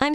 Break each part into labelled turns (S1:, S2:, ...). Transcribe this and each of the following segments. S1: I'm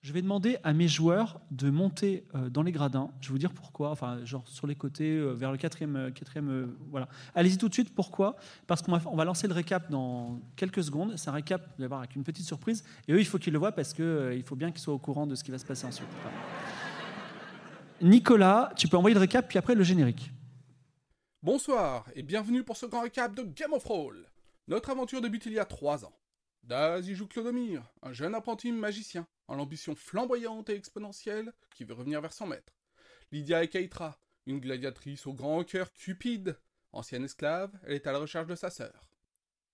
S2: Je vais demander à mes joueurs de monter euh, dans les gradins. Je vais vous dire pourquoi. Enfin, genre sur les côtés, euh, vers le quatrième, euh, quatrième, euh, voilà. Allez-y tout de suite. Pourquoi Parce qu'on va, on va lancer le récap dans quelques secondes. C'est un récap, vous allez voir, avec une petite surprise. Et eux, il faut qu'ils le voient parce que euh, il faut bien qu'ils soient au courant de ce qui va se passer ensuite. Voilà. Nicolas, tu peux envoyer le récap puis après le générique.
S3: Bonsoir et bienvenue pour ce grand récap de Game of Roll. Notre aventure débute il y a 3 ans. Daz y joue Clodomir, un jeune apprenti magicien, à l'ambition flamboyante et exponentielle qui veut revenir vers son maître. Lydia est Keitra, une gladiatrice au grand cœur cupide. Ancienne esclave, elle est à la recherche de sa sœur.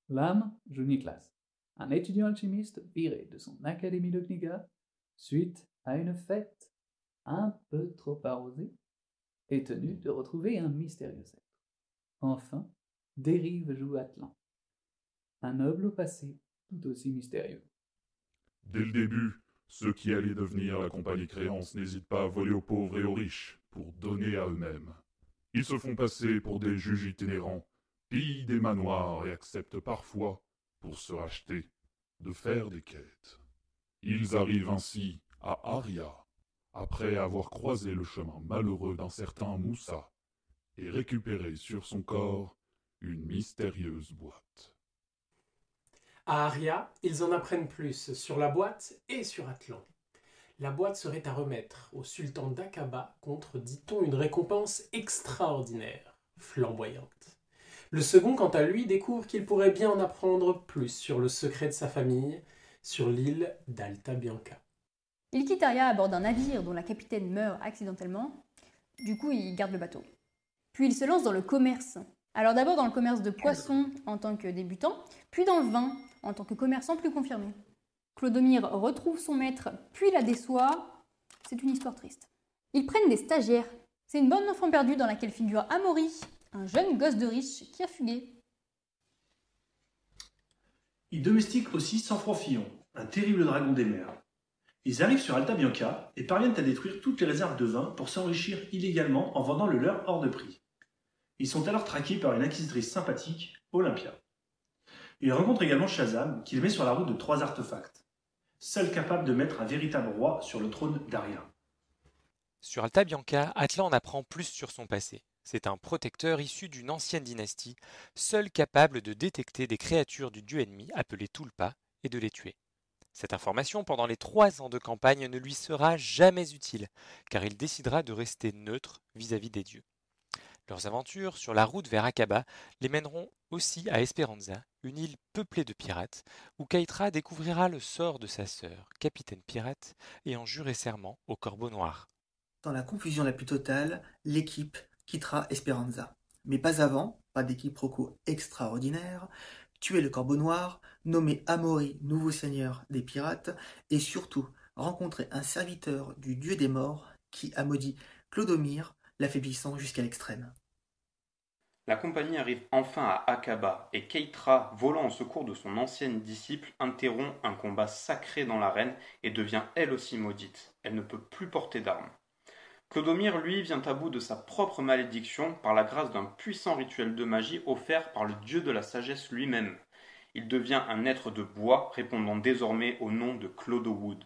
S4: L'âme joue Niklas, un étudiant alchimiste viré de son académie de Kniga suite à une fête un peu trop arrosée et tenu de retrouver un mystérieux être. Enfin, Dérive joue Atlan, un noble au passé tout aussi mystérieux.
S5: Dès le début, ceux qui allaient devenir la compagnie créance n'hésitent pas à voler aux pauvres et aux riches pour donner à eux-mêmes. Ils se font passer pour des juges itinérants, pillent des manoirs et acceptent parfois, pour se racheter, de faire des quêtes. Ils arrivent ainsi à Aria, après avoir croisé le chemin malheureux d'un certain Moussa, et récupéré sur son corps une mystérieuse boîte.
S6: À Aria, ils en apprennent plus sur la boîte et sur Atlan. La boîte serait à remettre au sultan d'Aqaba contre, dit-on, une récompense extraordinaire, flamboyante. Le second, quant à lui, découvre qu'il pourrait bien en apprendre plus sur le secret de sa famille, sur l'île d'Alta Bianca.
S7: Il quitte Aria à bord d'un navire dont la capitaine meurt accidentellement. Du coup, il garde le bateau. Puis il se lance dans le commerce. Alors d'abord dans le commerce de poissons en tant que débutant, puis dans le vin en tant que commerçant plus confirmé. Clodomir retrouve son maître, puis la déçoit. C'est une histoire triste. Ils prennent des stagiaires. C'est une bande d'enfants perdus dans laquelle figure Amaury, un jeune gosse de riche qui a fugué.
S8: Ils domestiquent aussi Sanfranfillon, un terrible dragon des mers. Ils arrivent sur Alta Bianca et parviennent à détruire toutes les réserves de vin pour s'enrichir illégalement en vendant le leur hors de prix. Ils sont alors traqués par une inquisitrice sympathique, Olympia. Ils rencontrent également Shazam, qui les met sur la route de trois artefacts, seul capable de mettre un véritable roi sur le trône d'Aria.
S9: Sur Alta Bianca, Atlan en apprend plus sur son passé. C'est un protecteur issu d'une ancienne dynastie, seul capable de détecter des créatures du dieu ennemi appelé Tulpa et de les tuer. Cette information, pendant les trois ans de campagne, ne lui sera jamais utile, car il décidera de rester neutre vis-à-vis des dieux. Leurs aventures sur la route vers Akaba les mèneront aussi à Esperanza, une île peuplée de pirates, où Kaitra découvrira le sort de sa sœur, capitaine pirate, ayant juré serment au corbeau noir.
S10: Dans la confusion la plus totale, l'équipe quittera Esperanza. Mais pas avant, pas d'équipe roco extraordinaire, tuer le corbeau noir, nommer Amaury nouveau seigneur des pirates, et surtout rencontrer un serviteur du dieu des morts qui a maudit Clodomir, l'affaiblissant jusqu'à l'extrême.
S11: La compagnie arrive enfin à Akaba et Keitra, volant au secours de son ancienne disciple, interrompt un combat sacré dans l'arène et devient elle aussi maudite. Elle ne peut plus porter d'armes. Clodomir, lui, vient à bout de sa propre malédiction par la grâce d'un puissant rituel de magie offert par le dieu de la sagesse lui-même. Il devient un être de bois répondant désormais au nom de Clodowood.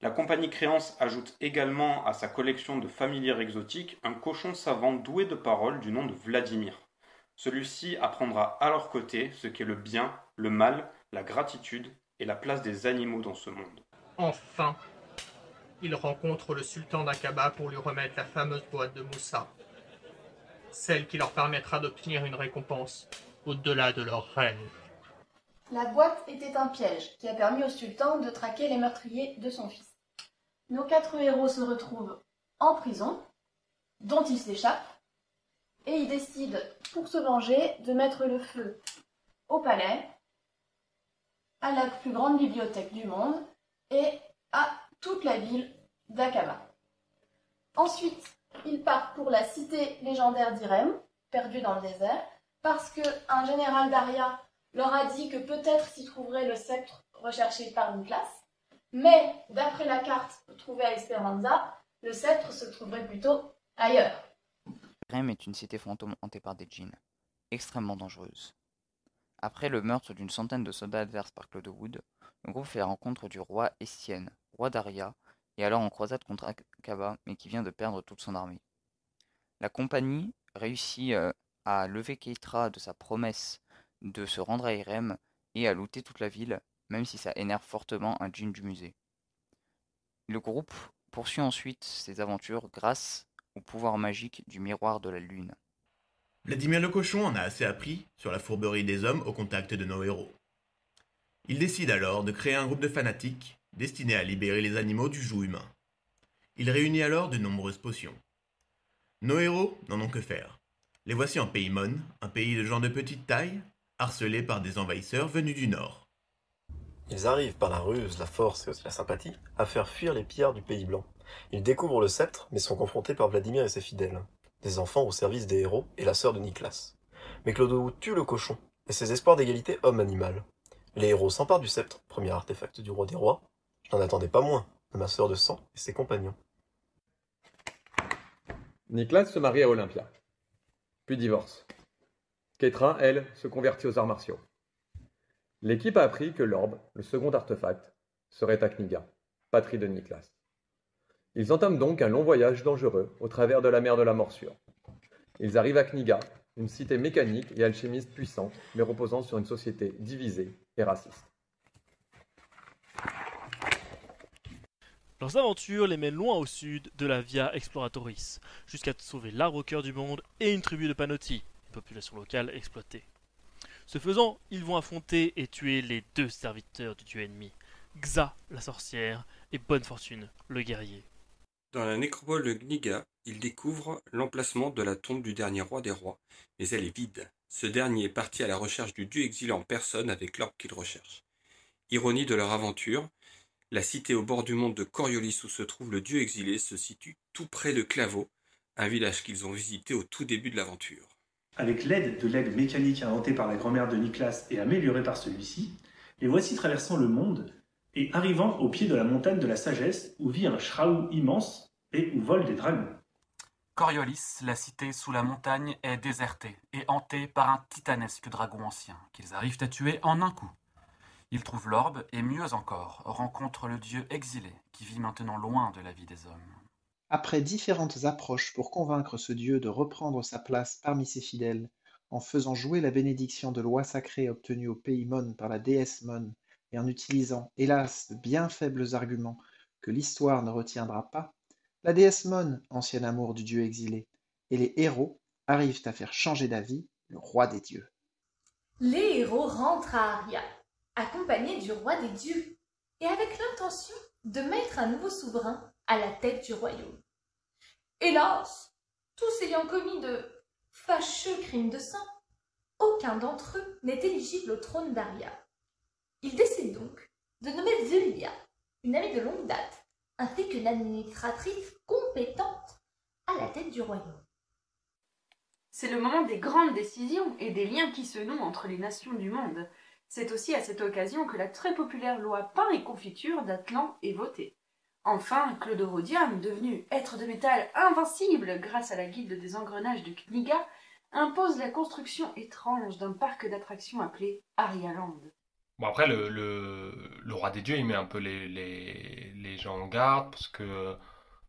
S11: La compagnie Créance ajoute également à sa collection de familières exotiques un cochon savant doué de parole du nom de Vladimir. Celui-ci apprendra à leur côté ce qu'est le bien, le mal, la gratitude et la place des animaux dans ce monde.
S12: Enfin, il rencontre le sultan d'Aqaba pour lui remettre la fameuse boîte de Moussa. Celle qui leur permettra d'obtenir une récompense au-delà de leur rêve.
S13: La boîte était un piège qui a permis au sultan de traquer les meurtriers de son fils. Nos quatre héros se retrouvent en prison, dont ils s'échappent, et ils décident, pour se venger, de mettre le feu au palais à la plus grande bibliothèque du monde et à toute la ville d'Akaba. Ensuite, il part pour la cité légendaire d'Irem, perdue dans le désert, parce que un général d'Aria leur a dit que peut-être s'y trouverait le sceptre recherché par Nicolas, mais d'après la carte trouvée à Esperanza, le sceptre se trouverait plutôt ailleurs.
S14: Rem est une cité fantôme hantée par des djinns, extrêmement dangereuse. Après le meurtre d'une centaine de soldats adverses par Claude Wood, le groupe fait la rencontre du roi Estienne, roi d'Aria, et alors en croisade contre Akaba, mais qui vient de perdre toute son armée. La compagnie réussit euh, à lever Keitra de sa promesse de se rendre à Irem et à looter toute la ville, même si ça énerve fortement un djinn du musée. Le groupe poursuit ensuite ses aventures grâce au pouvoir magique du miroir de la lune.
S15: Vladimir le cochon en a assez appris sur la fourberie des hommes au contact de nos héros. Il décide alors de créer un groupe de fanatiques destiné à libérer les animaux du joug humain. Il réunit alors de nombreuses potions. Nos héros n'en ont que faire. Les voici en Paymon, un pays de gens de petite taille, harcelés par des envahisseurs venus du nord.
S16: Ils arrivent par la ruse, la force et aussi la sympathie à faire fuir les pillards du pays blanc. Ils découvrent le sceptre, mais sont confrontés par Vladimir et ses fidèles, des enfants au service des héros et la sœur de Niklas. Mais Clodo tue le cochon et ses espoirs d'égalité homme-animal. Les héros s'emparent du sceptre, premier artefact du roi des rois. Je n'en attendais pas moins de ma sœur de sang et ses compagnons.
S17: Niklas se marie à Olympia, puis divorce. Ketra, elle, se convertit aux arts martiaux. L'équipe a appris que l'orbe, le second artefact, serait à Kniga, patrie de Niklas. Ils entament donc un long voyage dangereux au travers de la mer de la morsure. Ils arrivent à Kniga, une cité mécanique et alchimiste puissante, mais reposant sur une société divisée et raciste.
S18: Leurs aventures les mènent loin au sud de la Via Exploratoris, jusqu'à sauver l'arbre au cœur du monde et une tribu de Panotti, une population locale exploitée. Ce faisant, ils vont affronter et tuer les deux serviteurs du dieu ennemi, Xa, la sorcière, et Bonne Fortune, le guerrier.
S11: Dans la nécropole de Gniga, ils découvrent l'emplacement de la tombe du dernier roi des rois, mais elle est vide. Ce dernier est parti à la recherche du dieu exilé en personne avec l'orbe qu'il recherche. Ironie de leur aventure, la cité au bord du monde de Coriolis où se trouve le dieu exilé se situe tout près de Clavo, un village qu'ils ont visité au tout début de l'aventure.
S8: Avec l'aide de l'aigle mécanique inventée par la grand-mère de Niklas et améliorée par celui-ci, les voici traversant le monde et arrivant au pied de la montagne de la sagesse où vit un Shraou immense et où volent des dragons.
S19: Coriolis, la cité sous la montagne, est désertée et hantée par un titanesque dragon ancien qu'ils arrivent à tuer en un coup. Ils trouvent l'orbe et mieux encore, rencontrent le dieu exilé qui vit maintenant loin de la vie des hommes.
S20: Après différentes approches pour convaincre ce dieu de reprendre sa place parmi ses fidèles, en faisant jouer la bénédiction de loi sacrée obtenue au pays Mon par la déesse Mon, et en utilisant, hélas, de bien faibles arguments que l'histoire ne retiendra pas, la déesse Mon, ancien amour du dieu exilé, et les héros arrivent à faire changer d'avis le roi des dieux.
S7: Les héros rentrent à Aria, accompagnés du roi des dieux, et avec l'intention de mettre un nouveau souverain à la tête du royaume. Hélas, tous ayant commis de fâcheux crimes de sang, aucun d'entre eux n'est éligible au trône d'Aria. Il décide donc de nommer Zulia, une amie de longue date, ainsi qu'une administratrice compétente à la tête du royaume.
S21: C'est le moment des grandes décisions et des liens qui se nouent entre les nations du monde. C'est aussi à cette occasion que la très populaire loi pain et confiture d'Atlan est votée. Enfin, Clodorodium, devenu être de métal invincible grâce à la guilde des engrenages de Kniga, impose la construction étrange d'un parc d'attractions appelé Arialand.
S22: Bon après le, le, le, roi des dieux il met un peu les, les, les gens en garde parce que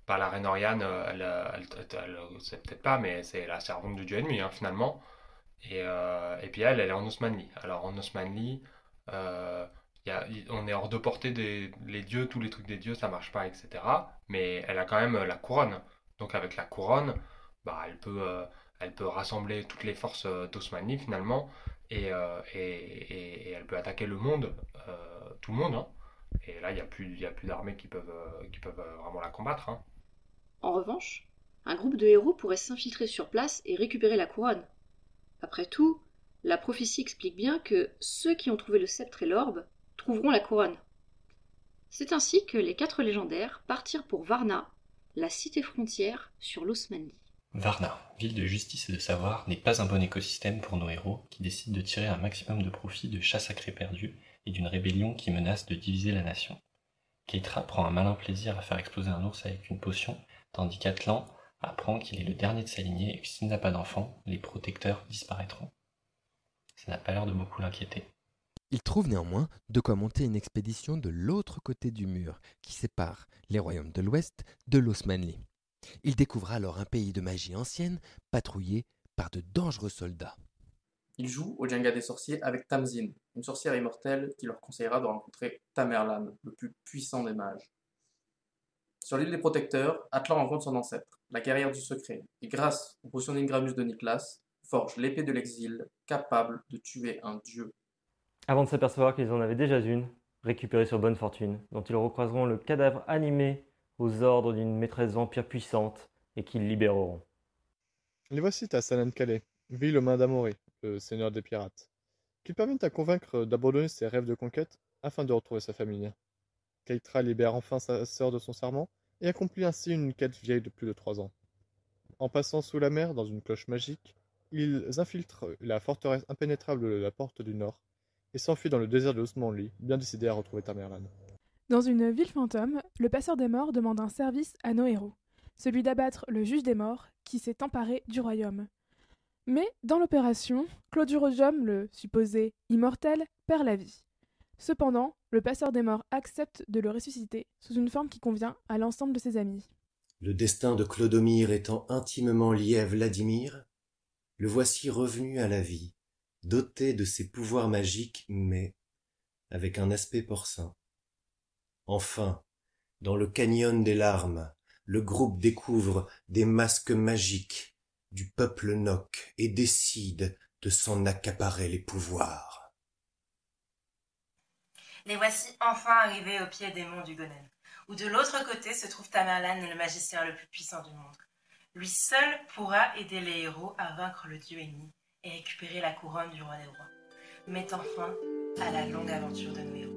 S22: bah, la reine Oriane elle, elle, elle, elle sait peut-être pas mais c'est la servante du dieu ennemi hein, finalement et, euh, et, puis elle elle est en Osmanli alors en Osmanli euh, y a, y, on est hors de portée des les dieux tous les trucs des dieux ça marche pas etc mais elle a quand même la couronne donc avec la couronne bah elle peut euh, elle peut rassembler toutes les forces d'Osmanli finalement et, euh, et, et, et, elle peut attaquer le monde, euh, tout le monde. Hein. Et là, il n'y a plus, y a plus d'armées qui peuvent, euh, qui peuvent vraiment la combattre. Hein.
S23: En revanche, un groupe de héros pourrait s'infiltrer sur place et récupérer la couronne. Après tout, la prophétie explique bien que ceux qui ont trouvé le sceptre et l'orbe
S7: retrouveront la couronne. C'est ainsi que les quatre légendaires partirent pour Varna, la cité frontière sur l'Osmanlie.
S18: Varna, ville de justice et de savoir, n'est pas un bon écosystème pour nos héros qui décident de tirer un maximum de profit de chats sacrés perdus et d'une rébellion qui menace de diviser la nation. Keitra prend un malin plaisir à faire exploser un ours avec une potion, tandis qu'Atlan apprend qu'il est le dernier de sa lignée et que s'il n'a pas d'enfant, les protecteurs disparaîtront. Ça n'a pas l'air de beaucoup l'inquiéter.
S9: Il trouve néanmoins de quoi monter une expédition de l'autre côté du mur qui sépare les royaumes de l'Ouest de l'Osmanli. Il découvre alors un pays de magie ancienne patrouillé par de dangereux soldats.
S24: Il joue au Jenga des sorciers avec Tamzin, une sorcière immortelle qui leur conseillera de rencontrer Tamerlan, le plus puissant des mages. Sur l'île des protecteurs, Atlan rencontre son ancêtre, la guerrière du secret, et grâce aux potions d'Ingramus de Niklas, forge l'épée de l'exil, capable de tuer un dieu.
S25: Avant de s'apercevoir qu'ils en avaient déjà une, récupérée sur Bonne Fortune, dont ils recroiseront le cadavre animé aux ordres d'une maîtresse vampire puissante et qu'ils libéreront.
S12: Les voici à Salem-Calais, ville aux mains d'Amoré, le seigneur des pirates, qui parviennent à convaincre d'abandonner ses rêves de conquête afin de retrouver sa famille. Keitra libère enfin sa sœur de son serment et accomplit ainsi une quête vieille de plus de trois ans. En passant sous la mer dans une cloche magique, ils infiltrent la forteresse impénétrable de la Porte du Nord et s'enfuient dans le désert de l'Osmanli, bien décidés à retrouver Tamerlan.
S26: Dans une ville fantôme, le passeur des morts demande un service à nos héros, celui d'abattre le juge des morts qui s'est emparé du royaume. Mais dans l'opération, Claudius le supposé immortel, perd la vie. Cependant, le passeur des morts accepte de le ressusciter sous une forme qui convient à l'ensemble de ses amis.
S27: Le destin de Clodomir étant intimement lié à Vladimir, le voici revenu à la vie, doté de ses pouvoirs magiques, mais avec un aspect porcin. Enfin, dans le canyon des larmes, le groupe découvre des masques magiques du peuple Noc et décide de s'en accaparer les pouvoirs.
S28: Les voici enfin arrivés au pied des monts du Gonen, où de l'autre côté se trouve Tamerlan, le magicien le plus puissant du monde. Lui seul pourra aider les héros à vaincre le dieu ennemi et récupérer la couronne du roi des rois, mettant fin à la longue aventure de nos héros.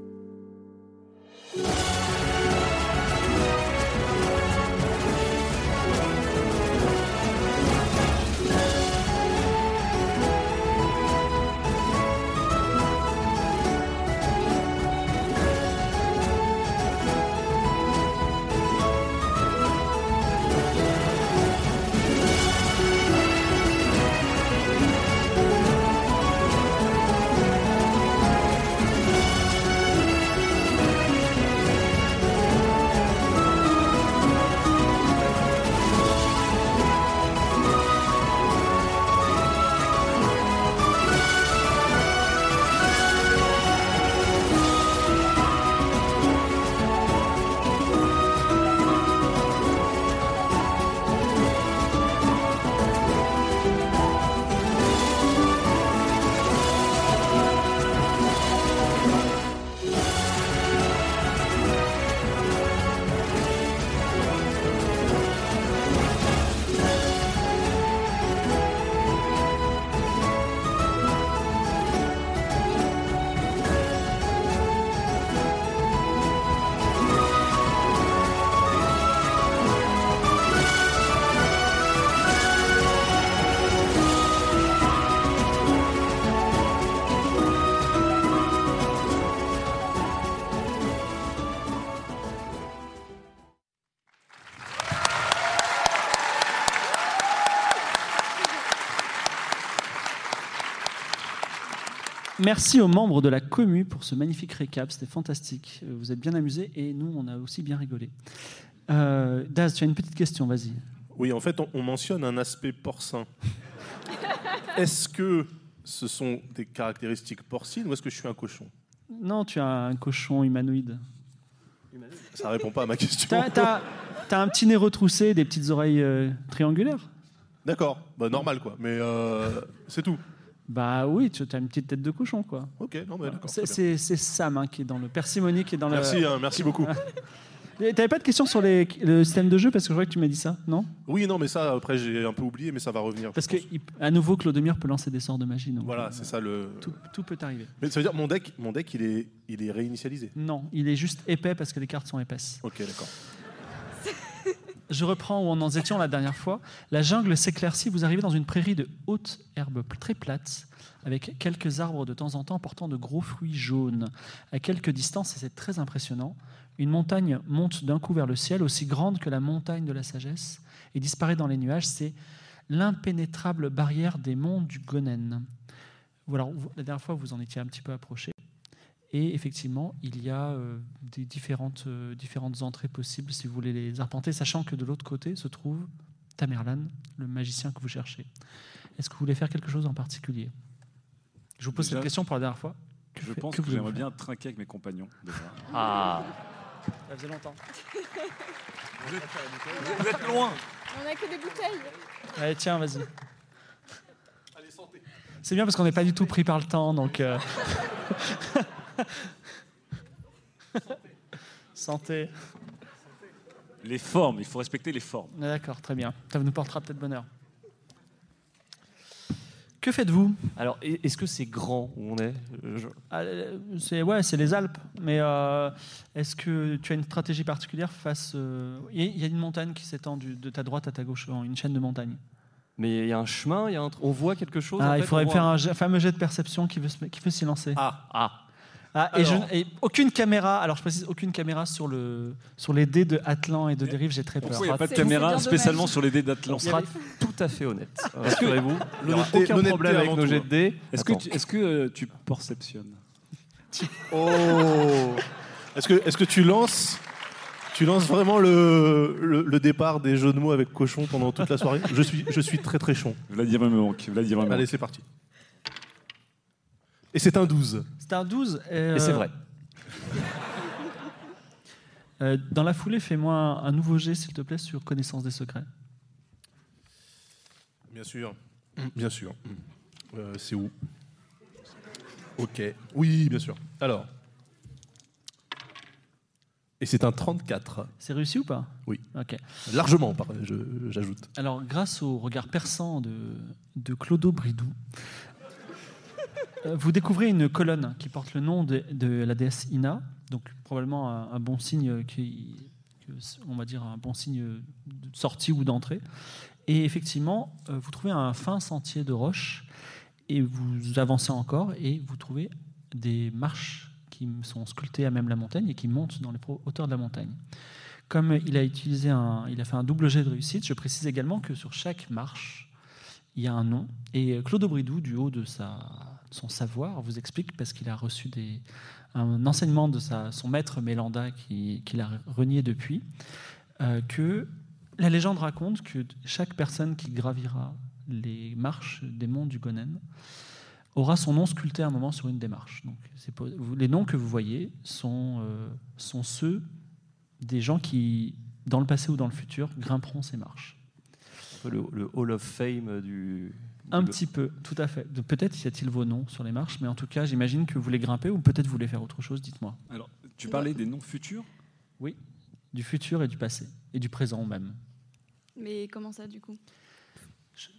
S2: Merci aux membres de la commu pour ce magnifique récap, c'était fantastique. Euh, Vous êtes bien amusés et nous, on a aussi bien rigolé. Euh, Daz, tu as une petite question, vas-y.
S15: Oui, en fait, on, on mentionne un aspect porcin. est-ce que ce sont des caractéristiques porcines ou est-ce que je suis un cochon
S2: Non, tu as un cochon humanoïde.
S15: Ça répond pas à ma question.
S2: T'as as, un petit nez retroussé, et des petites oreilles euh, triangulaires.
S15: D'accord, bah, normal quoi, mais euh, c'est tout.
S2: Bah oui, tu as une petite tête de cochon, quoi.
S15: Ok, non, mais d'accord.
S2: C'est
S15: très bien.
S2: c'est- c'est Sam hein, qui est dans le... Persimony qui est dans le...
S15: Merci, hein, merci beaucoup.
S2: Et Eh, T'avais pas de question sur les- le système de jeu parce que je crois que tu m'as dit ça, non
S15: Oui, non, mais ça, après, j'ai un peu oublié, mais ça va revenir. je
S2: Parce que
S15: pense.
S2: il- à nouveau, Clodomir peut lancer des sorts de magie. donc,
S15: Voilà,
S2: euh,
S15: c'est ça le.
S2: Tout, tout peut arriver.
S15: Mais ça veut dire mon deck, mon deck, il est, il est réinitialisé.
S2: Non, il est juste épais parce que les cartes sont épaisses.
S15: Ok, d'accord.
S2: Je reprends où on en étions la dernière fois. La jungle s'éclaircit, vous arrivez dans une prairie de hautes herbes pl- très plates, avec quelques arbres de temps en temps portant de gros fruits jaunes. À quelques distances, et c'est très impressionnant, une montagne monte d'un coup vers le ciel, aussi grande que la montagne de la sagesse, et disparaît dans les nuages. C'est l'impénétrable barrière des monts du Gonen. Voilà, vous- la dernière fois, vous en étiez un petit peu approché. Et effectivement, il y a euh, des différentes, euh, différentes entrées possibles si vous voulez les arpenter, sachant que de l'autre côté se trouve Tamerlan, le magicien que vous cherchez. Est-ce que vous voulez faire quelque chose en particulier Je vous pose
S19: Déjà,
S2: cette question pour la dernière fois. Que
S19: Je
S2: fait-
S19: pense
S2: que
S19: que,
S2: vous aimez
S19: j'aimerais
S2: faire
S19: bien trinquer avec mes compagnons. déjà.
S2: Ah. Ça faisait longtemps.
S19: Vous êtes, vous êtes loin.
S7: On a que des bouteilles.
S2: Allez, tiens, vas-y. C'est bien parce qu'on n'est pas du tout pris par le temps, donc. euh, Santé.
S19: Les formes, il faut respecter les formes.
S2: Ah, D'accord, très bien. Ça nous portera peut-être bonheur. Que faites-vous
S18: Alors, e- est-ce que c'est grand où on est Euh, je-
S2: Ah, euh, C'est ouais, c'est les Alpes. Mais euh, est-ce que tu as une stratégie particulière face euh, Il y, a- il y a une montagne qui s'étend du- de ta droite à ta gauche, en une chaîne de montagnes.
S18: Mais il y a un chemin, il y a un tr- on voit quelque chose
S2: Ah,
S18: en
S2: il
S18: fait,
S2: faudrait
S18: on
S2: me
S18: voit
S2: faire un, jet- fameux jet de perception qui veut, se- qui veut s'y lancer.
S18: Ah, ah.
S2: Ah, et, je-
S18: Alors.
S2: et aucune caméra, alors je précise, aucune caméra sur, le, sur les dés de Atlan et de Dérive, j'ai très peur.
S19: Pourquoi il
S18: Ah,
S19: n'y a pas de caméra spécialement sur les dés d'Atlan
S18: On sera tout à fait honnête.
S19: Est-ce que-
S18: Rassurez-vous, il n'y aura
S19: L'honnêteté-
S18: aucun
S19: l'honnêteté
S18: problème avec
S19: avant
S18: nos
S19: tout,
S18: jets
S19: hein.
S18: de dés.
S19: Est-ce que,
S18: Attends.
S19: tu, est-ce que euh, tu perceptionnes
S15: Oh Est-ce que, est que tu lances. Tu lances vraiment le, le, le départ des jeux de mots avec cochon pendant toute la soirée je suis, je suis très très chon.
S19: Vladimir me manque. Vladimir me
S15: Allez,
S19: manque.
S15: c'est parti. Et c'est un 12.
S2: C'était un 12.
S18: Et c'est vrai.
S2: Euh, dans la foulée, fais-moi un, un nouveau jet, s'il te plaît, sur connaissance des secrets.
S15: Bien sûr. Bien sûr. Euh, c'est où Ok. Oui, bien sûr. Alors. Et c'est un 34.
S2: C'est réussi ou pas
S15: Oui.
S2: Ok.
S15: Largement, par- je- j'ajoute.
S2: Alors, grâce au regard perçant de, de Clodo Bridou, euh, vous découvrez une colonne qui porte le nom de, de la déesse Ina, donc probablement un, un bon signe qui, que s- on va dire un bon signe de sortie ou d'entrée. Et effectivement, euh, vous trouvez un fin sentier de roches et vous avancez encore et vous trouvez des marches qui sont sculptées à même la montagne et qui montent dans les pro- hauteurs de la montagne. Comme il a utilisé un, il a fait un double jet de réussite, je précise également que sur chaque marche, il y a un nom. Et euh, Claude Bridou, du haut de sa, de son savoir, vous explique parce qu'il a reçu des, un enseignement de sa, son maître Mélanda qui- qu'il a renié depuis, euh, que la légende raconte que chaque personne qui gravira les marches des monts du Gonen aura son nom sculpté à un moment sur une des marches. Donc, c'est po- vous- les noms que vous voyez sont, euh, sont ceux des gens qui, dans le passé ou dans le futur, grimperont ces marches.
S18: Un peu le, le Hall of Fame du.
S2: Un
S18: du-
S2: petit peu, tout à fait. De- Peut-être y a-t-il vos noms sur les marches, mais en tout cas, j'imagine que vous les grimpez ou peut-être vous voulez faire autre chose, dites-moi.
S19: Alors, tu parlais des noms futurs
S2: Oui, du futur et du passé, et du présent même.
S7: Mais comment ça, du coup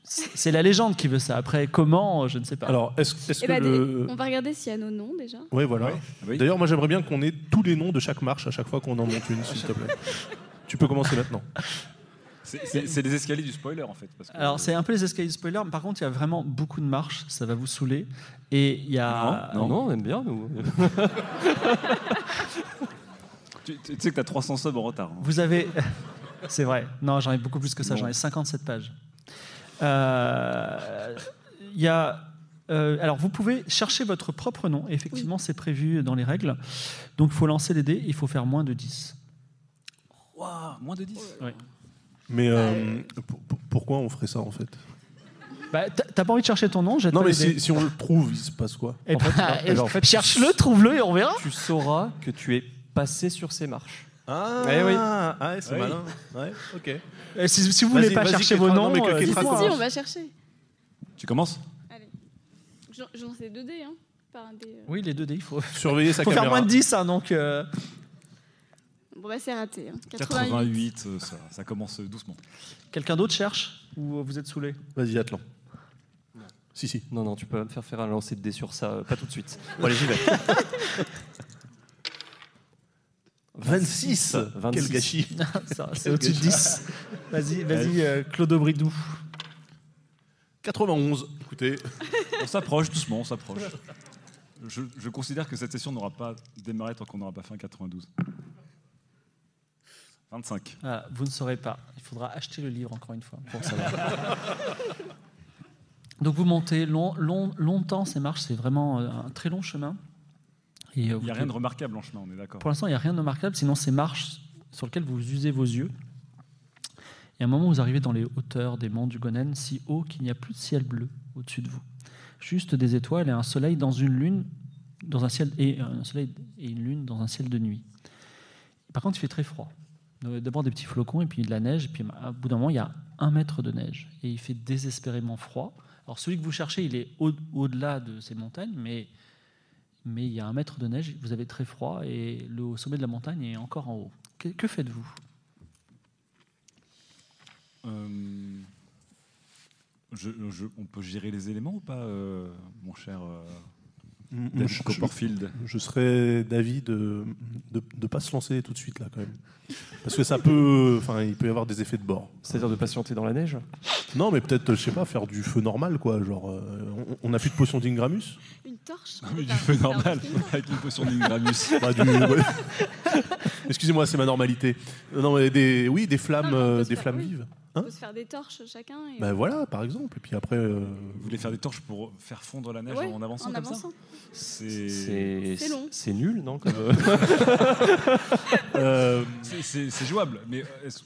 S2: C'est la légende qui veut ça. Après, comment, je ne sais pas.
S15: Alors, est-ce
S7: Eh ben, des- On va regarder s'il y a nos noms déjà.
S15: Oui, voilà. D'ailleurs, moi, j'aimerais bien qu'on ait tous les noms de chaque marche à chaque fois qu'on en monte une, s'il te plaît. tu peux commencer maintenant.
S19: C'est- C'est c'est les escaliers du spoiler en fait. Parce que-
S2: Alors, c'est un peu les escaliers du spoiler, mais par contre, il y a vraiment beaucoup de marches, ça va vous saouler. Et il y a.
S19: Non, non, non,
S18: on aime bien, nous.
S19: tu, tu- tu sais que t'as 300 subs en retard. hein.
S2: Vous avez. C'est vrai. Non, j'en ai beaucoup plus que ça. J'en ai 57 pages. Euh, Il y a. euh, alors, vous pouvez chercher votre propre nom. Et Effectivement, c'est prévu dans les règles. Donc, il faut lancer les dés. Il faut faire moins de 10.
S19: Ouah, moins de 10.
S2: Oui.
S15: Mais euh, pour- pour- pourquoi on ferait ça, en fait
S2: Bah, t'as- T'as pas envie de chercher ton nom jette
S15: Non,
S2: pas
S15: mais
S2: les dés.
S15: si, si on le trouve, il se passe quoi
S2: Eh ben,
S18: eh ben, en fait,
S2: cherche-le, trouve-le et on verra.
S18: Tu sauras que tu es passé sur ces marches.
S15: Ah,
S18: Eh oui.
S15: ah, c'est
S18: Oui.
S15: malin. Ouais, ok.
S2: Euh, si- si vous voulez
S15: Vas-y,
S2: pas
S15: vas-y,
S2: chercher vos
S15: Kétra,
S2: noms,
S15: non, mais que
S2: euh,
S15: Kétra
S2: dites-moi.
S7: Si, on va chercher.
S15: Tu commences
S7: J'en- J'en sais deux dés, hein. Par un dé. euh.
S2: Oui, les deux dés, il faut.
S15: Surveiller sa
S2: faut faire
S15: caméra.
S2: moins de 10, hein, donc. euh,
S7: Bon, bah, c'est raté. hein.
S19: 88, euh, ça, ça commence doucement.
S2: Quelqu'un d'autre cherche Ou vous êtes saoulé
S18: Vas-y, Atlan.
S15: Si, si.
S18: Non, non, tu peux pas me faire faire un lancer de dés sur ça, euh, pas tout de suite. Bon, allez, j'y vais.
S15: 26, Quel gâchis
S2: Ça, C'est au-dessus de 10. Vas-y, vas-y, euh, Claude Bridou.
S15: 91, écoutez.
S19: On s'approche doucement, on s'approche. Je, je considère que cette session n'aura pas démarré tant qu'on n'aura pas fait un 92. 25.
S2: Voilà, Euh, vous ne saurez pas. Il faudra acheter le livre encore une fois pour savoir. Donc vous montez long, long- longtemps ces marches, c'est vraiment euh, un très long chemin. Et, euh,
S19: il n'y a
S2: vous-
S19: rien de remarquable en chemin, on est d'accord.
S2: Pour l'instant, il n'y a rien de remarquable, sinon ces marches sur lesquelles vous usez vos yeux. Et à un moment, vous arrivez dans les hauteurs des monts du Gonen, si haut qu'il n'y a plus de ciel bleu au-dessus de vous. Juste des étoiles et un soleil dans une lune, dans un ciel et euh, un soleil et une lune dans un ciel de nuit. Par contre, il fait très froid. Euh, D'abord des petits flocons et puis de la neige. Et puis à- au bout d'un moment, il y a un mètre de neige et il fait désespérément froid. Alors celui que vous cherchez, il est au- au-delà de ces montagnes, mais mais il y a un mètre de neige, vous avez très froid et le sommet de la montagne est encore en haut. Que, que faites-vous
S19: Euh, je- je- on peut gérer les éléments ou pas, euh, mon cher euh, David
S15: Mm, Je- je-
S19: Copperfield
S15: Je serais d'avis de ne pas se lancer tout de suite là quand même. Parce que ça peut. Enfin, il peut y avoir des effets de bord.
S18: C'est-à-dire de patienter dans la neige
S15: Non, mais peut-être, je sais pas, faire du feu normal quoi. Genre, euh, on- on n'a plus de potion d'Ingramus
S7: Une torche
S19: Du feu normal, avec une potion d'Ingramus.
S15: Bah, du- ouais. Excusez-moi, c'est ma normalité. Euh, Non, mais des, oui, des flammes, euh, des flammes vives. hein.
S7: On peut se faire des torches chacun. Et...
S15: Ben voilà, par exemple. Et puis après. euh,
S19: Vous voulez faire des torches pour faire fondre la neige
S7: Ouais,
S19: en avançant
S7: en
S19: comme
S7: avançant.
S19: ça C'est
S18: C'est
S7: C'est long.
S18: c'est nul, non comme... euh,
S19: Euh, C'est- C'est c'est jouable, mais euh, est-ce-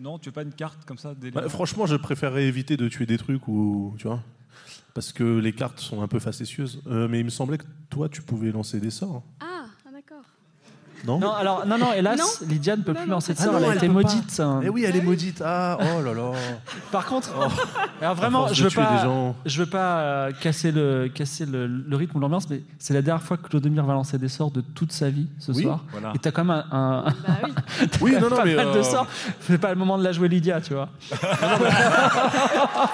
S19: non, tu veux pas une carte comme ça d'éléments
S15: bah, franchement, je préférerais éviter de tuer des trucs ou tu vois, parce que les cartes sont un peu facétieuses. Euh, mais il me semblait que toi, tu pouvais lancer des sorts, hein.
S7: Ah, ah, d'accord.
S15: non
S2: Non, alors non, non, hélas, Lydia ne peut plus lancer de
S15: Ah
S2: sort,
S15: non,
S2: elle a
S15: elle
S2: été
S15: peut pas.
S2: maudite. hein.
S15: Eh oui, elle est maudite. Ah, oh là là.
S2: Par contre, alors
S15: À
S2: Ah, vraiment,
S15: force
S2: je
S15: de
S2: veux
S15: tuer
S2: pas,
S15: des gens.
S2: je veux pas euh, casser le casser le, le rythme ou l'ambiance, mais c'est la dernière fois que Clodomir va lancer des sorts de toute sa vie ce
S15: Oui,
S2: soir.
S15: voilà.
S2: Et t'as quand même un, un- t'as
S15: Oui, non,
S2: quand même
S15: non,
S2: pas
S15: mais,
S2: mal de
S15: euh,
S2: sorts. C'est pas le moment de la jouer Lydia, tu vois. Ah,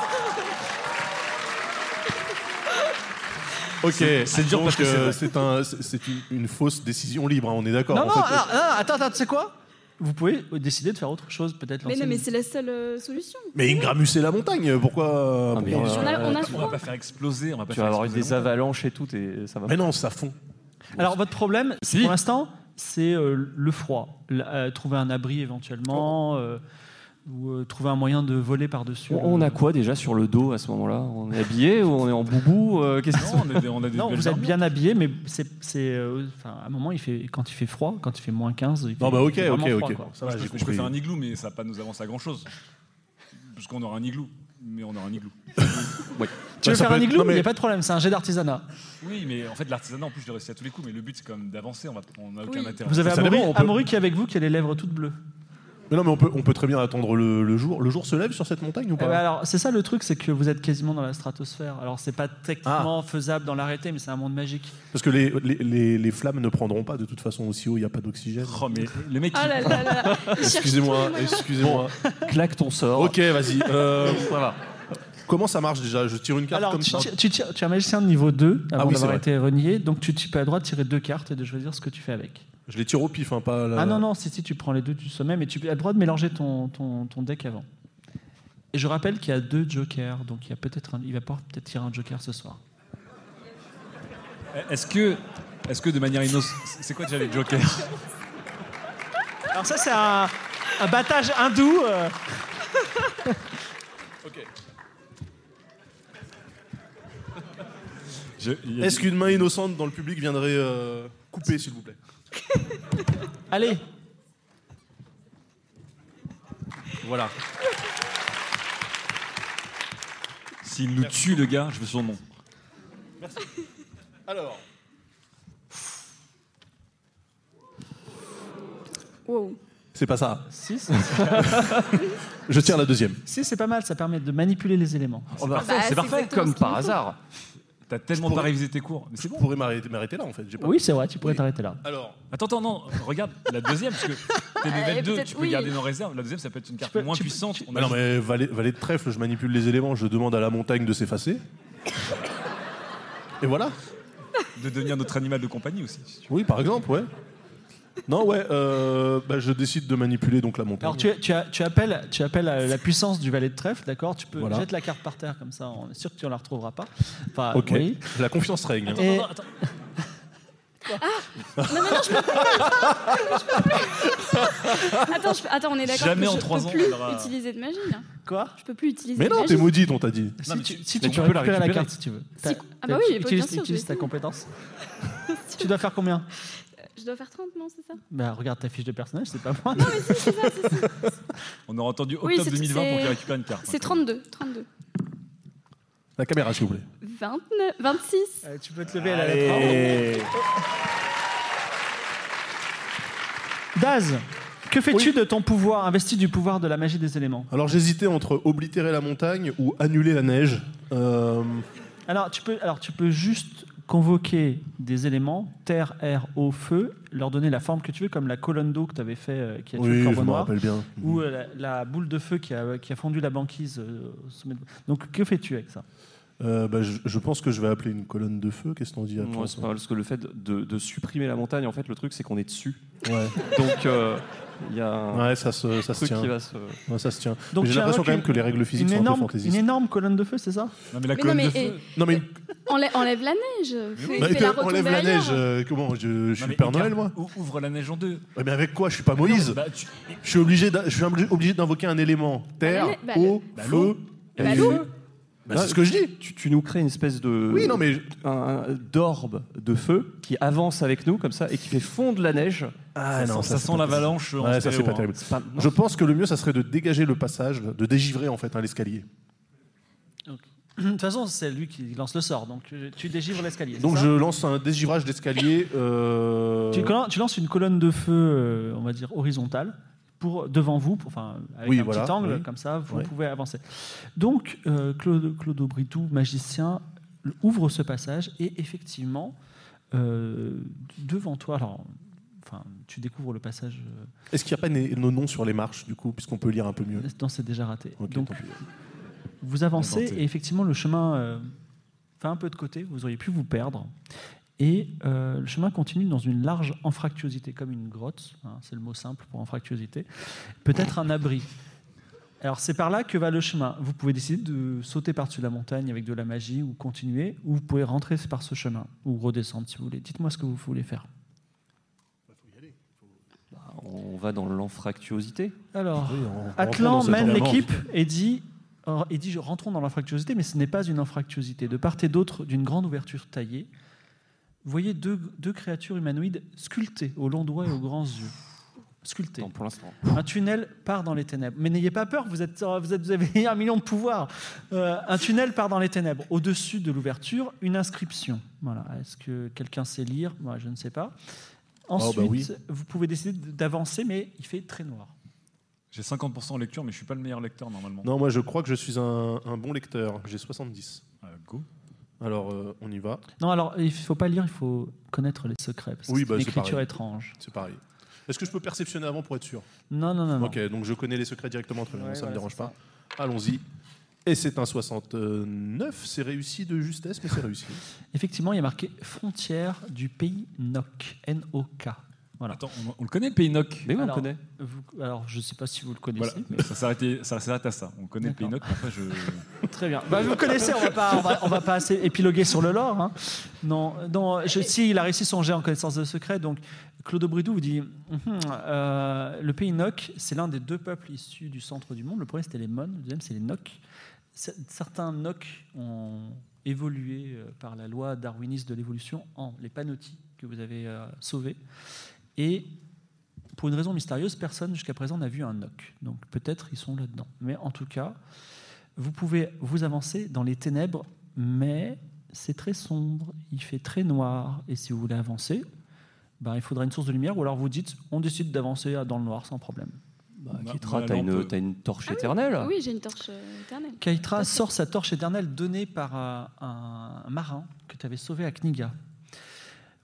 S15: Ok,
S2: C'est- c'est dur
S15: donc,
S2: parce que c'est
S15: euh,
S2: vrai.
S15: c'est un, c'est- c'est une, une fausse décision libre. hein, on est d'accord.
S2: Non,
S15: en
S2: non,
S15: fait.
S2: alors, non, attends, attends, tu sais quoi Vous pouvez décider de faire autre chose, peut-être
S7: Mais
S2: lancer.
S7: non, mais
S2: une-
S7: c'est la seule euh, solution.
S15: Mais Ingramus c'est la montagne. Pourquoi
S2: Ah, mais euh,
S15: pourquoi
S7: on a- on a
S19: On va pas faire exploser, on va pas
S18: euh, Tu
S19: faire
S18: vas avoir eu
S19: exploser
S18: des
S19: la
S18: avalanches et tout, et ça va.
S15: Mais non, ça fond.
S2: Alors votre problème, pour l'instant, c'est euh, le froid. L- euh, trouver un abri
S15: Oh.
S2: éventuellement, euh, ou euh, trouver un moyen de voler par-dessus.
S18: On, on a quoi déjà sur le dos à ce moment-là On est habillé ou on est en boubou euh, Qu'est-ce que
S19: on, on a
S2: Non, vous êtes bien habillé, mais c'est, c'est, euh, enfin, à un moment, il fait, quand il fait froid, quand il fait moins 15, il fait,
S15: Non, bah, ok,
S2: il fait vraiment
S15: ok,
S2: froid,
S15: ok.
S2: quoi.
S15: Ça va,
S19: je,
S15: j'ai
S19: peux- je peux
S15: compris.
S19: faire un igloo, mais ça va pas nous avancer à grand chose. Parce qu'on aura un igloo, mais on aura un igloo.
S18: oui.
S15: Bah,
S2: Tu veux faire un igloo Il n'y a pas de problème, c'est un jet d'artisanat.
S15: Ah
S19: Oui, mais en fait, l'artisanat, en plus, je l'ai réussi à tous les coups, mais le but, c'est quand même d'avancer, on va- on n'a aucun intérêt.
S2: Vous avez Amaury,
S15: dépend, on peut-
S2: Amaury qui est avec vous, qui a les lèvres toutes bleues.
S15: Mais non, mais on peut, on peut très bien attendre le, le jour. Le jour se lève sur cette montagne ou
S2: Eh
S15: pas
S2: ben alors, c'est ça le truc, c'est que vous êtes quasiment dans la stratosphère. Alors, c'est pas techniquement
S15: Ah.
S2: faisable dans l'arrêté, mais c'est un monde magique.
S15: Parce que les, les, les- les flammes ne prendront pas de toute façon aussi haut. Il n'y a pas d'oxygène.
S19: Oh mais le mec.
S2: Ah là là là là, il cherche tous les
S15: Excusez-moi,
S2: moyens.
S15: excusez-moi.
S18: Claque ton sort.
S15: Ok, vas-y. euh, Comment ça marche déjà Je tire une carte
S2: Alors,
S15: comme
S2: tu,
S15: ça.
S2: tu- tu tires- tu es un magicien de niveau 2 avant
S15: Ah oui, c'est
S2: d'avoir
S15: vrai.
S2: été renié, donc tu, tu peux à droite tirer deux cartes et de choisir ce que tu fais avec.
S15: Je les tire au pif, hein, pas. à la-
S2: Ah non, non, si, si, tu prends les deux du sommet, mais tu as le droit de mélanger ton, ton, ton deck avant. Et je rappelle qu'il y a deux jokers, donc il, y a peut-être un- il va pouvoir peut-être tirer un joker ce soir.
S19: Est-ce que, est-ce que de manière innocente, c'est quoi déjà les jokers
S2: Alors ça, c'est un, un battage hindou. euh.
S15: Est-ce qu'une main innocente dans le public viendrait euh, couper, s'il vous plaît
S2: Allez,
S15: Voilà.
S19: S'il nous tue le gars, je veux son nom.
S15: Alors.
S7: Wow.
S15: C'est pas ça.
S2: Si, c'est-
S15: Je tire la deuxième.
S2: si c'est pas mal, ça permet de manipuler les éléments.
S18: Oh, bah, Bah, c'est c'est parfait, exactement comme ce qu'il par nous faut. hasard.
S19: T'as tellement pas révisé tes cours. Mais c'est bon.
S15: Je pourrais m'arrêter m'arrêter là, en fait. j'ai pas-
S2: Oui, c'est vrai, tu pourrais t'arrêter là.
S19: Alors. Attends, attends, non, regarde la deuxième, parce que t'es
S2: Eh,
S19: level 2,
S2: peut-être
S19: tu peux
S2: oui.
S19: garder nos réserves. La deuxième, ça peut être une carte moins puissante. On
S15: Bah
S19: a-
S15: non, mais valet, valet de trèfle, je manipule les éléments, je demande à la montagne de s'effacer. Et voilà.
S19: De devenir notre animal de compagnie aussi.
S15: Oui, par exemple, ouais. Non, ouais, euh, bah, je décide de manipuler donc la montagne.
S2: Alors tu, tu as- tu appelles, tu appelles à la puissance du valet de trèfle, d'accord Tu peux
S15: Voilà.
S2: jeter la carte par terre comme ça, on est sûr que tu ne la retrouveras pas. Enfin,
S15: Ok.
S2: oui.
S15: La confiance règne. hein.
S2: Et-
S7: Non, mais non, je peux plus. Je peux plus. Attends, je peux- attends, on est d'accord
S15: Jamais
S7: que
S15: en
S7: je
S15: trois
S7: peux
S15: ans,
S7: plus
S15: elle aura-
S7: utiliser de magie. là.
S2: Quoi
S7: Je peux plus utiliser
S15: Mais
S7: de
S15: non,
S7: magie.
S15: t'es maudite, on t'a dit.
S2: Si tu, si
S15: Mais
S2: tu peux récupérer la carte si tu veux. T'as-
S7: Ah bah
S2: t'as-
S7: oui, bien
S2: utilise,
S7: sûr, je
S2: utilise
S7: vais
S2: ta
S7: essayer.
S2: compétence. tu dois faire combien
S7: Je dois faire 30, non, c'est ça
S2: Bah regarde ta fiche de personnage, c'est pas moi.
S19: On aura entendu
S7: Oui,
S19: octobre
S7: c'est-
S19: 2020 pour
S7: c'est-
S19: qu'il récupère une carte. hein.
S7: C'est 32. 32.
S15: La caméra, s'il vous plaît.
S7: 29, 26.
S2: Euh, tu peux te lever
S15: à la lettre Allez.
S2: Daz, que fais-tu de ton pouvoir, investi du pouvoir de la magie des éléments
S15: Alors j'hésitais entre oblitérer la montagne ou annuler la neige. Euh,
S2: Alors tu peux, alors tu peux juste convoquer des éléments terre, air, eau, feu, leur donner la forme que tu veux, comme la colonne d'eau que tu avais fait, euh, qui a tué
S15: Oui,
S2: le
S15: je
S2: corbeau
S15: me
S2: noir,
S15: rappelle bien. Mhm.
S2: ou euh, la, la boule de feu qui a, qui a fondu la banquise euh, au sommet. de- Donc que fais-tu avec ça
S15: euh, bah, je, je pense que je vais appeler une colonne de feu. Qu'est-ce qu'on dit après
S18: Ouais,
S15: ça
S18: c'est pas mal, parce que le fait de, de supprimer la montagne, en fait, le truc, c'est qu'on est dessus.
S15: Ouais.
S18: Donc, euh, il y a un
S15: Ouais, ça se, ça se
S18: truc
S15: tient.
S18: qui va se...
S15: Ouais, ça se tient.
S2: Donc,
S15: Mais J'ai
S2: tu
S15: l'impression
S2: invoques
S15: quand même
S2: une-
S15: que les règles physiques
S2: une
S15: sont un
S2: énorme,
S15: peu fantaisistes.
S2: Une énorme colonne de feu, c'est ça
S19: Non mais la
S7: Mais colonne non, mais- de feu-
S15: Non mais,
S7: Enlève, enlève la neige. Fais,
S15: bah,
S7: fais la
S15: on
S7: retomber
S15: lève la
S7: ailleurs.
S15: neige. euh, comment Je, je suis
S19: mais
S15: le Père
S19: écarte-
S15: Noël, moi.
S19: ou- Ouvre la neige en deux.
S15: Ouais, mais avec quoi Je suis pas Moïse. Je suis obligé, d'a- je suis obli- obligé d'invoquer un élément terre,
S18: bah, Bah, la- bah,
S15: eau,
S18: le- Bah,
S15: feu.
S18: l'eau.
S15: et-
S18: Bah, l'eau.
S15: Bah, c'est ce que je dis.
S18: Tu, tu nous crées une espèce de
S15: Oui, non, mais-
S18: un- un- d'orbe de feu qui avance avec nous comme ça et qui fait fondre la neige.
S19: Ça sent- ça
S15: Ah, c'est
S19: sent
S15: pas
S19: l'avalanche
S15: terrible.
S19: en
S15: Ouais, ça c'est
S19: stéréo,
S15: pas
S19: hein.
S15: terrible.
S19: C'est pas-
S15: Je pense que le mieux, ça serait de dégager le passage, de dégivrer en fait un l'escalier.
S2: De toute façon, c'est lui qui lance le sort, donc euh, tu dégivres l'escalier.
S15: Donc
S2: c'est
S15: je
S2: ça
S15: lance un dégivrage d'escalier. euh,
S2: Tu, collan- tu lances une colonne de feu, euh, on va dire horizontale, pour devant vous, pour- enfin avec
S15: Oui,
S2: un
S15: voilà,
S2: petit angle
S15: oui.
S2: comme ça, vous
S15: Ouais.
S2: pouvez avancer. Donc euh, Claude, Claude Britou, magicien, l- ouvre ce passage et effectivement euh, devant toi, alors enfin tu découvres le passage. euh,
S15: Est-ce qu'il n'y a pas né- nos noms sur les marches du coup, puisqu'on peut lire un peu mieux
S2: Non, c'est déjà raté.
S15: Ok,
S2: Donc,
S15: tant pis.
S2: vous avancez
S15: Inventé.
S2: et effectivement, le chemin euh, fait un peu de côté. Vous auriez pu vous perdre. Et euh, le chemin continue dans une large anfractuosité, comme une grotte. hein, c'est le mot simple pour anfractuosité. Peut-être un abri. Alors, c'est par là que va le chemin. Vous pouvez décider de sauter par-dessus la montagne avec de la magie ou continuer, ou vous pouvez rentrer par ce chemin ou redescendre si vous voulez. Dites-moi ce que vous voulez faire.
S18: On va dans l'anfractuosité.
S2: Alors,
S18: Oui, on- on rentre dans
S2: Atlan
S18: cette
S2: mène
S18: ambiance.
S2: l'équipe et dit, or- et dit je- rentrons dans l'infractuosité, mais ce n'est pas une infractuosité. De part et d'autre d'une grande ouverture taillée, vous voyez deux, deux créatures humanoïdes sculptées aux longs doigts et aux grands yeux. Sculptées.
S18: pour l'instant.
S2: Un tunnel part dans les ténèbres. Mais n'ayez pas peur, vous, êtes, euh, vous, êtes- vous avez un million de pouvoirs. Euh, un tunnel part dans les ténèbres. Au-dessus de l'ouverture, une inscription. Voilà. Est-ce que quelqu'un sait lire Moi, je ne sais
S18: Ah,
S2: pas.
S19: Oh, bah
S2: Ensuite,
S19: oui.
S2: vous pouvez décider d'avancer, mais il fait très noir.
S19: J'ai 50% en lecture, mais je suis pas le meilleur lecteur normalement.
S15: Non, moi je crois que je suis un, un bon lecteur. J'ai 70.
S2: Ah,
S19: go.
S15: Alors euh, on y va.
S2: Non, alors il faut pas lire, il faut connaître les secrets. Parce que
S15: Oui,
S2: c'est
S15: bah,
S2: une
S15: c'est
S2: écriture
S15: pareil.
S2: étrange.
S15: C'est pareil. Est-ce que je peux perceptionner avant pour être sûr
S2: Non, non, non. non.
S15: Ok, donc je connais les secrets directement entre
S2: Ouais,
S15: ça me
S2: voilà,
S15: dérange pas. Allons-y. Et c'est un 69, c'est réussi de justesse, mais c'est réussi.
S2: Effectivement, il y a marqué frontière du pays NOC. N-O-K. Voilà.
S19: Attends, on, on le connaît le pays Noc
S2: Mais oui, on le connaît. vous- alors, je sais pas si vous le connaissez.
S19: Voilà,
S2: mais-
S19: ça s'arrêtait- ça s'arrête à ça. On connaît le pays Noc, mais après je.
S2: Très bien. Bah, vous connaissez, on va pas, on va, on va pas assez épiloguer sur le lore. hein. Non, non je- si il a réussi son jet en connaissance de secret, donc Claude Bridou vous dit Hum, hum, euh, le pays Noc, c'est l'un des deux peuples issus du centre du monde. Le premier c'était les Mon, le deuxième c'est les Noc. C- Certains Noc ont évolué euh, par la loi darwiniste de l'évolution en les panotis que vous avez euh, sauvés. Et pour une raison mystérieuse, personne jusqu'à présent n'a vu un NOC. Donc peut-être ils sont là-dedans. Mais en tout cas, vous pouvez vous avancer dans les ténèbres, mais c'est très sombre, il fait très noir. Et si vous voulez avancer, ben, il faudra une source de lumière, ou alors vous dites on décide d'avancer dans le noir sans problème. ma
S18: Keitra, Bah, t'as une,
S2: lampe.
S18: t'as une torche éternelle
S7: Ah Oui, j'ai une torche euh, éternelle.
S2: Keitra sort sa torche éternelle donnée par euh, un, marin que tu avais sauvé à Kniga.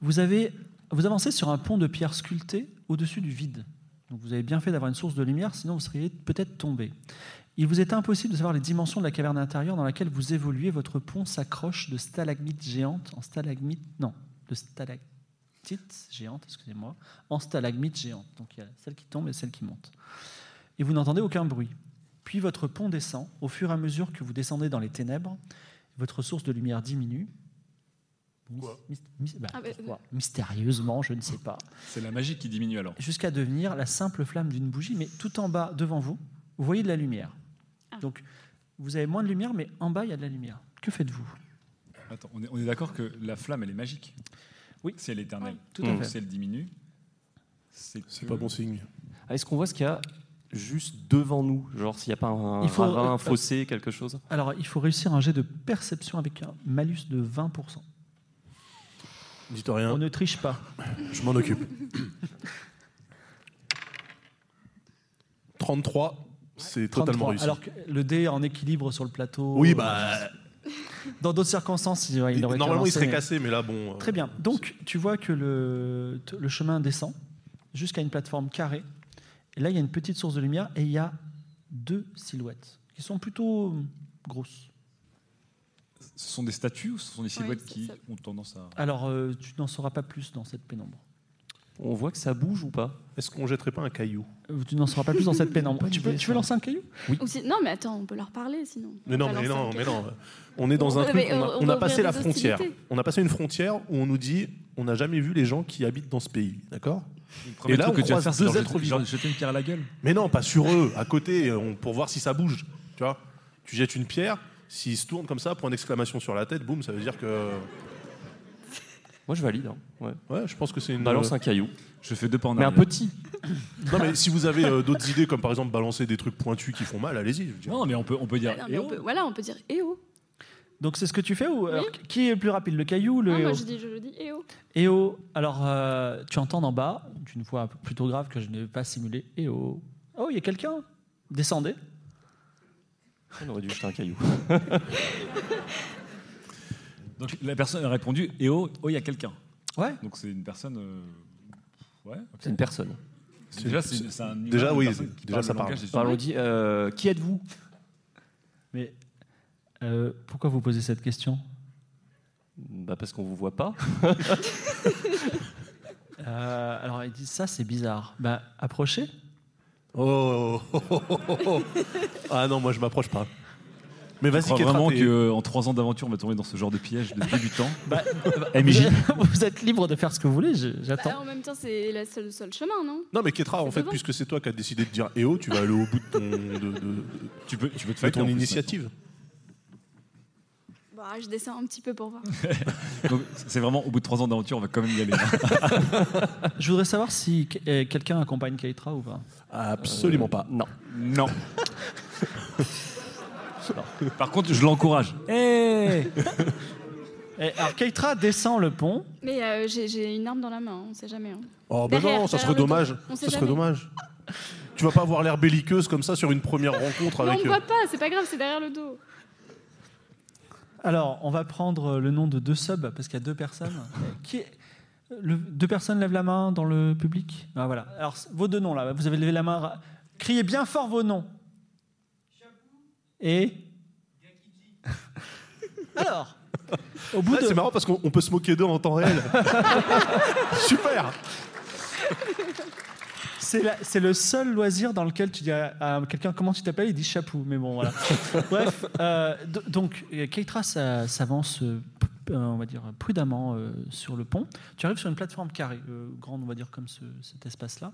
S2: Vous, avez, vous avancez sur un pont de pierre sculptée au-dessus du vide. Donc vous avez bien fait d'avoir une source de lumière, sinon vous seriez peut-être tombé. Il vous était impossible de savoir les dimensions de la caverne intérieure dans laquelle vous évoluez. Votre pont s'accroche de stalagmites géantes en stalagmites. Non, de stalactites géantes, excusez-moi, en stalagmites géantes. Donc il y a celle qui tombe et celle qui monte. Et vous n'entendez aucun bruit. Puis votre pont descend. Au fur et à mesure que vous descendez dans les ténèbres, votre source de lumière diminue. Mys- mys- bah,
S7: Ah, bah,
S2: pourquoi Mystérieusement, je ne sais pas.
S19: C'est la magie qui diminue alors.
S2: Jusqu'à devenir la simple flamme d'une bougie, mais tout en bas, devant vous, vous voyez de la lumière. Donc, vous avez moins de lumière, mais en bas, il y a de la lumière. Que faites-vous
S19: Attends, on est, on est d'accord que la flamme, elle est magique.
S2: Oui.
S19: Si elle est éternelle.
S2: tout à
S19: Donc,
S2: fait.
S19: Si elle diminue, c'est que-
S18: Ah, Est-ce qu'on voit ce qu'il y a juste devant nous Genre s'il n'y a pas un
S2: Il faut-
S18: ravin,
S2: euh,
S18: un fossé, quelque chose
S2: Alors, il faut réussir un jet de perception avec un malus de 20%.
S15: Dites rien.
S2: On ne triche pas.
S15: Je m'en occupe. 33, c'est totalement
S2: 33,
S15: réussi.
S2: Alors que le dé est en équilibre sur le plateau.
S15: Oui, bah.
S2: Dans d'autres circonstances, il, aurait- il aurait été
S15: Normalement, il
S2: avancé,
S15: serait
S2: mais-
S15: cassé, mais là, bon. euh,
S2: Très bien. Donc, tu vois que le, t- le chemin descend jusqu'à une plateforme carrée. Et là, il y a une petite source de lumière et il y a deux silhouettes qui sont plutôt euh, grosses.
S19: ce sont des statues ou ce sont des silhouettes qui ont tendance à.
S2: Alors, euh, tu n'en sauras pas plus dans cette pénombre.
S18: On voit que ça bouge ou pas
S15: Est-ce qu'on jetterait pas un caillou
S2: Euh, Tu n'en sauras pas plus dans cette pénombre. tu, peux, tu veux lancer un caillou
S7: Ou si- Non, mais attends, on peut leur parler sinon.
S15: Mais non,
S29: Ah,
S7: Balance
S15: mais non,
S7: un
S15: mais non. On est dans un
S7: Ouais,
S15: truc.
S7: mais
S15: On
S7: on-
S15: a,
S7: on
S15: on a
S7: va
S15: passé
S7: ouvrir
S15: la
S7: des
S15: frontière.
S7: hostilités.
S15: On a passé une frontière où on nous dit on n'a jamais vu les gens qui habitent dans ce pays, d'accord
S19: premier
S15: Et là, on
S19: truc que tu vas
S15: croise
S19: faire, c'est
S15: deux
S19: leur
S15: êtres
S19: jeter- leur
S15: vivants.
S19: jeter une pierre à la gueule.
S15: Mais non, pas sur eux, à côté, on- pour voir si ça bouge. Tu vois Tu jettes une pierre, s'ils se tournent comme ça, point d'exclamation sur la tête, boum, ça veut dire que.
S18: Moi, je valide. hein. Ouais.
S15: Ouais, je pense que c'est une. euh,
S18: Balance un caillou.
S19: Je fais deux pas en
S18: Mais un
S19: arrière.
S18: petit.
S15: Non, mais si vous avez euh, d'autres idées, comme par exemple balancer des trucs pointus qui font mal, allez-y.
S19: Non, mais on peut, on peut dire. eh oh.
S7: Non, mais on peut- Voilà, on peut dire eh oh.
S2: Donc, c'est ce que tu fais ou alors, Qui est le plus rapide, le caillou ou le
S7: Ah, moi
S2: héros
S7: je dis, je le dis eh oh.
S2: Eh oh Alors, euh, tu entends d'en bas, d'une voix plutôt grave que je n'ai pas simulée. Eh oh Oh, il y a quelqu'un Descendez.
S18: On aurait dû jeter un caillou.
S19: Donc la personne a répondu Et oh, oh, il y a quelqu'un.
S2: Ouais.
S19: Donc c'est une personne. euh, Ouais. ok.
S18: C'est une personne.
S19: C'est- Déjà, c'est c'est un humain,
S15: Déjà,
S19: une
S15: oui,
S19: personne
S15: c'est-
S19: qui
S15: déjà, ça
S19: le
S15: parle.
S19: langage des
S18: Parle, on
S19: humains.
S18: dit euh, Qui êtes-vous
S2: Mais euh, pourquoi vous posez cette question
S18: bah, Parce qu'on vous voit pas.
S2: Euh, Alors, il dit ça, c'est bizarre. Bah, approchez.
S15: Oh, oh, oh, oh, oh, oh. Ah non, moi je m'approche pas. Mais
S19: Je
S15: vas-y,
S19: crois
S15: Kétra,
S19: vraiment
S15: t'es-
S19: qu'en trois ans d'aventure, on va tomber dans ce genre de piège de débutant.
S2: Bah,
S19: MJ.
S2: Vous, êtes libre de faire ce que vous voulez, je-
S7: Bah,
S2: j'attends.
S7: en même temps, c'est la seule- le seul chemin, non
S15: Non, mais Ketra, en fait,
S7: devant.
S15: puisque c'est toi qui as décidé de dire Eh oh, tu vas aller au bout de ton. de- de- de-
S19: tu peux, tu peux te
S15: de
S19: fighter, en
S15: ton
S19: plus,
S15: initiative.
S7: Bah, je descends un petit peu pour voir.
S19: Donc, c'est vraiment au bout de trois ans d'aventure, on va quand même y aller. hein.
S2: Ah, Je voudrais savoir si que- euh, quelqu'un accompagne Keitra ou pas.
S15: Absolument pas.
S18: Non.
S19: Non. Par contre, je l'encourage.
S2: Hey Eh, alors Keitra descend le pont.
S7: Mais euh, j'ai- j'ai une arme dans la main, on sait jamais. hein.
S15: Oh, bah
S7: Derrière,
S15: non, ça
S7: derrière
S15: serait
S7: le dos.
S15: dommage.
S7: On sait
S15: Ça serait
S7: jamais.
S15: dommage. Tu vas pas avoir l'air belliqueuse comme ça sur une première rencontre
S7: Mais on
S15: avec.
S7: me
S15: euh,
S7: voit pas, c'est pas grave, c'est derrière le dos.
S2: Alors on va prendre le nom de deux subs parce qu'il y a deux personnes. Qui est- le- deux personnes lèvent la main dans le public. Ah, voilà. Alors c- vos deux noms là, vous avez levé la main. ra- Criez bien fort vos noms. Et alors au bout
S15: Ah, C'est marrant parce qu'on on peut se moquer d'eux en temps réel. Super
S2: C'est la- c'est le seul loisir dans lequel tu dis à, à quelqu'un comment tu t'appelles, il dit chapou, mais bon voilà. Bref, euh, d- donc euh, Keitra s'a- s'avance, euh, p- euh, on va dire, prudemment euh, sur le pont. Tu arrives sur une plateforme carrée, euh, grande, on va dire, comme ce- cet espace-là.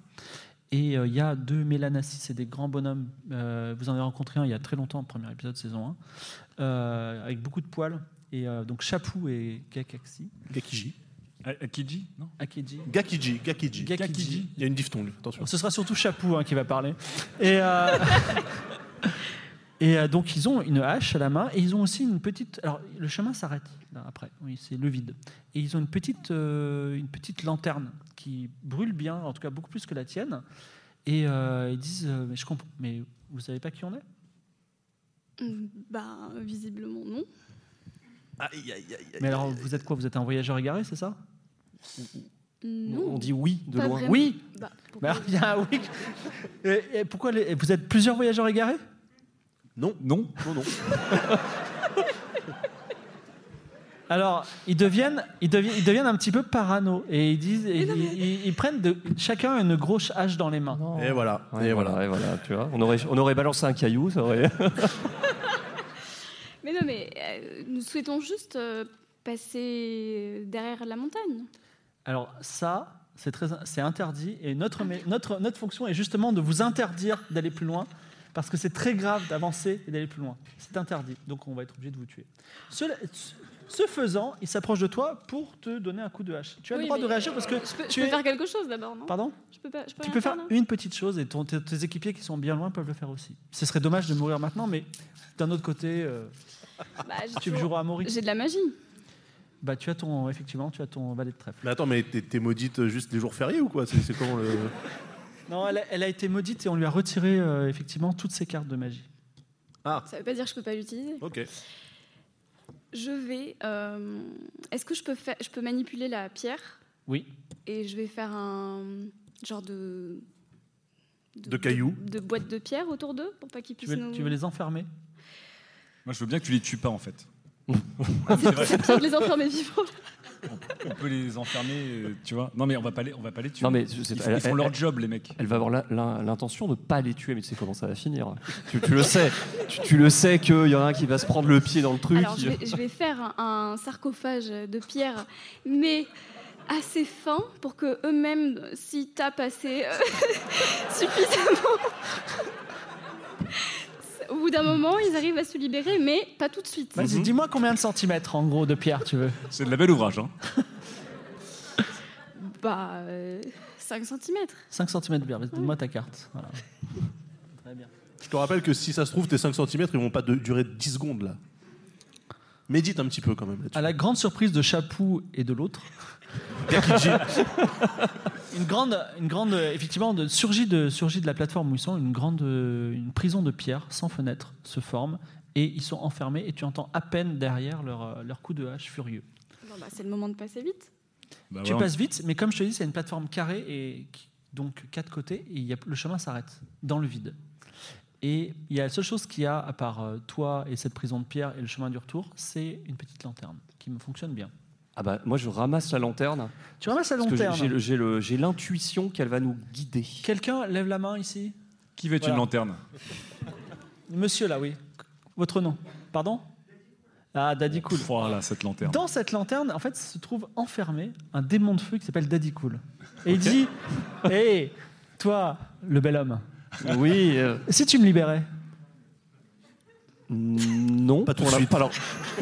S2: Et euh, il y a deux Mélanassis, c'est des grands bonhommes. Euh, vous en avez rencontré un il y a très longtemps, premier épisode, saison 1, euh, avec beaucoup de poils. Et euh, donc Chapou et Gakaxi.
S15: Gakiji.
S19: Euh, Akiji Non
S2: Akiji.
S15: Gakiji, Gakiji.
S2: Gakiji.
S15: Il y a une diphtongue, attention.
S2: Ce sera surtout Chapou hein, qui va parler. Et, euh, et euh, donc, ils ont une hache à la main et ils ont aussi une petite. Alors, le chemin s'arrête là, après, oui, c'est le vide. Et ils ont une petite, euh, une petite lanterne qui brûle bien, en tout cas beaucoup plus que la tienne. Et euh, ils disent euh, mais je comprends, mais vous savez pas qui on est
S29: Bah, visiblement non.
S2: Mais alors vous êtes quoi Vous êtes un voyageur égaré, c'est ça
S29: Non.
S2: On dit oui de
S29: Pas
S2: loin.
S29: vraiment.
S2: Oui.
S29: Bah,
S2: Mais alors, il y a un oui. Et- et pourquoi les- vous êtes plusieurs voyageurs égarés
S15: Non, non, non, non.
S2: Alors, ils deviennent, ils, deviennent, ils deviennent un petit peu parano et ils disent, et ils, ils- ils prennent de, chacun une grosse hache dans les mains.
S15: Et voilà.
S2: et
S18: voilà. et voilà, tu vois. On aurait, on aurait balancé un caillou, ça aurait.
S29: Mais non, mais euh, nous souhaitons juste euh, passer derrière la montagne.
S2: Alors ça, c'est très, c'est interdit et notre, mé- notre, notre fonction est justement de vous interdire d'aller plus loin parce que c'est très grave d'avancer et d'aller plus loin. C'est interdit, donc on va être obligé de vous tuer. Cela- ce, ce faisant, il s'approche de toi pour te donner un coup de hache. Tu as
S29: Oui,
S2: le droit de
S29: mais euh,
S2: réagir parce que
S29: Je peux, je
S2: tu
S29: peux
S2: es-
S29: faire quelque chose d'abord, non
S2: Pardon
S29: Je peux pas. Je peux
S2: Tu
S29: rien
S2: peux faire
S29: là
S2: une petite chose et ton- tes, tes équipiers qui sont bien loin peuvent le faire aussi. Ce serait dommage de mourir maintenant, mais d'un autre côté, euh,
S29: Bah, j'ai
S2: tu
S29: toujours-
S2: joueras à Maury.
S29: J'ai de la magie.
S2: Bah, tu as ton, effectivement, tu as ton valet de trèfle.
S15: Mais attends, mais t'es t'es maudite juste les jours fériés ou quoi C'est c'est comment le.
S2: Non, elle a, elle a été maudite et on lui a retiré euh, effectivement toutes ses cartes de magie.
S15: Ah.
S29: Ça veut pas dire que je peux pas l'utiliser.
S15: Ok.
S29: Je vais. euh, Est-ce que je peux faire, je peux manipuler la pierre
S2: Oui.
S29: et je vais faire un genre de
S15: De cailloux.
S29: de boîte de pierre autour d'eux pour pas qu'ils
S18: Tu
S29: puissent
S18: veux-
S29: nous.
S18: tu veux les
S2: enfermer
S19: Moi, je veux bien que tu les tues pas, en fait.
S29: C'est pire de les enfermer vivants.
S19: On peut les enfermer, euh, tu vois. Non, mais on va pas les, on va pas les tuer.
S18: Non, mais
S19: ils,
S18: c'est-
S19: font-
S18: elle-
S19: ils font
S18: elle-
S19: leur
S18: elle-
S19: job, les mecs.
S18: Elle va avoir la- la- l'intention de pas les tuer, mais tu sais comment ça va finir. tu, tu le sais, tu, tu le sais qu'il y en a un qui va se prendre le pied dans le truc.
S29: Alors je vais, je vais faire un, un sarcophage de pierre, mais assez fin pour que eux-mêmes s'y tapent assez euh, suffisamment. Au bout d'un moment, ils arrivent à se libérer, mais pas tout de suite.
S2: Vas-y, dis-moi combien de centimètres en gros de pierre tu veux.
S19: Mhm. C'est de la belle ouvrage, hein.
S29: Bah, euh, 5 cm.
S2: 5 cm de pierre, vas-y, donne-moi ta carte. Voilà. Très bien.
S15: Je te rappelle que si ça se trouve, tes 5 cm, ils vont pas de- durer 10 secondes là. Médite un petit peu quand même là-dessus.
S2: À la grande surprise de Chapou et de l'autre, une grande, une grande, euh, effectivement, de, surgit, de, surgit de la plateforme où ils sont, une grande euh, une prison de pierre sans fenêtre se forme et ils sont enfermés et tu entends à peine derrière leur, euh, leur coup de hache furieux.
S29: Bon, bah, c'est le moment de passer vite.
S2: tu passes vite, mais comme je te dis, c'est une plateforme carrée et qui- donc quatre côtés et il y a, le chemin s'arrête dans le vide. Et il y a la seule chose qu'il y a à part euh, toi et cette prison de pierre et le chemin du retour, c'est une petite lanterne qui me fonctionne bien.
S18: Ah bah moi je ramasse la lanterne.
S2: Tu ramasses la
S18: Parce que j'ai-
S2: lanterne.
S18: j'ai le- j'ai le- J'ai l'intuition qu'elle va nous guider.
S2: Quelqu'un lève la main ici
S19: Qui veut être une
S2: Voilà.
S19: lanterne
S2: Monsieur là, oui. Votre nom. Pardon Ah, Daddy Cool.
S19: Voilà, cette lanterne.
S2: Dans cette lanterne, en fait, se trouve enfermé un démon de feu qui s'appelle Daddy Cool. Et il dit Hé, toi, le bel homme.
S18: Oui. euh,
S2: Si tu me libérais
S18: Non. Pas
S15: tout de suite.
S18: Alors,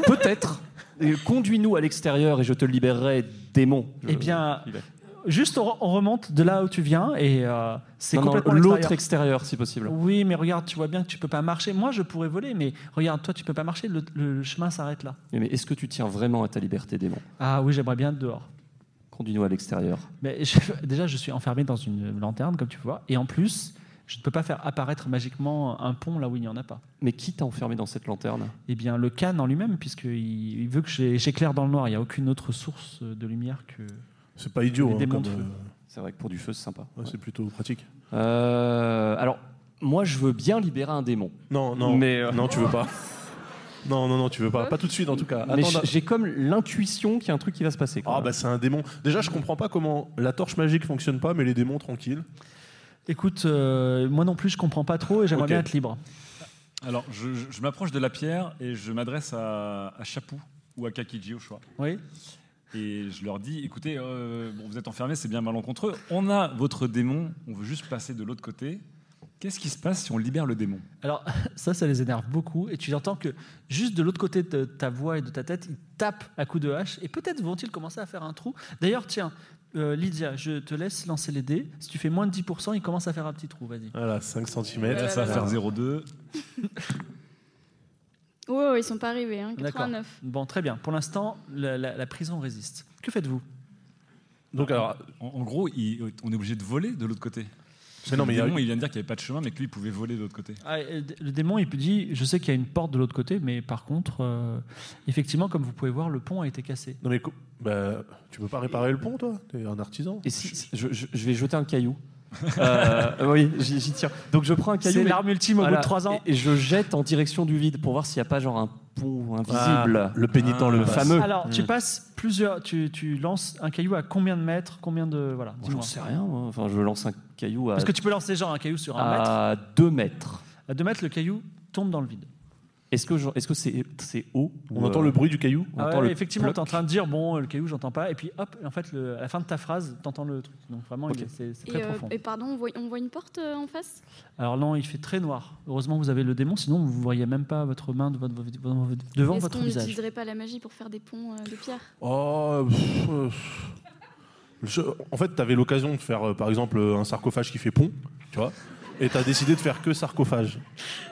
S18: peut-être. Et Conduis-nous à l'extérieur et je te libérerai, démon. Je-
S2: Eh bien,
S18: il est.
S2: juste on re- on remonte de là où tu viens et euh, c'est
S18: Non, non,
S2: complètement
S18: l'autre extérieur, si possible.
S2: Oui, mais regarde, tu vois bien que tu peux pas marcher. Moi, je pourrais voler, mais regarde, toi, tu peux pas marcher. Le, le chemin s'arrête là.
S18: Mais, mais est-ce que tu tiens vraiment à ta liberté, démon
S2: Ah oui, j'aimerais bien être dehors.
S18: Conduis-nous à l'extérieur.
S2: Mais je- déjà, je suis enfermé dans une lanterne, comme tu peux voir, et en plus, je ne peux pas faire apparaître magiquement un pont là où il n'y en a pas.
S18: Mais qui t'a enfermé dans cette lanterne
S2: Eh bien, le Khan en lui-même, puisqu'il il veut que j'ai- j'éclaire dans le noir, il n'y a aucune autre source de lumière que.
S15: C'est pas idiot,
S2: les
S15: hein,
S2: démons
S15: comme,
S2: de feu.
S15: euh,
S18: C'est vrai que pour du feu, c'est sympa.
S15: ouais, C'est plutôt pratique.
S18: Euh, alors, moi, je veux bien libérer un démon.
S19: Ah,
S15: Non, non.
S18: Mais, euh,
S15: Non, tu veux pas. Non, non, non, tu veux pas. Pas tout de suite en tout cas.
S18: Mais
S15: Attends,
S18: j-
S15: d'a-
S18: j'ai comme l'intuition qu'il y a un truc qui va se passer.
S15: Ah bah c'est un démon. Déjà, je comprends pas comment la torche magique fonctionne pas, mais les démons tranquilles.
S2: Écoute, euh, moi non plus, je comprends pas trop et j'aimerais
S15: Ok.
S2: bien être libre.
S19: Alors, je, je- je m'approche de la pierre et je m'adresse à, à Chapou ou à Kakiji au choix.
S2: Oui.
S19: Et je leur dis, écoutez, euh, bon, vous êtes enfermés, c'est bien malencontreux. On a votre démon, on veut juste passer de l'autre côté. Qu'est-ce qui se passe si on libère le démon
S2: Alors, ça, ça les énerve beaucoup et tu entends que juste de l'autre côté de ta voix et de ta tête, ils tapent à coups de hache et peut-être vont-ils commencer à faire un trou. D'ailleurs, tiens, euh, Lydia, je te laisse lancer les dés. Si tu fais moins de 10%, ils commencent à faire un petit trou, vas-y.
S15: Voilà, 5 cm.
S2: Là, ça va faire
S19: 0,2.
S29: Ouais, ouais, ils sont pas arrivés, hein, 89.
S2: Bon, très bien. Pour l'instant, la, la- la prison résiste. Que faites-vous
S15: Donc, alors,
S19: en, en gros, il- on est obligé de voler de l'autre côté. Mais non, mais
S2: il y a-
S19: démon, il vient de dire qu'il n'y avait pas de chemin, mais que lui, il pouvait voler de l'autre côté.
S2: Ah, et d- le démon, il dit Je sais qu'il y a une porte de l'autre côté, mais par contre, euh, effectivement, comme vous pouvez voir, le pont a été cassé.
S15: Non mais co- bah, tu peux pas réparer le pont, toi T'es un artisan.
S18: Et si, si- je, je- je vais jeter un caillou. Euh, oui, j'y j'y tire. Donc je prends un caillou.
S2: C'est
S18: mais-
S2: l'arme ultime au bout de trois ans.
S18: Et, et je jette en direction du vide pour voir s'il n'y a pas genre un pont invisible.
S15: Ah, le pénitent le passe.
S18: fameux.
S2: Alors, tu
S18: Hmm.
S2: passes plusieurs. Tu, tu lances un caillou à combien de mètres Combien de. Voilà,
S18: Moi,
S2: dis-moi.
S18: J'en sais rien. moi. Bah, Ah. Enfin, je lance un caillou à.
S2: Parce que tu peux lancer genre un caillou sur un mètre.
S18: à 2 mètres.
S2: À 2 mètres, le caillou tombe dans le vide.
S18: Est-ce que je- est-ce que c'est c'est haut ou,
S2: On entend le bruit du
S15: caillou
S2: Ah ouais, effectivement, tu es en train de dire bon, le caillou, j'entends pas. Et puis hop, en fait, le- à la fin de ta phrase, tu entends le truc. Donc vraiment, il est- c'est c'est très
S29: Et, euh,
S2: profond.
S29: et pardon, on voit, on voit une porte euh, en face
S2: Alors non, il fait très noir. Heureusement, vous avez le démon, sinon vous ne voyez même pas votre main de votre- votre- votre- devant
S29: Est-ce
S2: votre
S29: qu'on
S2: visage.
S29: n'utiliserait pas la magie pour faire des ponts euh, de pierre
S15: Oh, pff, euh, pff. Je- en fait, t'avais l'occasion de faire, euh, par exemple, euh, un sarcophage qui fait pont, tu vois, et t'as décidé de faire que sarcophage.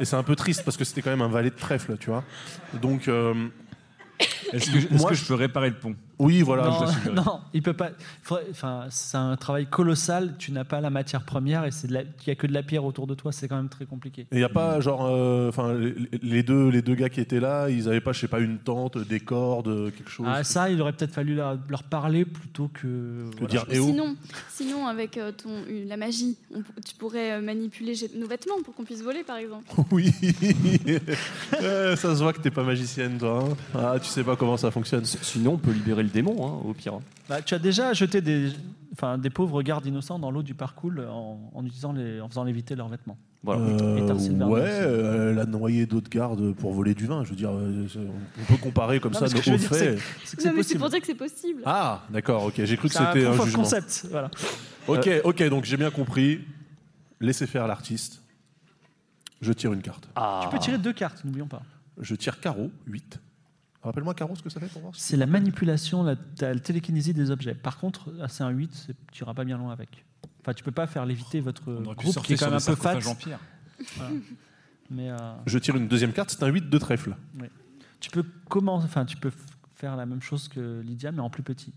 S15: Et c'est un peu triste parce que c'était quand même un valet de trèfle, tu vois. Donc, euh,
S19: Est-ce que, est-ce
S15: Moi,
S19: que je peux réparer le pont
S15: oui, voilà.
S2: non,
S15: je te suggère.
S2: non, il peut pas. faudrait- Enfin, c'est un travail colossal. Tu n'as pas la matière première et c'est de la- il n'y a que de la pierre autour de toi. C'est quand même très compliqué.
S15: Et il n'y a pas, genre, euh, enfin, les, les deux, les deux gars qui étaient là, ils avaient pas, je sais pas, une tente, des cordes, euh, quelque chose.
S2: Ah, ça, il aurait peut-être fallu leur, leur parler plutôt que.
S15: Que dire, eh oh.
S29: Sinon, sinon avec euh, ton, une- la magie, on pour- tu pourrais euh, manipuler jet- nos vêtements pour qu'on puisse voler, par exemple.
S15: Oui,
S2: Ah.
S15: Euh, ça se voit que t'es pas magicienne, toi. hein. Ah, tu sais pas comment ça fonctionne.
S18: Sinon, on peut libérer le démon, hein, au pire.
S2: Bah, tu as déjà jeté des, enfin, des pauvres gardes innocents dans l'eau du parcours en, en utilisant les, en faisant léviter leurs vêtements.
S15: Euh,
S2: Et Tarsilverna
S15: ouais,
S2: aussi.
S15: euh, la noyée d'autres gardes pour voler du vin. Je veux dire, euh, c'est- on peut comparer comme
S2: Non,
S15: ça
S2: mais ce
S15: nos
S2: que je veux
S15: hauts
S2: dire,
S15: faits.
S2: c'est- c'est
S29: Non,
S2: que
S29: mais c'est
S2: possible.
S29: pour dire que c'est possible.
S15: Ah, d'accord, ok. J'ai cru que
S2: C'est un
S15: c'était un,
S2: proof of
S15: jugement.
S2: concept, voilà.
S15: Ok, ok. Donc j'ai bien compris. Laissez faire l'artiste. Je tire une carte.
S2: Tu peux tirer deux cartes, n'oublions pas.
S15: Je tire carreau 8. Rappelle-moi carreau ce que ça fait pour voir. si-
S2: C'est la manipulation, la, la télékinésie des objets. Par contre, ah, c'est un 8, c'est- tu iras pas bien loin avec. Enfin, tu peux pas faire léviter votre
S19: aurait pu
S2: groupe qui est
S19: sortir
S2: quand
S19: sur
S2: même un
S19: des
S2: peu fat.
S19: sarcophages en pierre.
S2: Voilà. Mais euh,
S15: Je tire une deuxième carte. C'est un 8 de trèfle.
S2: ouais. tu peux comment Enfin, tu peux f- faire la même chose que Lydia, mais en plus petit.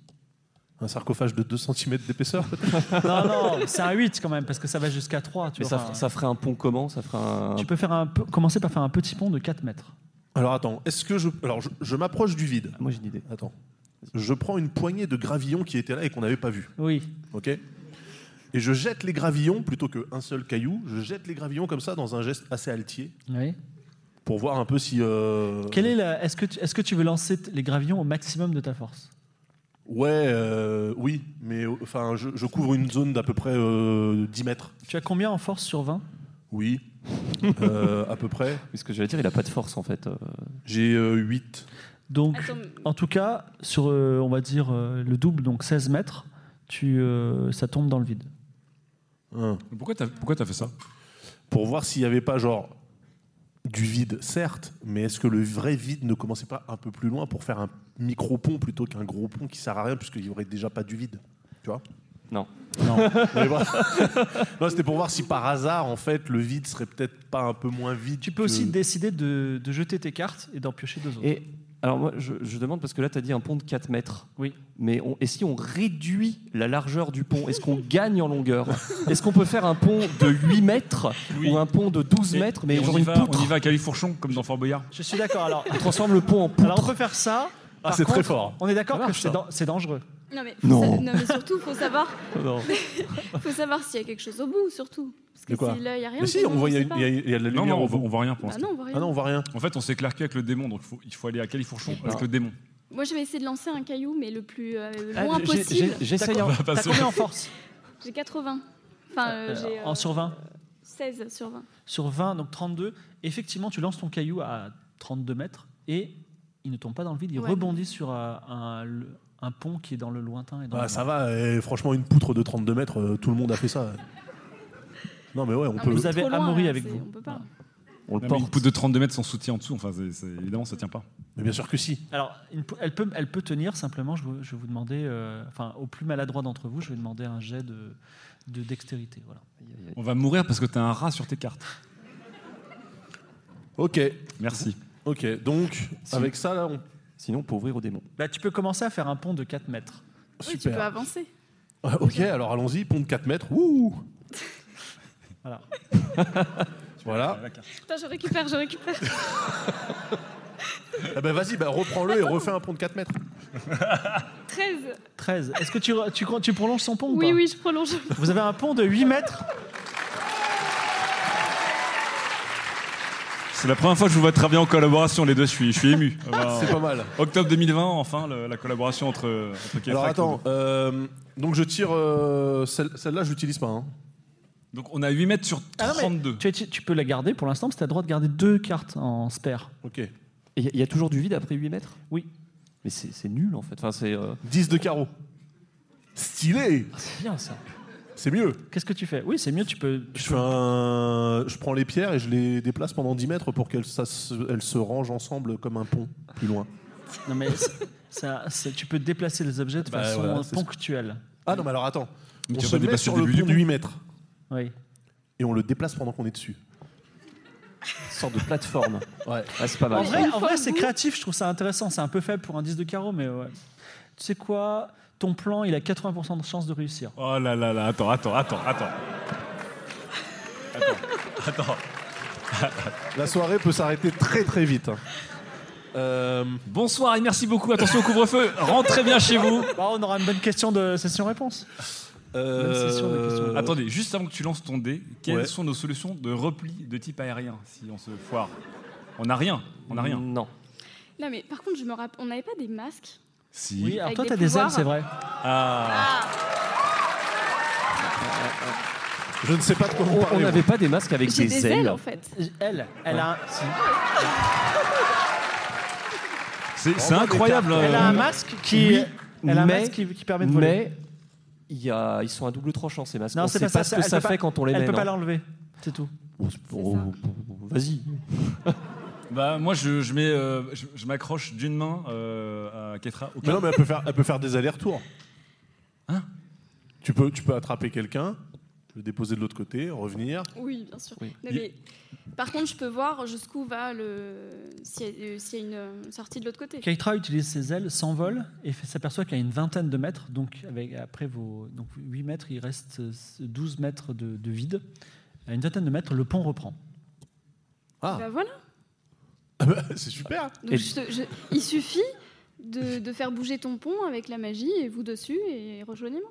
S15: Un sarcophage de 2 cm d'épaisseur. peut-être
S2: non, non, c'est un 8 quand même parce que ça va jusqu'à 3. Tu
S18: Mais
S2: vois,
S18: ça,
S2: enfin,
S18: f- ça ferait un pont comment Ça ferait un.
S2: tu peux faire un peu- commencer par faire un petit pont de 4 mètres.
S15: Alors attends, est-ce que je. Alors je, je m'approche du vide.
S2: Ah,
S18: moi j'ai une idée.
S15: Attends. Je prends une poignée de gravillons qui étaient là et qu'on n'avait pas vu.
S2: Oui.
S15: Ok Et je jette les gravillons, plutôt qu'un seul caillou, je jette les gravillons comme ça dans un geste assez altier
S2: Oui.
S15: pour voir un peu si. euh,
S2: Quelle est la- Est-ce que, tu- est-ce que tu veux lancer t- les gravillons au maximum de ta force
S15: Ouais, euh, oui, mais euh, enfin, je, je couvre une zone d'à peu près euh, 10 mètres.
S2: Tu as combien en force sur 20
S15: Oui. Euh, à peu près.
S18: Parce que j'allais dire, il a pas de force en fait. euh.
S15: J'ai 8.
S2: Donc,
S29: Attends.
S2: en tout cas, sur, euh, on va dire, euh, le double, donc 16 mètres, tu, euh, ça tombe dans le vide.
S19: Pourquoi t'as pourquoi t'as fait ça
S15: Hein. Pour voir s'il n'y avait pas, genre, du vide, certes, mais est-ce que le vrai vide ne commençait pas un peu plus loin pour faire un micro-pont plutôt qu'un gros pont qui sert à rien puisqu'il n'y aurait déjà pas du vide Tu vois
S18: Non.
S2: Non.
S15: Mais voilà. Non, c'était pour voir si par hasard, en fait, le vide serait peut-être pas un peu moins vide.
S2: Tu peux aussi décider de, de jeter tes cartes et d'en piocher deux autres.
S18: Et alors moi je, je demande parce que là tu as dit un pont de 4 mètres.
S2: Oui.
S18: Mais on, et si on réduit la largeur du pont, est-ce qu'on gagne en longueur Est-ce qu'on peut faire un pont de 8 mètres ou un pont de 12
S19: Et-
S18: mètres mais
S19: et on,
S18: genre
S19: y
S18: une
S19: va,
S18: poutre
S19: on y va à Califourchon, comme dans Fort Boyard.
S2: Je suis d'accord. Alors,
S18: On transforme le pont en poutre.
S2: alors on peut faire ça.
S18: Ah,
S2: Par
S18: c'est très
S2: contre,
S18: fort.
S2: On est d'accord
S18: Ça
S2: que
S18: marche,
S2: c'est
S18: ça.
S2: dan- c'est dangereux.
S29: Non, mais, faut
S2: Non.
S29: sa- non, mais surtout, faut savoir,
S18: Non.
S29: Euh, faut savoir s'il y a quelque chose au bout, surtout. Parce que
S15: De quoi
S29: si là, il n'y a rien.
S15: Mais si,
S29: pour
S15: on
S29: nous,
S15: voit, il y, a-
S29: sait pas.
S15: il y a- il y a de la
S19: Non,
S15: lumière.
S19: non, on
S15: au
S19: voit-
S15: bout.
S19: on voit rien pour
S29: Ah non, on voit rien.
S15: Ah non, on voit rien.
S19: En fait, on s'est clarqué avec le démon, donc faut- il faut aller à Califourchon
S18: Ah.
S19: avec le démon.
S29: Moi, je vais essayer de lancer un caillou, mais le plus euh,
S18: Ah,
S29: loin
S18: j'ai-
S29: possible.
S18: j'ai- J'essaye.
S19: D'accord. bah, On va
S18: un-
S2: hein. T'as
S19: passer.
S2: combien en force
S29: J'ai 80. Enfin, euh, j'ai euh,
S2: En sur 20
S29: 16 sur 20.
S2: Sur 20, donc 32. Effectivement, tu lances ton caillou à 32 mètres et il ne tombe pas dans le vide. Il
S29: Ouais.
S2: rebondit sur euh, un, le- un pont qui est dans le lointain. Et dans
S15: Ah,
S2: le
S15: ça va, eh, franchement, une poutre de 32 mètres, euh, tout le monde a fait ça. Non, mais ouais, on
S29: Non,
S15: peut.
S29: mais
S2: Vous
S29: c'est
S2: avez
S29: trop loin,
S2: Amaury
S29: là,
S2: avec
S29: c'est-
S2: vous.
S29: On peut pas.
S18: On le
S19: Non, mais
S18: porte.
S19: Une poutre de 32 mètres sans soutien en dessous, enfin, c'est- c'est- évidemment, ça tient pas.
S15: Mais bien sûr que si.
S2: Alors, une pou- elle, peut, elle peut tenir, simplement, je, vous- je vais vous demander, euh, enfin, au plus maladroit d'entre vous, je vais demander un jet de, de dextérité. Voilà.
S19: On va mourir parce que t'as un rat sur tes cartes.
S15: Ok,
S19: Merci.
S15: ok. Donc,
S18: Si.
S15: avec ça, là, on.
S18: Sinon, on peut ouvrir au démon.
S2: Bah, tu peux commencer à faire un pont de 4 mètres.
S29: Oui, tu peux
S15: Super.
S29: avancer.
S15: ok, alors allons-y, pont de 4 mètres. Wouh
S2: Voilà.
S15: Voilà.
S29: Putain, je récupère, je récupère.
S15: Ah bah vas-y, bah reprends-le et refais un pont de 4 mètres.
S29: 13.
S2: 13. Est-ce que tu, tu, tu prolonges son pont ou
S19: bah.
S29: Oui,
S2: pas
S29: oui, je prolonge.
S2: Vous avez un pont de 8 mètres
S19: C'est la première fois que je vous vois travailler en collaboration, les deux. Je suis, je suis ému. Alors,
S15: C'est pas mal.
S19: Octobre 2020, enfin, le- la collaboration entre, entre Kefra
S15: Alors
S19: et
S15: attends,
S19: Claude.
S15: euh, donc je tire euh, celle- celle-là, je l'utilise pas. hein.
S19: Donc on a 8 mètres sur
S2: Ah non, mais
S19: 32.
S2: tu, tu- tu peux la garder pour l'instant, parce que tu as le droit de garder deux cartes en spare.
S15: Ok.
S18: Il y, a toujours du vide après 8 mètres
S2: Oui.
S18: Mais c'est c'est nul en fait. Enfin, c'est, euh,
S15: 10 de carreau. Stylé
S2: C'est bien ça.
S15: C'est mieux.
S2: Qu'est-ce que tu fais Oui, c'est mieux, tu peux.
S15: Je, fais un- je prends les pierres et je les déplace pendant 10 mètres pour qu'elles ça se- elles se rangent ensemble comme un pont plus loin.
S2: Non, mais c'est- ça, c'est- tu peux déplacer les objets de
S15: Bah,
S2: façon
S15: voilà,
S2: euh,
S15: c'est ce-
S2: ponctuelle.
S15: Ah non, mais alors attends.
S2: Mais
S15: on
S2: tu vas
S15: se
S2: pas
S15: met
S2: dépasser
S15: sur
S2: le
S15: le
S2: début du
S15: pont de
S2: pont.
S15: 8 mètres.
S2: Oui.
S15: Et on le déplace pendant qu'on est dessus.
S18: sorte de plateforme. Ah,
S15: ouais.
S18: c'est pas mal.
S15: bah
S2: En
S18: ça.
S2: vrai, en vrai, c'est créatif, je trouve ça intéressant. C'est un peu faible pour un 10 de carreau, mais ouais. Tu sais quoi Ton plan, il a 80% de chance de réussir.
S19: Oh là là là, attends, attends, attends, attends. Attends, attends.
S15: La soirée peut s'arrêter très très vite. hein. Euh,
S19: Bonsoir et merci beaucoup. Attention au couvre-feu. Rentrez bien chez vous.
S2: Bon, Bah, on aura une bonne question de session-réponse.
S15: Bonne session de questions.
S19: Euh, Attendez, juste avant que tu lances ton dé, quelles
S15: Ouais.
S19: sont nos solutions de repli de type aérien si on se foire On n'a rien, on n'a rien.
S18: Non.
S29: Non, mais par contre, je me rappelle, on n'avait pas des masques
S19: Si.
S2: Oui, alors
S29: Avec
S2: toi,
S29: des
S2: t'as des ailes,
S29: pouvoirs.
S2: c'est vrai.
S19: Ah.
S15: Je ne sais pas de quoi vous
S18: On- On
S15: parlez,
S18: n'avait
S15: moi.
S18: pas des masques avec
S29: J'ai
S18: des,
S29: des ailes, en fait.
S2: Elle, elle a un.
S19: C'est c'est incroyable.
S2: bah, Elle a un
S19: euh,
S2: masque qui-
S18: Oui,
S2: elle a un
S18: mais-
S2: masque qui- qui permet de voler.
S18: Mais il y a- ils sont à double tranchant ces masques. on sait pas, ce que
S2: elle
S18: ça
S2: peut
S18: fait
S2: pas-
S18: quand on les met.
S2: Elle peut pas
S18: non.
S2: l'enlever, c'est tout.
S15: Oh,
S18: Bon, c'est- bon, Vas-y.
S19: Bah moi je, je mets, euh, je, je m'accroche d'une main euh, à Ketra. au
S15: Mais non, mais elle peut faire, elle peut faire des allers-retours.
S19: Hein
S15: tu peux, tu peux attraper quelqu'un, le déposer de l'autre côté, revenir.
S29: Oui, bien sûr.
S15: Oui.
S29: Non, mais par contre, je peux voir jusqu'où va le. S'il y, a- euh, s'il y a une euh, sortie de l'autre côté.
S2: Keitra utilise ses ailes, s'envole et fait- s'aperçoit qu'il y a une vingtaine de mètres. Donc, avec, après vos donc 8 mètres, il reste euh, 12 mètres de, de vide. À une vingtaine de mètres, le pont reprend.
S29: Ah. Bah voilà. Bah
S15: c'est super.
S29: Donc, je- je- il suffit de, de faire bouger ton pont avec la magie et vous dessus et rejoignez-moi.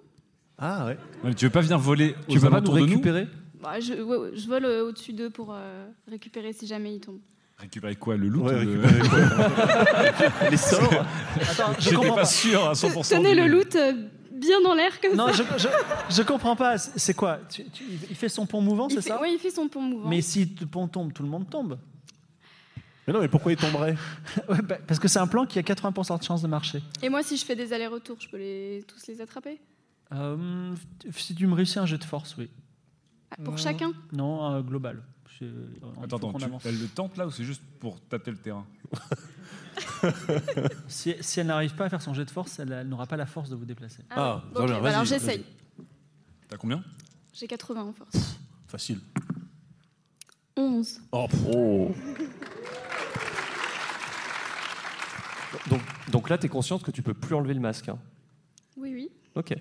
S15: Ah ouais.
S19: Mais tu veux pas venir voler
S18: Tu
S19: aux
S18: veux pas nous
S19: alentours de nous
S18: récupérer
S29: Bah, je, ouais, ouais, je vole euh, au-dessus d'eux pour euh, récupérer si jamais ils tombent.
S19: Récupérer quoi Le loot ou le-
S18: Les sorts
S2: Attends, je
S19: J'étais
S2: comprends
S19: pas
S2: pas.
S19: sûr hein. à 100%.
S29: Tenez
S19: du-
S29: le loot euh, bien dans l'air comme
S2: Non, je,
S29: ça.
S2: je, je comprends pas. C'est c'est quoi Tu- tu- Il fait son pont mouvant,
S29: Il
S2: c'est
S29: fait-
S2: ça
S29: ouais, il fait son pont mouvant.
S2: Mais si le pont tombe, tout le monde tombe.
S15: Mais non, mais pourquoi il tomberait
S2: Ouais, bah, parce que c'est un plan qui a 80% de chance de marcher.
S29: Et moi, si je fais des allers-retours, je peux les, tous les attraper
S2: Euh, si tu me réussis un jet de force, oui.
S29: Ah, Pour chacun
S2: Non, euh, global. C'est- euh, il faut
S19: Attends, attends,
S2: qu'on
S19: tu-
S2: avance.
S19: elle le tente là ou c'est juste pour tâter le terrain
S2: Si, si elle n'arrive pas à faire son jet de force, elle, elle n'aura pas la force de vous déplacer.
S19: Ah,
S29: Ok, bah alors j'essaye.
S19: T'as combien
S29: J'ai 80 en force.
S15: Facile.
S29: 11.
S15: Oh,
S18: Donc, donc là, tu es consciente que tu peux plus enlever le masque. hein.
S29: Oui, oui.
S18: Ok.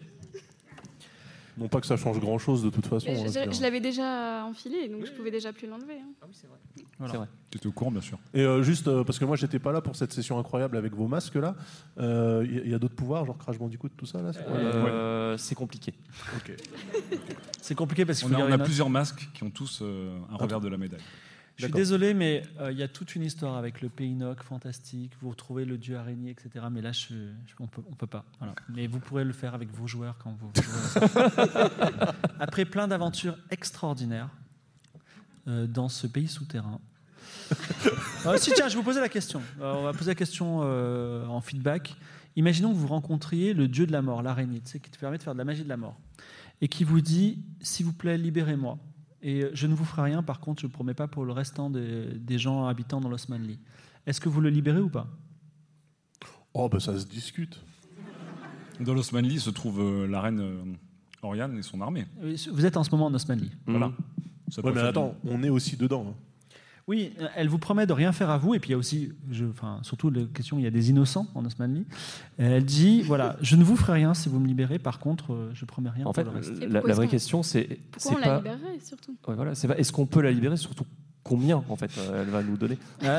S15: Non pas que ça change grand chose de toute façon.
S29: Mais
S15: hein,
S29: je je-
S15: c'est-
S29: je l'avais déjà enfilé, donc je pouvais déjà plus l'enlever. hein.
S15: Ah C'est
S18: vrai.
S19: Tu étais au courant, bien sûr.
S15: Et euh, juste euh, parce que moi j'étais pas là pour cette session incroyable avec vos masques là. Il y, a- y a d'autres pouvoirs genre Crash Bandicoot tout ça là. c'est quoi, là
S18: Euh, C'est compliqué.
S15: Ok.
S2: C'est compliqué parce qu'il
S19: On
S2: faut
S19: a, on
S2: garder
S19: a
S2: notre-
S19: plusieurs masques qui ont tous euh, un revers de la médaille.
S2: Je suis
S19: D'accord.
S2: désolé, mais euh, il y a toute une histoire avec le pays Noc, fantastique. Vous retrouvez le dieu araignée, etc. Mais là, je, je- on peut, on peut pas. Voilà. Mais vous pourrez le faire avec vos joueurs quand vous. jouez à ça. Après plein d'aventures extraordinaires euh, dans ce pays souterrain. Euh, si tiens, je vous posais la question. Euh, on va poser la question euh, en feedback. Imaginons que vous rencontriez le dieu de la mort, l'araignée, tu sais, qui te permet de faire de la magie de la mort, et qui vous dit s'il vous plaît, libérez-moi. Et euh, je ne vous ferai rien. Par contre, je ne promets pas pour le restant des, des gens habitant dans l'Osmanli. Est-ce que vous le libérez ou pas
S15: Oh bah ça se discute.
S19: Dans l'Osmanli se trouve euh, la reine euh, Oriane et son armée.
S2: Mhm. Vous Euh, êtes en ce moment en Osmanli.
S19: Voilà. Ça peut
S15: ouais mais
S19: faire
S15: attends, on est aussi dedans. hein.
S2: Oui, euh, elle vous promet de rien faire à vous, et puis il y a aussi, je, enfin, surtout la question, il y a des innocents en Osmanli. Euh, Elle dit, voilà, je ne vous ferai rien si vous me libérez, par contre, euh, je promets rien
S18: En
S2: pour
S18: fait,
S2: le reste.
S18: la- la, vraie question, c'est.
S29: Pourquoi
S18: c'est
S29: on
S18: pas-
S29: la libérerait surtout
S18: Ouais, voilà, c'est pas est-ce qu'on peut la libérer, surtout combien, en fait, euh, elle va nous donner
S29: Mais non,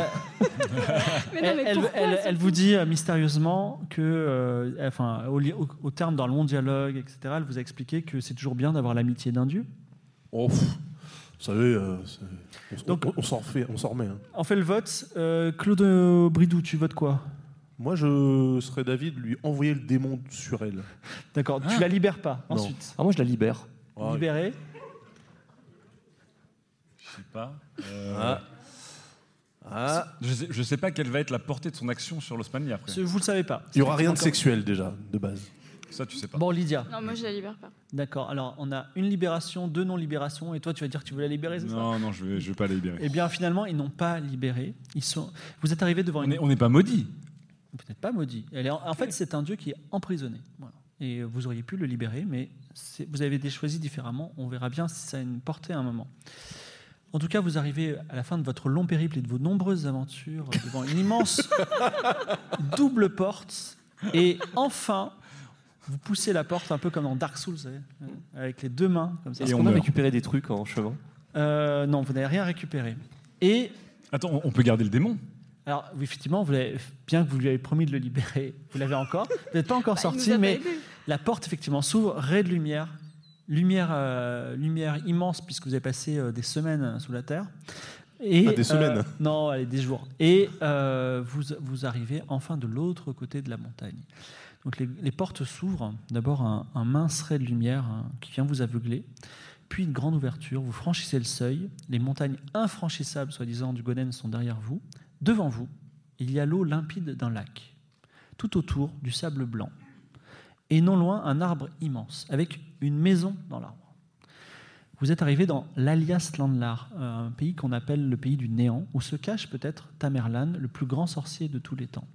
S29: mais
S2: elle,
S29: pourquoi
S2: elle-
S29: surtout
S2: elle vous dit euh, mystérieusement que, euh, enfin, au, li- au- au terme d'un long dialogue, etc., elle vous a expliqué que c'est toujours bien d'avoir l'amitié d'un dieu.
S15: Oh, pff, vous savez, euh, c'est- on, on- on s'en refait- on s'en remet. hein.
S2: On fait le vote. Euh, Claude Bridou, tu votes quoi
S15: Moi, je serais d'avis de lui envoyer le démon sur elle.
S2: D'accord, tu la libères pas
S15: Non.
S2: ensuite.
S18: Ah, moi, je la libère.
S2: Libérée.
S19: Je sais pas. Euh,
S15: Ah.
S19: Je, sais, je sais pas quelle va être la portée de son action sur l'Osmanli après.
S2: Ah. Ce- Vous le savez pas.
S15: Il n'y aura rien de sexuel déjà, de base.
S19: Ça, tu sais pas.
S2: Bon, Lydia.
S29: Non, moi je la libère pas.
S2: D'accord. Alors, on a une libération, deux non-libérations, et toi, tu vas dire que tu veux la libérer, c'est ça
S19: Non, non, je vais, je vais pas la libérer.
S2: Eh bien, finalement, ils n'ont pas libéré. Ils sont... Vous êtes arrivé devant
S19: On
S2: une.
S19: est- on n'est pas maudit.
S2: Peut-être pas maudit. Elle est en... en fait, c'est un dieu qui est emprisonné. Voilà. Et euh, vous auriez pu le libérer, mais c'est- vous avez été choisi différemment. On verra bien si ça a une portée à un moment. En tout cas, vous arrivez à la fin de votre long périple et de vos nombreuses aventures devant une immense double porte. Et enfin, vous poussez la porte un peu comme dans Dark Souls, vous savez, avec les deux mains, comme ça.
S18: Est-ce qu'on a récupéré des trucs en chemin
S2: Euh, non, vous n'avez rien récupéré. Et.
S19: Attends, on- on peut garder le démon
S2: Alors, oui, effectivement, vous l'avez- bien que vous lui avez promis de le libérer, vous l'avez encore. Vous n'êtes pas encore
S29: Bah, il nous a
S2: sorti,
S29: pas
S2: mais
S29: aidés.
S2: la porte, effectivement, s'ouvre, raie de lumière. Lumière, euh, lumière immense, puisque vous avez passé euh, des semaines sous la terre. Et, euh,
S15: Ah, des semaines.
S2: Non, allez, des jours. Et euh, vous, vous arrivez enfin de l'autre côté de la montagne. Donc les, les portes s'ouvrent. D'abord un, un mince ray de lumière hein, qui vient vous aveugler. Puis une grande ouverture. Vous franchissez le seuil. Les montagnes infranchissables, soi-disant, du Gonen sont derrière vous. Devant vous, il y a l'eau limpide d'un lac. Tout autour, du sable blanc. Et non loin, un arbre immense, avec une maison dans l'arbre. Vous êtes arrivé dans l'Alias Landlar, un pays qu'on appelle le pays du néant, où se cache peut-être Tamerlan, le plus grand sorcier de tous les temps.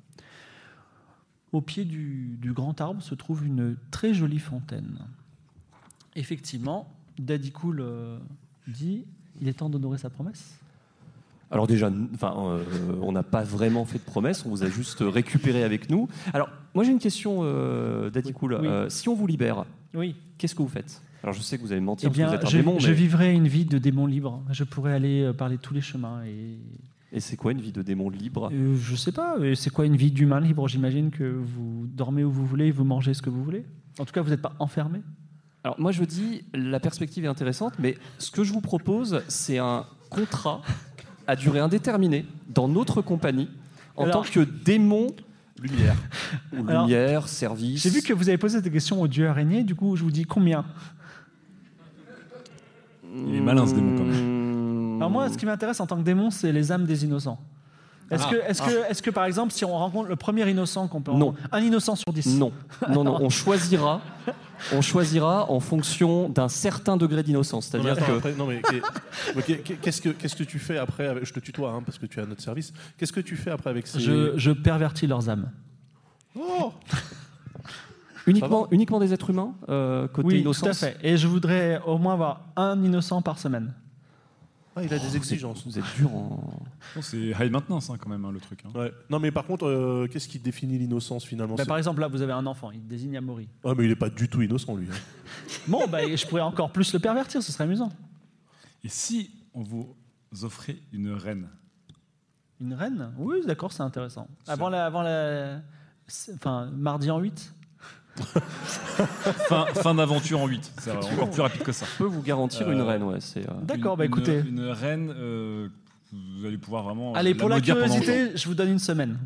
S2: Au pied du, du grand arbre se trouve une très jolie fontaine. Effectivement, Daddy Cool euh, dit il est temps d'honorer sa promesse.
S18: Alors déjà, n- enfin, euh, on n'a pas vraiment fait de promesse, on vous a juste récupéré avec nous. Alors, moi j'ai une question, euh, Daddy Cool.
S2: Oui.
S18: Euh, si on vous libère,
S2: Oui.
S18: qu'est-ce que vous faites Alors je sais que vous allez mentir
S2: Eh
S18: parce
S2: bien,
S18: que vous êtes un
S2: je,
S18: démon,
S2: je
S18: mais-
S2: vivrai une vie de démon libre. Je pourrais aller euh, parler tous les chemins. Et...
S18: Et c'est quoi une vie de démon libre
S2: Euh, je sais pas, euh, c'est quoi une vie d'humain libre J'imagine que vous dormez où vous voulez, vous mangez ce que vous voulez. En tout cas, vous n'êtes pas enfermé.
S18: Alors moi je dis, la perspective est intéressante, mais ce que je vous propose, c'est un contrat à durée indéterminée dans notre compagnie en
S2: Alors-
S18: tant que démon lumière. Ou
S2: Alors,
S18: lumière, service.
S2: J'ai vu que vous avez posé des questions au dieu araignée, du coup, je vous dis combien
S19: Il est malin ce démon quand
S18: Mmh.
S19: même.
S2: Alors moi, ce qui m'intéresse en tant que démon, c'est les âmes des innocents. Est-ce
S18: Ah.
S2: que, est-ce que, est-ce que, par exemple, si on rencontre le premier innocent qu'on peut
S18: Non.
S2: rencontrer, un innocent sur dix
S18: Non, non, non, on choisira, on choisira en fonction d'un certain degré d'innocence.
S15: Non, mais
S18: C'est-à-dire
S15: attends,
S18: que.
S15: après, non, mais qu'est- ok, qu'est- qu'est-ce que qu'est-ce que tu fais après avec- Je te tutoie hein, parce que tu es à notre service. Qu'est-ce que tu fais après avec ces
S2: Je, je pervertis leurs âmes.
S15: Oh
S18: Uniquement, uniquement des êtres humains, euh, côté
S2: oui,
S18: innocence.
S2: tout à fait. Et je voudrais au moins avoir un innocent par semaine.
S15: Ah, il a des exigences.
S18: Oh, Vous êtes dur hein. en.
S19: Non, C'est high maintenance hein, quand même hein, le truc. hein.
S15: Ouais. Non, mais par contre, euh, qu'est-ce qui définit l'innocence finalement
S2: Bah,
S15: C'est-
S2: par exemple, là, vous avez un enfant, il désigne Amaury.
S15: Ah, mais il est pas du tout innocent lui. hein.
S2: Bon, bah, je pourrais encore plus le pervertir, ce serait amusant.
S19: Et si on vous offrait une reine
S2: Une reine Oui, d'accord, c'est intéressant. Avant la, avant la. c'est- Enfin, mardi en 8
S19: Fin, fin d'aventure en 8. C'est encore plus rapide que ça.
S18: Je peux vous garantir une reine, ouais. c'est, euh,
S2: D'accord,
S19: Une-
S2: bah,
S19: une-
S2: écoutez.
S19: Une, reine, euh, vous allez pouvoir vraiment. euh,
S2: Allez, pour la
S19: maudire pendant
S2: curiosité,
S19: longtemps.
S2: je vous donne une semaine.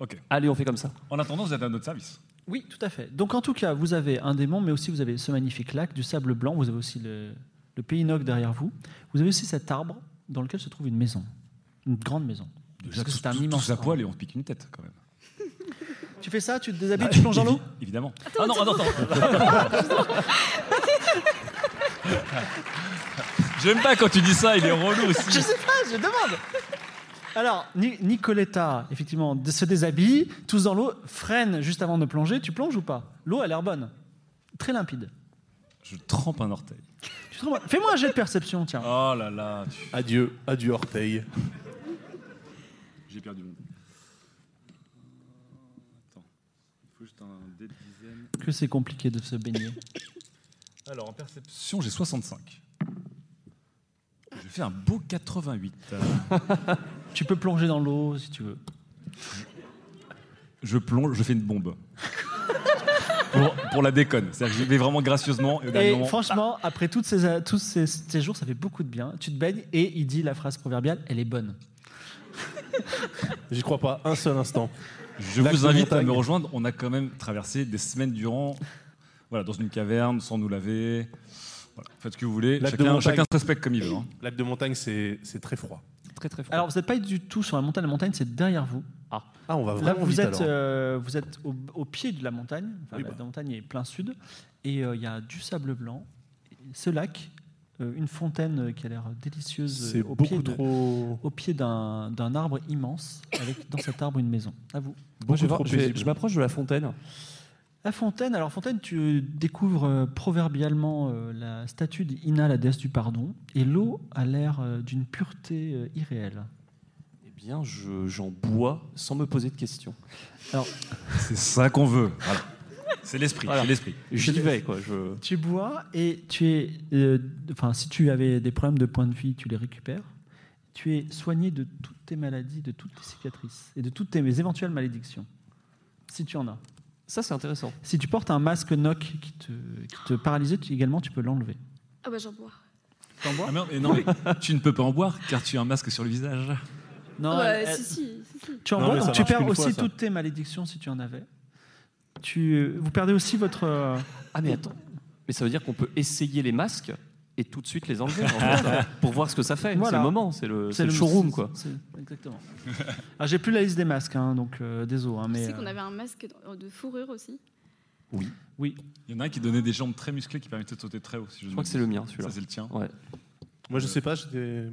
S19: Ok.
S18: Allez, on fait comme ça.
S19: En attendant, vous êtes à notre service.
S2: Oui, tout à fait. Donc, en tout cas, vous avez un démon, mais aussi vous avez ce magnifique lac, du sable blanc, vous avez aussi le, le pays Nog derrière vous. Vous avez aussi cet arbre dans lequel se trouve une maison, une grande maison.
S19: Déjà,
S2: Parce que
S19: tous-
S2: c'est un
S19: tous-
S2: immense
S19: tous à
S2: arbre.
S19: poil et on te pique une tête quand même.
S2: Tu fais ça, tu te déshabilles, tu plonges dans l'eau
S19: Évi- Évidemment.
S2: Attends,
S19: ah non,
S2: attends.
S19: attends, attends. J'aime pas quand tu dis ça, il est relou aussi.
S2: Je sais pas, je demande. Alors, Ni- Nicoletta, effectivement, d- se déshabille, tous dans l'eau, freine juste avant de plonger. Tu plonges ou pas L'eau a l'air bonne. Très limpide.
S19: Je trempe un orteil.
S2: Tu te rends- Fais-moi un jet de perception, tiens.
S19: Oh là là. tu-
S15: Adieu, adieu orteil.
S19: Pierre du Monde. Attends. Il faut juste un dé de dizaine.
S2: Que c'est compliqué de se baigner.
S19: Alors, en perception, j'ai 65. Je fais un beau 88.
S2: tu peux plonger dans l'eau si tu veux.
S19: Je plonge, je fais une bombe. pour, pour la déconne. C'est-à-dire que je vais vraiment gracieusement. au dernier
S2: Et
S19: moment,
S2: franchement, après toutes ces, tous ces, ces jours, ça fait beaucoup de bien. Tu te baignes et il dit la phrase proverbiale, elle est bonne.
S15: J'y crois pas un seul instant.
S19: Je
S15: Lac
S19: vous
S15: de
S19: invite à
S15: montagne.
S19: me rejoindre. On a quand même traversé des semaines durant, voilà, dans une caverne, sans nous laver. Voilà, faites ce que vous voulez.
S15: Lac de
S19: Chacun,
S15: montagne.
S19: chacun se respecte comme il veut. hein.
S15: Lac de montagne, c'est c'est très froid.
S2: Très très fort. Alors vous n'êtes pas du tout sur la montagne, la montagne c'est derrière vous. Ah,
S15: on va
S2: Là
S15: vraiment
S2: vous
S15: vite,
S2: êtes,
S15: alors. hein.
S2: euh, vous êtes au, au pied de la montagne, Enfin,
S15: Oui,
S2: la-
S15: bah.
S2: la montagne est plein sud, et euh, il y a du sable blanc, Et ce lac, euh, une fontaine euh, qui a l'air délicieuse
S15: C'est
S2: euh, au, pied
S15: beaucoup
S2: de-
S15: trop-
S2: au pied d'un d'un arbre immense, avec dans cet arbre une maison. À vous.
S18: Moi, je vais voir- je vais- je m'approche de la fontaine.
S2: La fontaine, alors fontaine, tu découvres euh, proverbialement euh, la statue d'Ina, la déesse du pardon, et l'eau a l'air euh, d'une pureté euh, irréelle.
S18: Eh bien, je- j'en bois sans me poser de questions.
S2: Alors,
S19: C'est ça qu'on veut. Voilà. C'est l'esprit.
S18: Voilà.
S19: C'est l'esprit.
S18: J'y vais, quoi. Je...
S2: Tu bois et tu es. euh, Enfin, si tu avais des problèmes de points de vie, tu les récupères. Tu es soigné de toutes tes maladies, de toutes tes cicatrices et de toutes tes éventuelles malédictions, si tu en as.
S18: Ça, c'est intéressant.
S2: Si tu portes un masque Noc qui te, qui te paralyse, tu- également, tu peux l'enlever.
S29: Ah bah j'en bois.
S19: Ah merde, mais non, mais tu ne peux pas en boire car tu as un masque sur le visage.
S2: Non,
S29: Bah,
S2: elle-
S29: si, si,
S2: elle-
S29: si, si.
S2: Tu, en
S19: Non,
S2: bois,
S19: mais ça
S2: donc tu
S19: marche
S2: perds
S19: qu'une
S2: aussi
S19: fois, ça.
S2: toutes tes malédictions si tu en avais. Tu, vous perdez aussi votre. euh,
S18: Ah, mais attends. Mais ça veut dire qu'on peut essayer les masques et tout de suite les enlever en fait, pour voir ce que ça fait. C'est
S2: Voilà.
S18: le moment, c'est le, c'est le
S2: le-
S18: showroom,
S2: c'est-
S18: quoi.
S2: c'est- Exactement. Alors, j'ai plus la liste des masques, hein, donc euh, désolé. hein,
S29: Tu
S2: mais,
S29: sais qu'on
S2: euh,
S29: avait un masque de- de fourrure aussi.
S19: Oui.
S2: Oui.
S19: Il y en a un qui donnait des jambes très musclées qui permettaient de sauter très haut. je
S15: crois que c'est le mien, celui-là.
S19: Ça, c'est le tien.
S15: Moi, je
S19: Euh,
S15: sais pas, j'étais.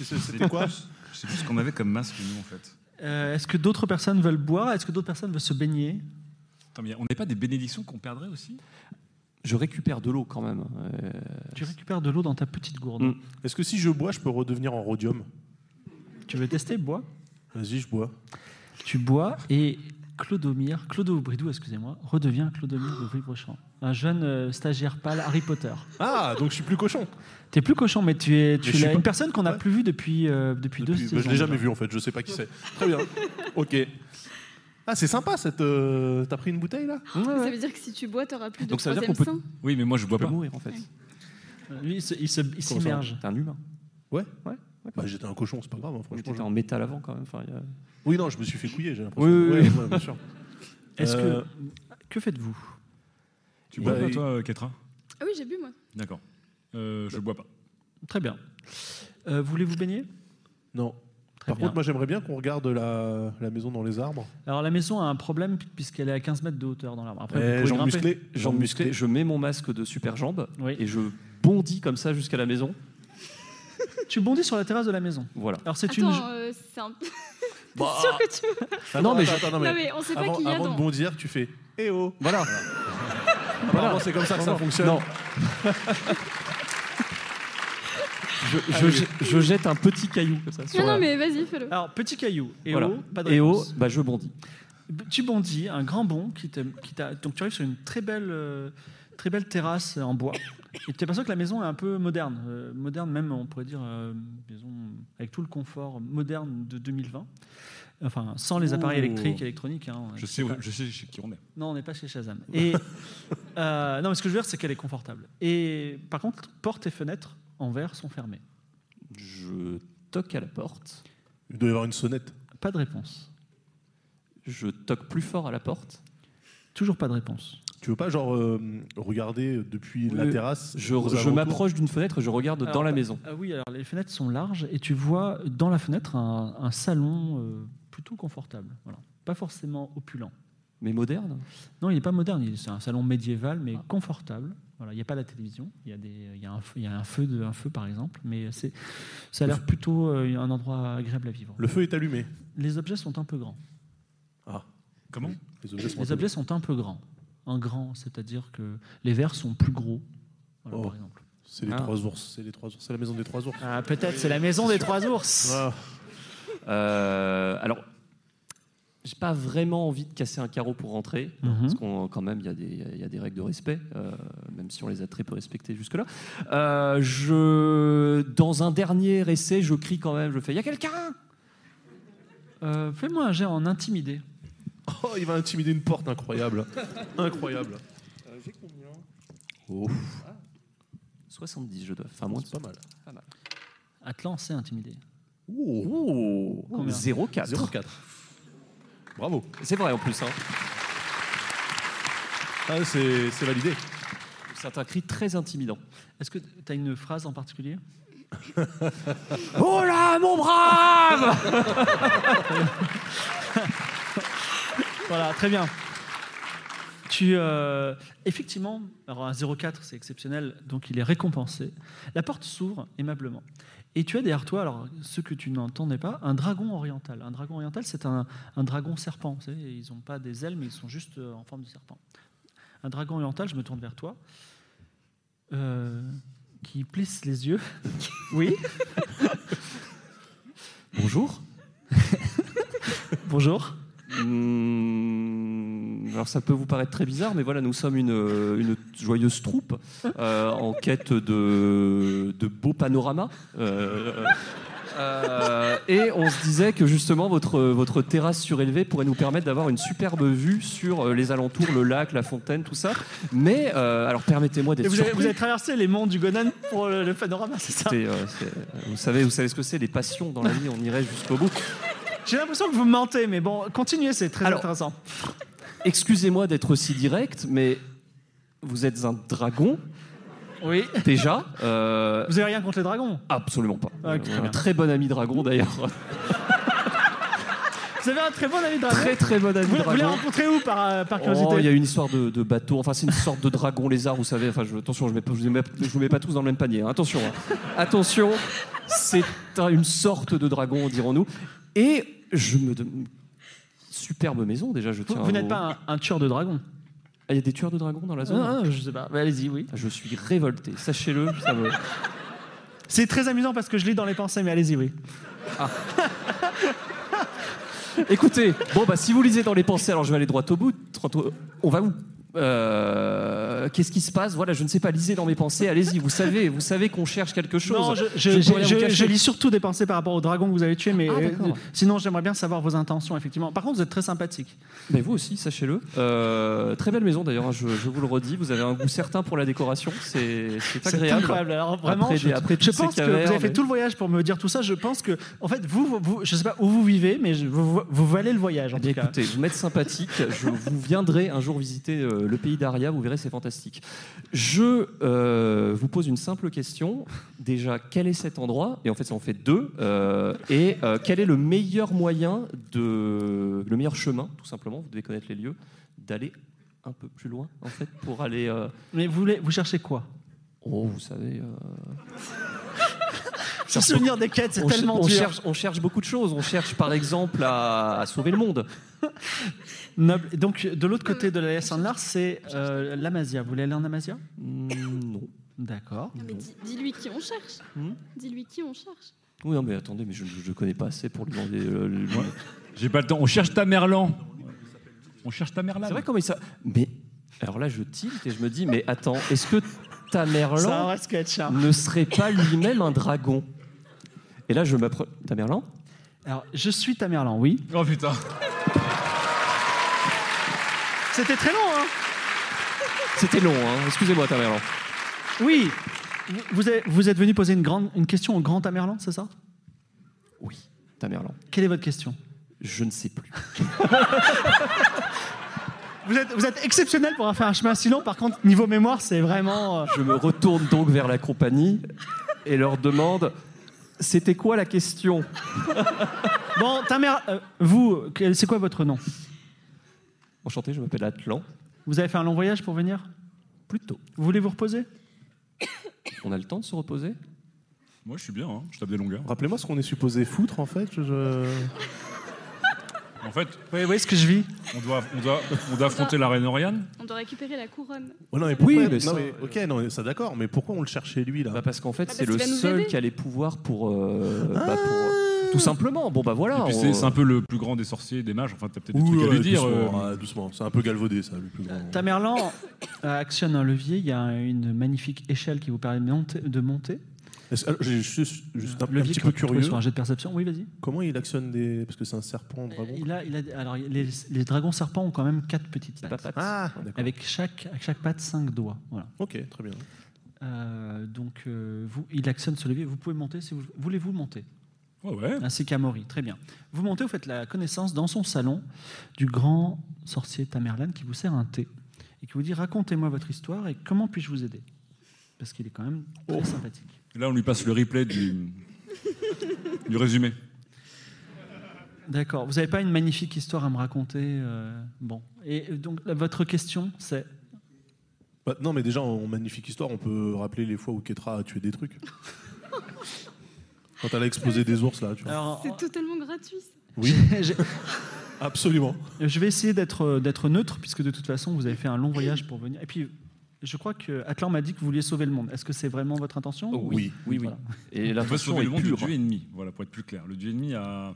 S19: c'est-
S15: C'était quoi
S19: Je sais plus ce qu'on avait comme masque, nous, en fait.
S2: Euh, Est-ce que d'autres personnes veulent boire Est-ce que d'autres personnes veulent se baigner
S19: Attends, mais on n'est pas des bénédictions qu'on perdrait aussi
S18: Je récupère de l'eau quand même.
S2: Tu récupères de l'eau dans ta petite gourde.
S15: Mm. Est-ce que si je bois, je peux redevenir en rhodium
S2: Tu veux tester Bois
S15: Vas-y, je bois.
S2: Tu bois et Clodomir, Clodo Bridou, excusez-moi, redevient Clodomir de Villecochamp. Un jeune euh, stagiaire pâle Harry Potter.
S15: Ah, donc je suis plus cochon.
S2: T'es plus cochon, mais tu es,
S15: Mais
S2: tu
S15: je suis
S2: l'as-
S15: pas-
S2: une personne qu'on n'a plus vue depuis, euh, depuis, deux
S15: Puis, bah,
S2: saisons.
S15: je l'ai jamais
S2: déjà.
S15: vu en fait, je sais pas qui c'est. Très bien. Ok. Ah, c'est sympa cette. euh, T'as pris une bouteille là
S29: Mais Ça veut dire que si tu bois, t'auras plus de
S15: Donc ça veut dire
S29: troisième
S15: qu'on peut-
S29: sein.
S19: Oui, mais moi, je bois
S15: peux
S19: pas.
S15: mourir, en fait.
S2: Lui, il se- il se- il
S15: Comment ça
S2: s'immerge.
S18: T'es un humain.
S15: Ouais.
S18: Ouais.
S15: Bah, j'étais un cochon, c'est pas grave. hein, franchement.
S18: T'étais en métal avant quand même. Enfin, il y a-
S15: Oui, non, je me suis fait couiller, j'ai l'impression.
S18: Oui, oui, oui.
S15: Ouais, ouais, bien sûr.
S2: Est-ce
S15: Euh,
S2: que. Que faites-vous
S19: Tu
S15: Bah,
S19: bois pas,
S15: il-
S19: toi, Ketra
S29: Ah oui, j'ai bu moi.
S19: D'accord. Euh, je bois pas.
S2: Très bien. Euh, Voulez-vous baigner
S15: Non.
S2: Très
S15: Par
S2: bien.
S15: contre, moi j'aimerais bien qu'on regarde la, la maison dans les arbres.
S2: Alors la maison a un problème puisqu'elle est à 15 mètres de hauteur dans l'arbre.
S15: Eh,
S2: Après, vous pouvez
S18: Jambes
S2: grimper.
S18: musclées, jambes musclées, je mets mon masque de super jambe et je bondis comme ça jusqu'à la maison.
S2: Tu bondis sur la terrasse de la maison.
S18: Voilà.
S2: Alors c'est une.
S29: Attends, euh, c'est un peu. T'es
S15: Bah.
S29: sûr que tu veux
S15: Attends,
S2: Ah Non, mais
S15: attends,
S2: je-
S15: attends,
S29: Non, mais on sait pas
S15: avant,
S29: qui y a
S15: avant
S29: dans-
S15: de bondir, tu fais Eh oh
S18: Voilà.
S15: Apparemment, c'est comme ça que ça
S18: Non,
S15: fonctionne.
S18: non. Je, je- je- je jette un petit caillou comme ça. Sur
S29: Non, non,
S18: la-
S29: mais vas-y, fais-le.
S2: Alors petit caillou. Et
S18: Voilà.
S2: oh, pas de
S18: Et oh,
S2: réponse.
S18: bah, je bondis.
S2: Tu bondis, un grand bond qui te- qui t'a- donc tu arrives sur une très belle, euh, très belle terrasse euh, en bois. Et tu t'aperçois que la maison est un peu moderne, euh, moderne même, on pourrait dire euh, maison avec tout le confort moderne de 2020. Enfin, sans les appareils
S19: Ouh.
S2: électriques, électroniques. hein.
S19: Je sais, où- je sais chez qui on est.
S2: Non, on n'est pas chez Shazam. Et euh, non, mais ce que je veux dire, c'est qu'elle est confortable. Et par contre, portes et fenêtres en verre sont fermées.
S18: Je toque à la porte.
S15: Il doit y avoir une sonnette.
S2: Pas de réponse.
S18: Je toque plus fort à la porte.
S2: Toujours pas de réponse.
S15: Tu veux pas, genre, euh, regarder depuis la
S18: Oui.
S15: terrasse
S18: Je,
S15: aux
S18: je
S15: alentours
S18: m'approche d'une fenêtre et je regarde dans
S2: Alors,
S18: la
S2: bah,
S18: maison.
S2: ah oui, alors les fenêtres sont larges et tu vois dans la fenêtre un, un salon euh, plutôt confortable. Voilà. Pas forcément opulent.
S18: Mais moderne
S2: Non, il n'est pas moderne. il- C'est un salon médiéval, mais
S15: Ah.
S2: confortable. Voilà, il n'y a pas la télévision. Il y a des, il y a un, feu- il y a un feu, de, un feu par exemple, mais c'est, ça a l'air plutôt euh, un endroit agréable à vivre.
S15: Le feu est allumé.
S2: Les objets sont un peu grands.
S15: Ah.
S19: Comment
S15: Les objets sont
S2: Les
S15: un peu-
S2: objets sont un peu grands. Un grand, c'est-à-dire que les verres sont plus gros. Voilà,
S15: Oh.
S2: par exemple.
S15: C'est les
S2: Ah.
S15: trois ours. Ah, C'est les trois ours. C'est la maison des trois ours.
S2: Ah, peut-être, c'est la maison des trois ours.
S15: Ah.
S18: Euh, alors, j'ai pas vraiment envie de casser un carreau pour rentrer,
S2: Mhm.
S18: parce qu'on quand même il y, a des- il y a des règles de respect, euh, même si on les a très peu respectées jusque là. Euh, je, dans un dernier essai, je crie quand même, je fais, il y a quelqu'un
S2: Euh, Fais-moi un jet en intimider.
S15: Oh, il va intimider une porte incroyable. incroyable.
S2: J'ai combien
S18: Ouf. 70, je dois. Enfin, moins. C'est pas mal.
S2: Atlan, c'est intimider.
S18: Oh,
S2: Combien
S18: 0,4.
S2: 0,4.
S15: Bravo.
S18: C'est vrai en plus. Hein.
S15: Ah, c'est c'est validé.
S18: C'est un cri très intimidant.
S2: Est-ce que tu as une phrase en particulier
S18: Oh là, mon brave
S2: Voilà, très bien. Tu, euh, effectivement, alors un 0,4, c'est exceptionnel, donc il est récompensé. La porte s'ouvre aimablement. Et tu as derrière toi, alors ce que tu n'entendais pas, un dragon oriental. Un dragon oriental, c'est un, un dragon serpent. vous savez, ils n'ont pas des ailes, mais ils sont juste euh, en forme de serpent. Un dragon oriental, je me tourne vers toi, euh, qui plisse les yeux. Oui
S18: Bonjour.
S2: Bonjour.
S18: Hmm, alors ça peut vous paraître très bizarre, mais voilà, nous sommes une, euh, une joyeuse troupe euh, en quête de, de beaux panoramas. Euh, euh, et on se disait que justement votre, votre terrasse surélevée pourrait nous permettre d'avoir une superbe vue sur euh, les alentours, le lac, la fontaine, tout ça. Mais euh, alors permettez-moi
S2: Et
S18: d'être
S2: vous, avez,
S18: surpris.
S2: vous avez traversé les monts du Gonan pour le, le panorama, c'est ça
S18: Écoutez, euh, c'est- euh, vous, savez, vous savez ce que c'est, les passions dans la vie, on irait jusqu'au bout.
S2: J'ai l'impression que vous mentez, mais bon, continuez, c'est très intéressant.
S18: Excusez-moi d'être aussi direct, mais vous êtes un dragon.
S2: Oui.
S18: Déjà. euh,
S2: Vous avez rien contre les dragons
S18: Absolument pas.
S2: Ah, ok, très
S18: On a un
S2: bien.
S18: très bon ami dragon d'ailleurs.
S2: Vous avez un très bon ami dragon
S18: Très, très bon ami
S2: vous, Vous l'avez
S18: dragon.
S2: rencontré où par, euh, par
S18: Oh,
S2: curiosité
S18: Il y a une histoire de, de bateau. Enfin, c'est une sorte de dragon lézard, vous savez. Enfin, je- attention, je ne vous, mets- je vous mets pas tous dans le même panier. hein. Attention. hein. Attention, c'est un- une sorte de dragon, dirons-nous. Et je me. dem- Superbe maison, déjà, je tiens
S2: Vous, vous n'êtes pas un, un tueur de dragons
S18: ah, Il y a des tueurs de dragons dans la zone
S2: ah, Je sais pas, Mais allez-y, oui.
S18: Je suis révolté, sachez-le. ça me-
S2: C'est très amusant parce que je l'ai dans les pensées, mais allez-y, oui.
S18: Écoutez, bon bah si vous lisez dans les pensées, alors je vais aller droit au bout. droit au- On va où Euh, Qu'est-ce qui se passe Voilà, je ne sais pas. Lisez dans mes pensées. Allez-y. Vous savez, vous savez qu'on cherche quelque chose.
S2: Non, je, je-
S18: ne peux
S2: j'ai-
S18: rien vous
S2: je-
S18: cacher.
S2: je lis surtout des pensées par rapport aux dragons que vous avez tués, mais
S18: Ah,
S2: euh,
S18: d'accord.
S2: euh, sinon j'aimerais bien savoir vos intentions, effectivement. Par contre, vous êtes très sympathique.
S18: Mais vous aussi, sachez-le. Euh, très belle maison d'ailleurs. hein, je, je vous le redis. Vous avez un goût certain pour la décoration. C'est c'est
S2: C'est
S18: agréable.
S2: incroyable. Alors vraiment,
S18: Après
S2: je,
S18: des- après
S2: je
S18: toutes ces
S2: pense que vous
S18: cavernes,
S2: avez fait tout le voyage pour me dire tout ça. Je pense que, en fait, vous, vous, vous- je sais pas où vous vivez, mais je- vous, vous valez le voyage en tout cas.
S18: Eh Écoutez, vous m'êtes sympathique, je vous viendrai un jour visiter euh, le pays d'Aria, vous verrez, c'est fantastique. Je euh, vous pose une simple question. Déjà, quel est cet endroit Et en fait, ça en fait deux. Euh, et euh, quel est le meilleur moyen, de, le meilleur chemin, tout simplement, vous devez connaître les lieux, d'aller un peu plus loin, en fait, pour aller. euh,
S2: Mais vous, voulez- vous cherchez quoi
S18: oh, vous savez. euh,
S2: Se souvenir des quêtes, c'est
S18: on ch-
S2: tellement
S18: on
S2: dur.
S18: Cherche, on cherche beaucoup de choses. On cherche, par exemple, à, à sauver le monde.
S2: Noble. Et Donc, de l'autre côté de la laisse en Lars, c'est euh, l'Amazia. Vous voulez aller en Amazia
S18: Mm, Non.
S2: D'accord.
S29: Non, mais dis- dis-lui qui on cherche.
S15: Hmm
S29: Dis-lui qui on cherche.
S18: Oui, non, mais attendez, mais je ne connais pas assez pour lui demander. euh, le- le-
S19: J'ai pas le temps. On cherche Tamerlan. On cherche Tamerlan.
S18: C'est vrai comment il ça. Mais alors là, je tilte et je me dis, mais attends, est-ce que Tamerlan
S2: C'est un vrai sketch, hein.
S18: ne serait pas lui-même un dragon Et là, je m'approche. Tamerlan
S2: Alors, je suis Tamerlan, oui.
S19: Oh putain.
S2: C'était très long, hein
S18: C'était long, hein. Excusez-moi, Tamerlan.
S2: Oui. Vous- Vous êtes, vous êtes venu poser une, grande, une question au grand Tamerlan, c'est ça
S18: Tamerlan.
S2: Quelle est votre question
S18: Je ne sais plus.
S2: vous êtes, vous êtes exceptionnel pour avoir fait un chemin si long. Par contre, niveau mémoire, c'est vraiment. euh,
S18: Je me retourne donc vers la compagnie et leur demande c'était quoi la question
S2: Bon, ta mère, euh, vous, quel- c'est quoi votre nom
S18: Enchanté, je m'appelle Atlan.
S2: Vous avez fait un long voyage pour venir
S18: Plutôt.
S2: Vous voulez vous reposer
S18: On a le temps de se reposer
S19: Moi, je suis bien. hein. Je tape des longueurs.
S15: Rappelez-moi ce qu'on est supposé foutre en fait. je-
S19: En fait.
S2: Oui, vous voyez ce que je vis
S19: On doit, on doit, on doit affronter la reine Oriane.
S29: On doit récupérer la couronne.
S15: Oh, non, mais
S18: Oui,
S15: pourquoi-
S18: mais
S15: non,
S18: ça-
S15: mais ok, non, mais ça d'accord, mais pourquoi on le cherchait lui là
S18: Parce qu'en fait,
S29: Bah,
S18: c'est
S29: parce
S18: le
S29: qu'il va nous
S18: seul
S29: aider.
S15: Ah
S18: qui a les pouvoirs pour, euh, bah, pour- tout simplement. Bon, bah voilà.
S19: Et puis
S18: on-
S19: c'est- c'est un peu le plus grand des sorciers, des mages. Enfin, t'as peut-être des
S15: Ouh,
S19: trucs à lui
S15: ouais,
S19: dire.
S15: doucement,
S19: euh,
S15: ouais, doucement. C'est un peu galvaudé, ça, le plus grand.
S2: Tamerlan euh, actionne un levier, il y a une magnifique échelle qui vous permet de monter. de monter. Euh,
S15: Est-ce- alors, J'ai juste, juste un, un petit
S2: Levier que vous
S18: pouvez
S2: pouvez
S18: trouver
S2: trouver
S15: peu curieux.
S2: Sur un jet de perception, oui, vas-y.
S15: Comment il actionne des. Parce que c'est un serpent, dragon.
S2: Il a- il a- alors, les, les dragons serpents ont quand même quatre petites pattes.
S18: Ah,
S2: avec chaque, à chaque patte, cinq doigts. Voilà.
S15: Ok, très bien.
S2: Euh, donc, euh, vous, il actionne ce levier. Vous pouvez monter si vous voulez-vous monter.
S19: ouais.
S2: Ainsi qu'Amaury, très bien. Vous montez, vous faites la connaissance dans son salon du grand sorcier Tamerlan qui vous sert un thé et qui vous dit racontez-moi votre histoire et comment puis-je vous aider Parce qu'il est quand même très
S19: Oh.
S2: sympathique.
S19: Là, on lui passe le replay du, du résumé.
S2: D'accord. Vous n'avez pas une magnifique histoire à me raconter euh, Bon. Et euh, donc la- votre question, c'est
S15: Bah, non, mais déjà, en magnifique histoire, on peut rappeler les fois où Ketra a tué des trucs. Quand elle a explosé des ours, là, tu vois.
S29: C'est totalement gratuit. ça.
S15: Oui. Absolument.
S2: Je vais essayer d'être euh, d'être neutre puisque de toute façon vous avez fait un long voyage pour venir. Et puis je crois que Atlan m'a dit que vous vouliez sauver le monde. Est-ce que c'est vraiment votre intention
S19: Oh,
S18: oui, oui, oui.
S2: Voilà.
S18: Et
S19: On veut
S18: l'intention
S19: sauver
S18: est
S19: le monde
S18: pure.
S19: du dieu ennemi, voilà, pour être plus clair. Le dieu ennemi a,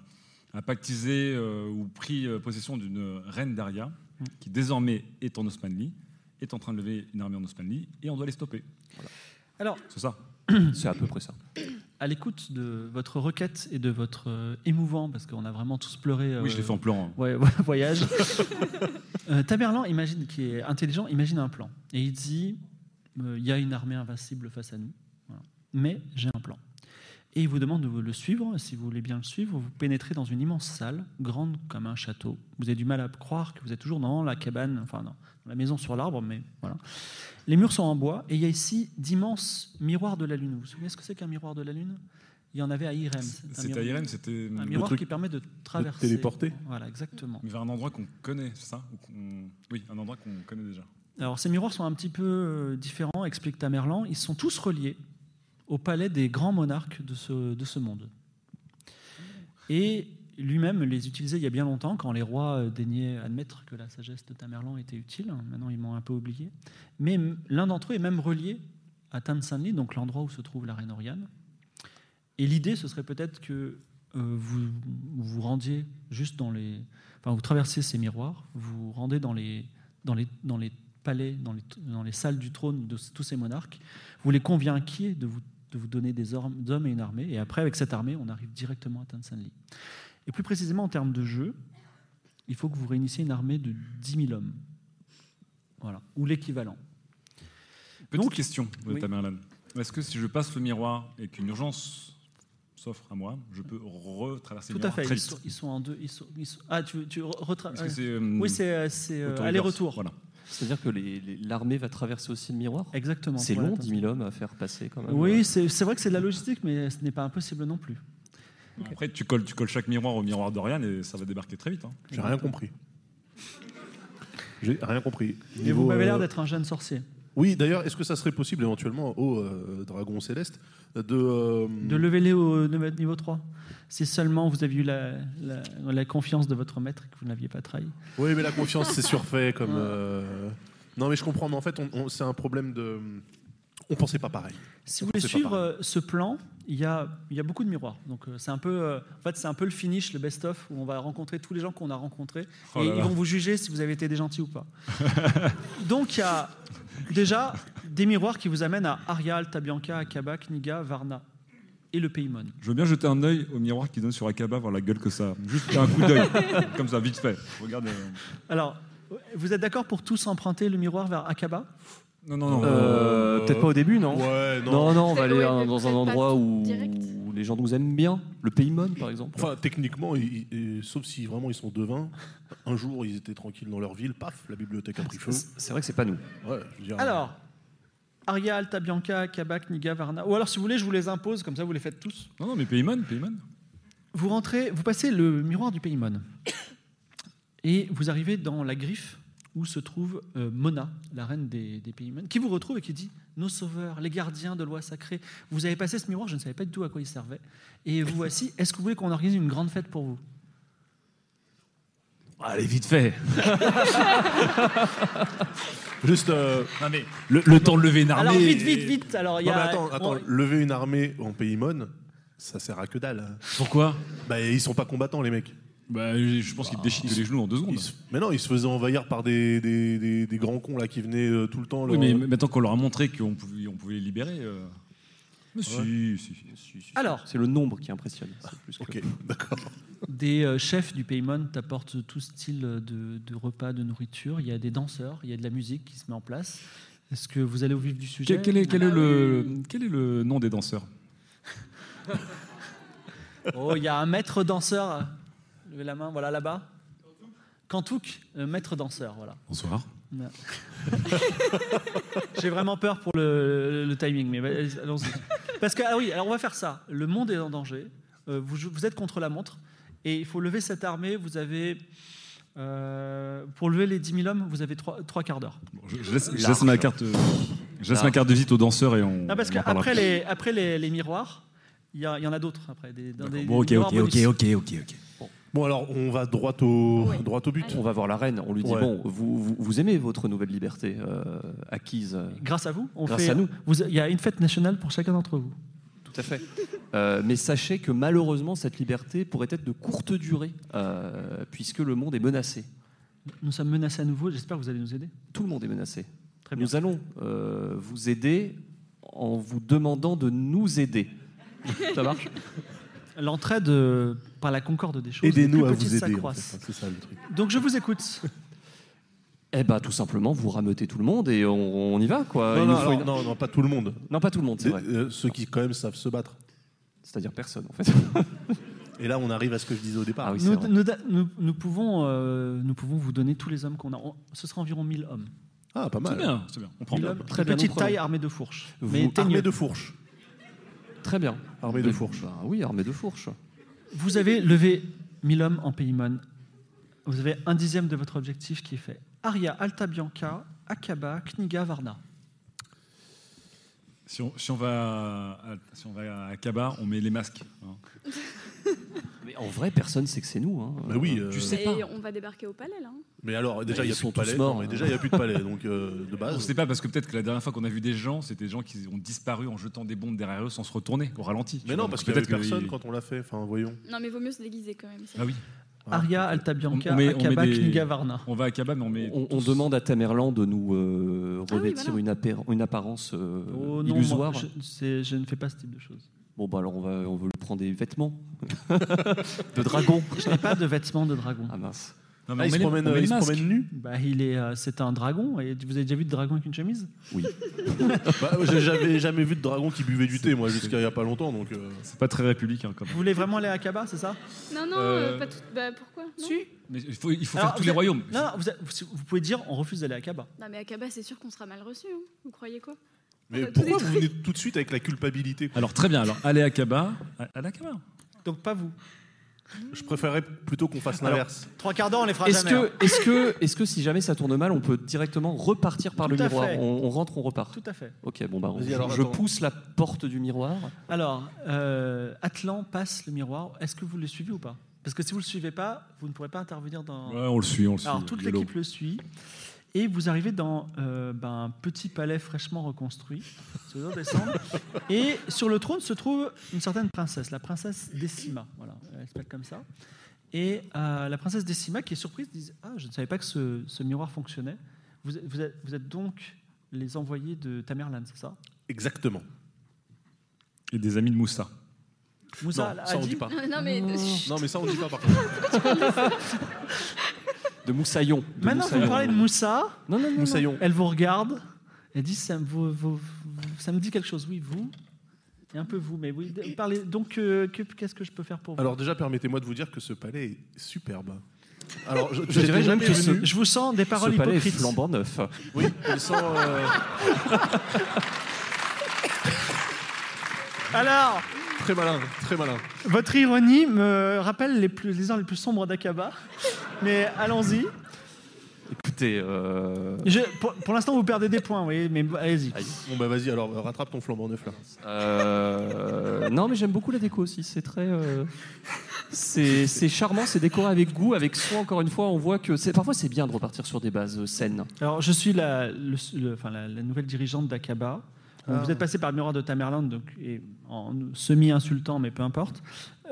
S19: a pactisé euh, ou pris euh, possession d'une reine d'Aria,
S2: Mm.
S19: qui désormais est en Osmanli, est en train de lever une armée en Osmanli, et on doit les stopper. Voilà.
S2: Alors,
S19: C'est ça.
S18: C'est à peu près ça.
S2: à l'écoute de votre requête et de votre euh, émouvant, parce qu'on a vraiment tous pleuré. euh,
S19: Oui, je l'ai fait en pleurant.
S2: ouais, ouais, voyage. Euh, Tamerlan, imagine, qui est intelligent, imagine un plan. Et il dit euh, il y a une armée invincible face à nous, Voilà. mais j'ai un plan. Et il vous demande de vous le suivre. Si vous voulez bien le suivre, vous pénétrez dans une immense salle, grande comme un château. Vous avez du mal à croire que vous êtes toujours dans la cabane, enfin non, dans la maison sur l'arbre, mais voilà. Les murs sont en bois et il y a ici d'immenses miroirs de la lune. Vous vous souvenez ce que c'est qu'un miroir de la lune Il y en avait à Irem. un
S19: C'était à
S2: miroir-
S19: Irem, c'était
S2: un miroir qui permet de traverser. Voilà, exactement.
S19: Vers un endroit qu'on connaît, c'est ça Ou qu'on- Oui, un endroit qu'on connaît déjà.
S2: Alors ces miroirs sont un petit peu euh, différents, explique Tamerlan. Ils sont tous reliés au palais des grands monarques de ce, de ce monde. Et lui-même les utilisait il y a bien longtemps, quand les rois euh, daignaient admettre que la sagesse de Tamerlan était utile. Hein, Maintenant, ils m'ont un peu oublié. Mais m- l'un d'entre eux est même relié à Tansanli, donc l'endroit où se trouve la reine Oriane. Et l'idée, ce serait peut-être que euh, vous vous rendiez juste dans les. Enfin, vous traversiez ces miroirs, vous vous rendez dans les, dans les, dans les palais, dans les, dans les salles du trône de tous ces monarques. Vous les convainquiez de vous, de vous donner des ormes- hommes et une armée. Et après, avec cette armée, on arrive directement à Tansanli. Et plus précisément, en termes de jeu, il faut que vous réunissiez une armée de 10 000 hommes. Voilà. Ou l'équivalent.
S19: Petite question, euh,
S2: oui.
S19: Tamerlan. Est-ce que si je passe le miroir et qu'une urgence s'offre à moi, je peux retraverser
S2: Tout
S19: le
S2: à
S19: miroir
S2: fait.
S19: très
S2: Ils
S19: vite
S2: sont, ils sont en deux. Ils sont, ils sont- ah, tu, tu re- retra-
S19: Parce que
S2: euh,
S19: c'est, euh,
S2: Oui, c'est euh, c'est, euh,
S19: auto-reverse.
S2: aller-retour.
S19: Voilà.
S18: C'est-à-dire que les- les- l'armée va traverser aussi le miroir
S2: Exactement.
S18: C'est
S2: pour
S18: long,
S2: l'atteindre.
S18: 10 000 hommes à faire passer quand même.
S2: Oui, c'est c'est vrai que c'est de la logistique, mais ce n'est pas impossible non plus.
S19: Après, tu colles, tu colles chaque miroir au miroir d'Oriane et ça va débarquer très vite. hein.
S2: J'ai rien compris.
S15: J'ai rien compris.
S2: Et vous
S15: Niveau,
S2: m'avez l'air
S15: euh,
S2: d'être un jeune sorcier.
S19: hmm.
S15: Oui, d'ailleurs, est-ce que ça serait possible éventuellement au euh, dragon céleste de. euh,
S2: De lever les au de- niveau 3. Si seulement vous aviez eu la, la- la confiance de votre maître et que vous ne l'aviez pas trahi.
S15: Oui, mais la confiance, c'est surfait comme.
S2: Ouais.
S15: euh, Non, mais je comprends, mais en fait, on- on- c'est un problème de. On pensait pas pareil.
S2: Si vous
S15: On
S2: voulez
S15: pensait pas
S2: suivre
S15: pareil.
S2: euh, ce plan, il y a, il y a beaucoup de miroirs. Donc euh, c'est un peu, euh, en fait, c'est un peu le finish, le best-of, où on va rencontrer tous les gens qu'on a rencontrés
S19: Oh
S2: et
S19: là
S2: ils
S19: là.
S2: vont vous juger si vous avez été des gentils ou pas. Donc il y a déjà des miroirs qui vous amènent à Aria, Altabianca, Akaba, Kniga, Varna et le Paymon.
S19: Je veux bien jeter un œil au miroir qui donne sur Akaba, voir la gueule que ça a. Juste un coup d'œil, comme ça, vite fait. Regarde. euh,
S2: Alors, vous êtes d'accord pour tous emprunter le miroir vers Akaba
S19: Non, non, non.
S18: Euh,
S19: Euh,
S18: Peut-être pas au début, non
S15: Ouais, non.
S18: Non, on va
S2: C'est-
S18: aller
S2: ouais,
S18: euh,
S2: mais
S18: dans un
S2: peut-être pas
S18: endroit où,
S2: direct.
S18: où les gens nous aiment bien. Le Paymon, par exemple.
S15: Enfin, techniquement, ils- ils- sauf si vraiment ils sont devins, un jour ils étaient tranquilles dans leur ville, paf, la bibliothèque a pris feu.
S18: C'est vrai que c'est pas nous.
S15: Ouais, je veux dire,
S2: Alors, Aria, Altabianca, Akaba, Kniga, Varna. Ou alors, si vous voulez, je vous les impose, comme ça vous les faites tous.
S19: Non, non, mais Paymon, Paymon.
S2: Vous rentrez, vous passez le miroir du Paymon. Et vous arrivez dans la griffe où se trouve euh, Mona, la reine des, des Paymon, qui vous retrouve et qui dit Nos sauveurs, les gardiens de loi sacrée, vous avez passé ce miroir, je ne savais pas du tout à quoi il servait. Et vous voici, est-ce que vous voulez qu'on organise une grande fête pour vous
S18: Allez, vite fait
S15: Juste. euh,
S19: le, le temps de lever une
S2: Alors, vite, vite, vite Alors, il y
S15: Non,
S2: a.
S15: mais attends, attends,
S2: on-
S15: lever une armée en Paymon, ça sert à que dalle.
S19: Pourquoi
S15: Bah ils sont pas combattants les mecs.
S19: Bah je pense qu'ils te déchirent les genoux en deux secondes.
S15: Mais non, ils se faisaient envahir par des, des, des- des grands cons là qui venaient euh, tout le temps.
S19: Oui,
S15: leur-
S19: mais maintenant qu'on leur a montré qu'on pouvait, on pouvait les libérer. euh,
S15: Mais
S19: si, si,
S2: Alors.
S18: C'est le nombre qui impressionne.
S15: Ok, d'accord.
S2: Des euh, chefs du Paymon t'apportent tout style de, de repas, de nourriture. Il y a des danseurs, il y a de la musique qui se met en place. Est-ce que vous allez au vif du sujet
S19: Quel, quel est, quel est
S2: Ah
S19: le, quel est le nom des danseurs
S2: oui. Oh, il y a un maître danseur. Levez la main, voilà là-bas. Kantouk, euh, maître danseur, voilà.
S19: Bonsoir.
S2: Non. J'ai vraiment peur pour le, le timing, mais vas- allons-y. Parce que, ah oui, alors on va faire ça. Le monde est en danger. Euh, vous, jou- vous êtes contre la montre. Et il faut lever cette armée. Vous avez. euh, pour lever les 10 000 hommes, vous avez trois, trois quarts d'heure.
S19: Je, je laisse, je laisse ma carte, euh, je laisse ma carte de visite aux danseurs et on.
S2: Ah. Non, parce
S19: Mm, on en parlera
S2: qu'après
S19: plus.
S2: les, après les, les miroirs, il y, a- il y en a d'autres après. Des, dans des-
S15: Bon, ok,
S2: des miroirs
S15: ok,
S2: bonus.
S15: ok,
S19: ok, ok, ok.
S15: Bon alors on va droit au droit au but.
S18: On va voir la reine, on lui dit
S15: Ouais.
S18: bon, vous, vous, vous aimez votre nouvelle liberté euh, acquise euh,
S2: Grâce à vous, on
S18: grâce
S2: fait-
S18: à nous,
S2: vous- Il y a une fête nationale pour chacun d'entre vous.
S18: tout à fait. Euh, mais sachez que malheureusement, cette liberté pourrait être de courte durée, euh, puisque le monde est menacé.
S2: Nous sommes menacés à nouveau. J'espère que vous allez nous aider.
S18: Tout le monde est menacé. Nous allons euh, vous aider en vous demandant de nous aider. Ça marche
S2: L'entraide euh, par la concorde des choses.
S18: Aidez-nous
S2: les plus
S18: à
S2: petites
S18: vous aider,
S2: s'accroissent.
S18: en fait, hein, c'est ça, le truc.
S2: Donc je vous écoute.
S18: Eh ben, tout simplement, vous rameutez tout le monde et on, on y va,
S15: non,
S18: quoi. Euh, Il
S15: non,
S18: nous faut
S15: alors,
S18: une-
S15: non, non, pas tout le monde.
S18: Non, pas tout le monde, c'est
S15: Des- euh, ceux qui quand même savent se battre.
S18: C'est-à-dire personne en fait. Ah
S15: Et là on arrive à ce que je disais au départ.
S2: nous, nous da- nous- nous pouvons, euh, nous pouvons vous donner tous les hommes qu'on a. On- ce sera environ 1000 hommes.
S15: Ah, pas mal.
S19: C'est bien, c'est bien. On prend.
S2: 1000
S19: Bien,
S2: hommes,
S19: très
S2: de
S19: bien, nous
S2: petite
S19: prenons.
S2: taille armée de fourches.
S18: Vous-
S2: mais teigneux.
S18: armée de fourches. Très bien.
S2: Armée de
S18: Ben,
S2: fourches.
S18: ben oui, armée de fourches.
S2: Vous avez levé 1000 hommes en Paymon. Vous avez un dixième de votre objectif qui est fait. Aria, Alta Bianca, Akaba, Kniga, Varna.
S19: Si on, si on va à, si on va à Kaba, on met les masques. hein.
S18: Mais en vrai, personne sait que c'est nous. Hein.
S15: Bah oui, euh, Tu sais
S29: Et on va débarquer au palais, là. hein.
S15: Mais alors déjà
S19: Mais
S15: il y
S19: ils
S15: a
S19: sont
S15: plus de
S19: tous
S15: palais.
S19: morts,
S15: Non, mais
S19: hein.
S15: déjà il y a plus de palais donc euh, de
S19: On ne
S15: base.
S19: sait pas parce que peut-être que la dernière fois qu'on a vu des gens, c'était des gens qui ont disparu en jetant des bombes derrière eux sans se retourner, au ralenti. tu
S15: Mais
S19: vois,
S15: non
S19: donc
S15: parce qu'il y avait
S19: peut-être
S15: personne
S19: que-
S15: quand on l'a fait. Enfin voyons.
S29: Non, mais vaut mieux se déguiser quand même. ça.
S19: Ah oui.
S2: Aria, Alta Bianca,
S18: met- on
S2: Akaba,
S18: met des-
S2: Kniga, Varna.
S19: On va à Kaba, mais on met.
S18: On, on demande à Tamerlan de nous
S2: Ah
S18: euh, revêtir une, appar- une apparence euh,
S2: Oh non,
S18: illusoire.
S2: moi, je- c'est- je ne fais pas ce type de choses.
S18: Bon bah alors on va, on va lui prendre des vêtements de dragon.
S2: Je n'ai pas de vêtements de dragon.
S18: Ah mince.
S19: Non, mais Ah, on il met se les- promène- on met il les se masques. promène nu
S2: Bah, il est, euh, c'est un dragon. Et vous avez déjà vu de dragon avec une chemise
S18: Oui.
S15: Bah, j'ai- J'avais jamais vu de dragon qui buvait du thé moi jusqu'à il y a pas longtemps donc. euh.
S19: C'est pas très républicain quand
S2: Vous voulez vraiment aller à Kaba, c'est ça
S29: Non, non,
S15: Euh,
S29: euh, pas tout. Bah, pourquoi non
S19: Mais il faut, il faut
S2: Alors,
S19: faire tous
S2: vous
S19: les
S2: êtes-
S19: royaumes.
S2: Non, non, vous, êtes- vous- vous pouvez dire on refuse d'aller à Kaba.
S29: Non, mais à Kaba, c'est sûr qu'on sera mal reçu. hein. Vous croyez quoi Euh,
S15: Mais
S29: On va tout
S15: pourquoi vous
S29: détruire.
S15: venez tout de suite avec la culpabilité quoi
S19: Alors très bien, alors allez à Kaba. À la Kaba.
S2: Donc pas vous.
S15: Je préférerais plutôt qu'on fasse l'inverse.
S2: Trois quarts d'heure, on les fera
S18: Est-ce
S2: jamais.
S18: que,
S2: hein.
S18: est-ce que, est-ce que si jamais ça tourne mal, on peut directement repartir par
S2: Tout
S18: le
S2: à
S18: miroir
S2: fait.
S18: on, on rentre, on repart.
S2: Tout à fait.
S18: Ok, bon bah on-
S2: Vas-y, alors,
S18: je
S2: attends.
S18: pousse la porte du miroir.
S2: Alors, euh, Atlan passe le miroir. Est-ce que vous le suivez ou pas Parce que si vous le suivez pas, vous ne pourrez pas intervenir dans.
S19: Ouais, on le suit, on le
S2: Alors
S19: suit,
S2: toute
S19: YOLO.
S2: l'équipe le suit. Et vous arrivez dans euh, ben, un petit palais fraîchement reconstruit, ce doit descendre. Et sur le trône se trouve une certaine princesse, la princesse Décima. Voilà, elle s'appelle comme ça. Et euh, la princesse Décima, qui est surprise, dit Ah, je ne savais pas que ce, ce miroir fonctionnait. Vous, êtes- vous êtes, vous êtes donc les envoyés de Tamerlan, c'est ça
S15: Exactement.
S19: Et des amis de Moussa.
S2: Moussa
S15: Non,
S2: a
S15: ça, on
S2: dit-
S15: dit pas.
S29: Non, mais-
S19: Oh.
S15: Non, mais ça on dit pas par contre.
S18: de Moussaillon. De
S2: Maintenant, vous
S18: Moussaillon.
S2: parlez de Moussa.
S18: Non, non, non, non. Moussaillon.
S2: Elle vous regarde. Elle dit ça, me- vous- vous- vous- ça me dit quelque chose. Oui, vous. Et un peu vous, mais oui. de- Parlez. Donc, euh, que- qu'est-ce que je peux faire pour vous
S15: Alors déjà, permettez-moi de vous dire que ce palais est superbe. Alors, je,
S2: Je dirais même que ce- je vous sens des paroles
S18: Ce palais est
S2: hypocrites.
S18: flambant neuf.
S15: Oui, mais sans. euh,
S2: Alors,
S15: Très malin, très malin.
S2: votre ironie me rappelle les, plus, les heures les plus sombres d'Akaba. Mais allons-y.
S18: Écoutez, euh,
S2: Je- Pour, pour l'instant, vous perdez des points, oui, mais allez-y.
S15: Bon bah vas-y, alors rattrape ton flambeau neuf là.
S18: euh, non, mais j'aime beaucoup la déco aussi. C'est très, euh, c'est c'est charmant, c'est décoré avec goût, avec soin. Encore une fois, on voit que c'est parfois c'est bien de repartir sur des bases euh, saines.
S2: Alors, je suis la, le- le- enfin, la, la nouvelle dirigeante d'Akaba. Donc,
S15: Ah.
S2: Vous êtes passé par le miroir de Tamerlan, donc, et en nous semi-insultant, mais peu importe.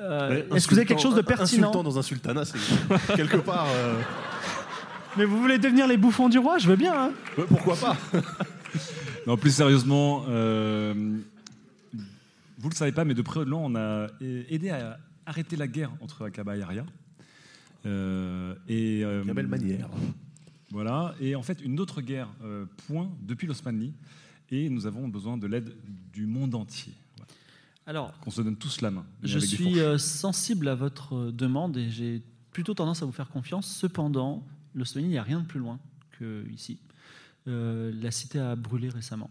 S2: Euh,
S15: Mais
S2: Est-ce que vous avez quelque
S15: insultant-
S2: chose de pertinent
S15: Insultant dans un sultanat, c'est quelque part. euh,
S2: Mais vous voulez devenir les bouffons du roi Je veux bien. hein.
S15: ouais, pourquoi pas
S19: Non, plus sérieusement, euh, vous le savez pas, mais de près ou de loin, on a aidé à arrêter la guerre entre Akaba et Aria. Euh, et, euh,
S15: La belle manière.
S19: Voilà. Et en fait, une autre guerre, euh, point, depuis l'Osmanli. Et nous avons besoin de l'aide du monde entier. Voilà.
S2: Alors,
S19: Qu'on se donne tous la main. mais
S2: Je
S19: avec des
S2: suis euh, sensible à votre euh, demande et j'ai plutôt tendance à vous faire confiance. Cependant, le Slovénie, il n'y a rien de plus loin que ici. Euh, la cité a brûlé récemment.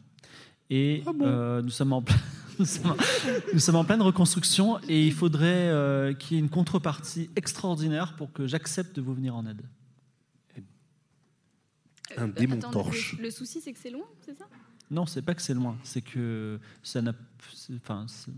S2: Et euh, nous, sommes en plein- nous, sommes en... nous sommes en pleine reconstruction et il faudrait euh, qu'il y ait une contrepartie extraordinaire pour que j'accepte de vous venir en aide. Un démon
S29: Attends, le-
S2: torche.
S29: Le, le souci, c'est que c'est loin, c'est ça
S2: Non, c'est pas que c'est loin, c'est que ça n'a. c'est- Enfin, c'est-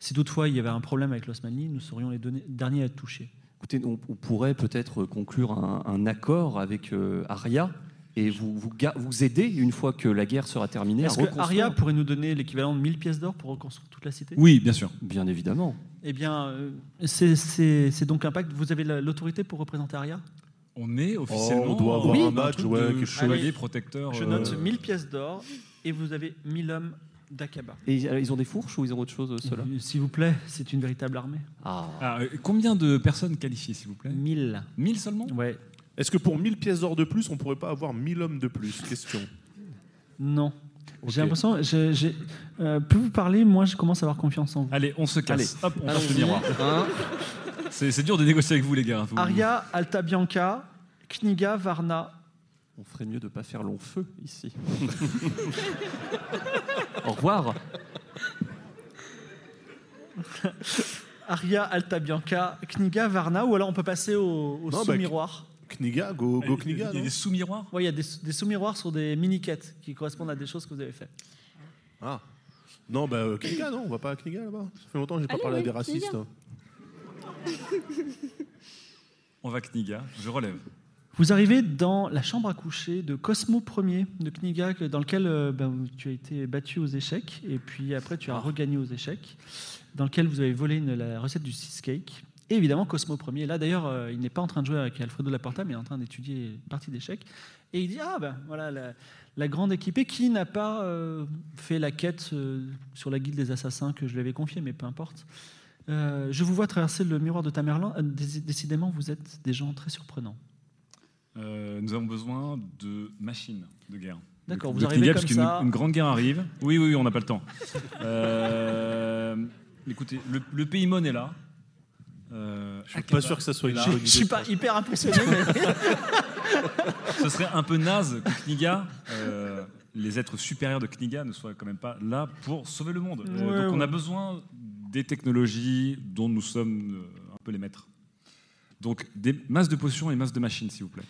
S2: si toutefois il y avait un problème avec l'Osmanli, nous serions les donné- derniers à être touchés.
S18: Écoutez, on, on pourrait peut-être conclure un, un accord avec euh, Aria et vous, vous, ga- vous aider une fois que la guerre sera terminée. à
S2: Est-ce que
S18: reconstruire.
S2: Aria pourrait nous donner l'équivalent de 1000 pièces d'or pour reconstruire toute la cité
S19: Oui, bien sûr.
S18: Bien évidemment.
S2: Eh bien, euh, c'est- c'est c'est donc un pacte. Vous avez la- l'autorité pour représenter Aria
S19: On est officiellement.
S15: Oh, on doit avoir
S19: Oui.
S15: un badge,
S19: truc
S15: ouais,
S19: de
S15: quelque chose.
S2: Ah
S19: Chevalier protecteur.
S2: Je
S19: euh,
S2: note 1000 pièces d'or et vous avez 1000 hommes d'Akaba.
S18: Et euh, ils ont des fourches ou ils ont autre chose, euh, ceux-là
S2: S'il vous plaît, c'est une véritable armée.
S18: Ah.
S19: Ah, euh, combien de personnes qualifiées, s'il vous plaît
S2: 1000.
S19: 1000 seulement
S2: Ouais.
S15: Est-ce que pour 1000 pièces d'or de plus, on pourrait pas avoir 1000 hommes de plus Question.
S2: Non. J'ai l'impression. j'ai- j'ai- euh, plus vous parlez, moi je commence à avoir confiance en vous.
S19: Allez, on se casse.
S2: Allez.
S19: Hop, on
S2: Allons-y.
S19: passe le miroir.
S2: Hein
S19: c'est c'est dur de négocier avec vous, les gars. Faut-
S2: Aria, Alta Bianca, Kniga, Varna.
S18: On ferait mieux de pas faire long feu ici. Au revoir.
S2: Aria, Alta Bianca, Kniga, Varna. Ou alors on peut passer au, au
S15: Non, bah,
S2: sous-miroir.
S15: Kniga, go, go Kniga. non
S19: sous-miroirs
S2: Oui, il y a des, des sous-miroirs sur des mini-quêtes qui correspondent à des choses que vous avez faites.
S15: Ah. Non, bah euh, Kniga, non, on va pas à Kniga là-bas. Ça fait longtemps que j'ai pas
S2: Allez,
S15: parlé à
S2: oui,
S15: des racistes.
S2: Kniga.
S19: On va Kniga, je relève.
S2: Vous arrivez dans la chambre à coucher de Cosmo Ier de Kniga, que- dans lequel euh, ben, tu as été battu aux échecs, et puis après tu as regagné aux échecs, dans lequel vous avez volé une- la recette du cheesecake. Et évidemment, Cosmo Ier, là d'ailleurs, euh, il n'est pas en train de jouer avec Alfredo Laporta, mais il est en train d'étudier une partie d'échecs. Et il dit Ah ben voilà, la, la grande équipée qui n'a pas euh, fait la quête euh, sur la guilde des assassins que je lui avais confiée, mais peu importe. Euh, je vous vois traverser le miroir de Tamerlan. Euh, dés- Décidément, vous êtes des gens très surprenants.
S19: Euh, nous avons besoin de machines de guerre.
S2: D'accord,
S19: De-
S2: vous
S19: de
S2: arrivez
S19: Kniga,
S2: comme
S19: parce qu'une-
S2: ça.
S19: Une, grande guerre arrive. Oui, oui, oui, on n'a pas le temps. Euh, écoutez, le, le pays Mon est là. Euh,
S15: Je suis
S19: Akaba
S15: pas sûr que ça soit
S19: est
S15: une
S19: là.
S15: bonne idée. Ah, Je suis
S2: pas hyper impressionné.
S19: Ce serait un peu naze que Kniga, euh, les êtres supérieurs de Kniga, ne soient quand même pas là pour sauver le monde. Euh,
S2: Ouais,
S19: donc on a
S2: ouais.
S19: besoin des technologies dont nous sommes euh, un peu les maîtres. Donc des masses de potions et masses de machines, s'il vous plaît.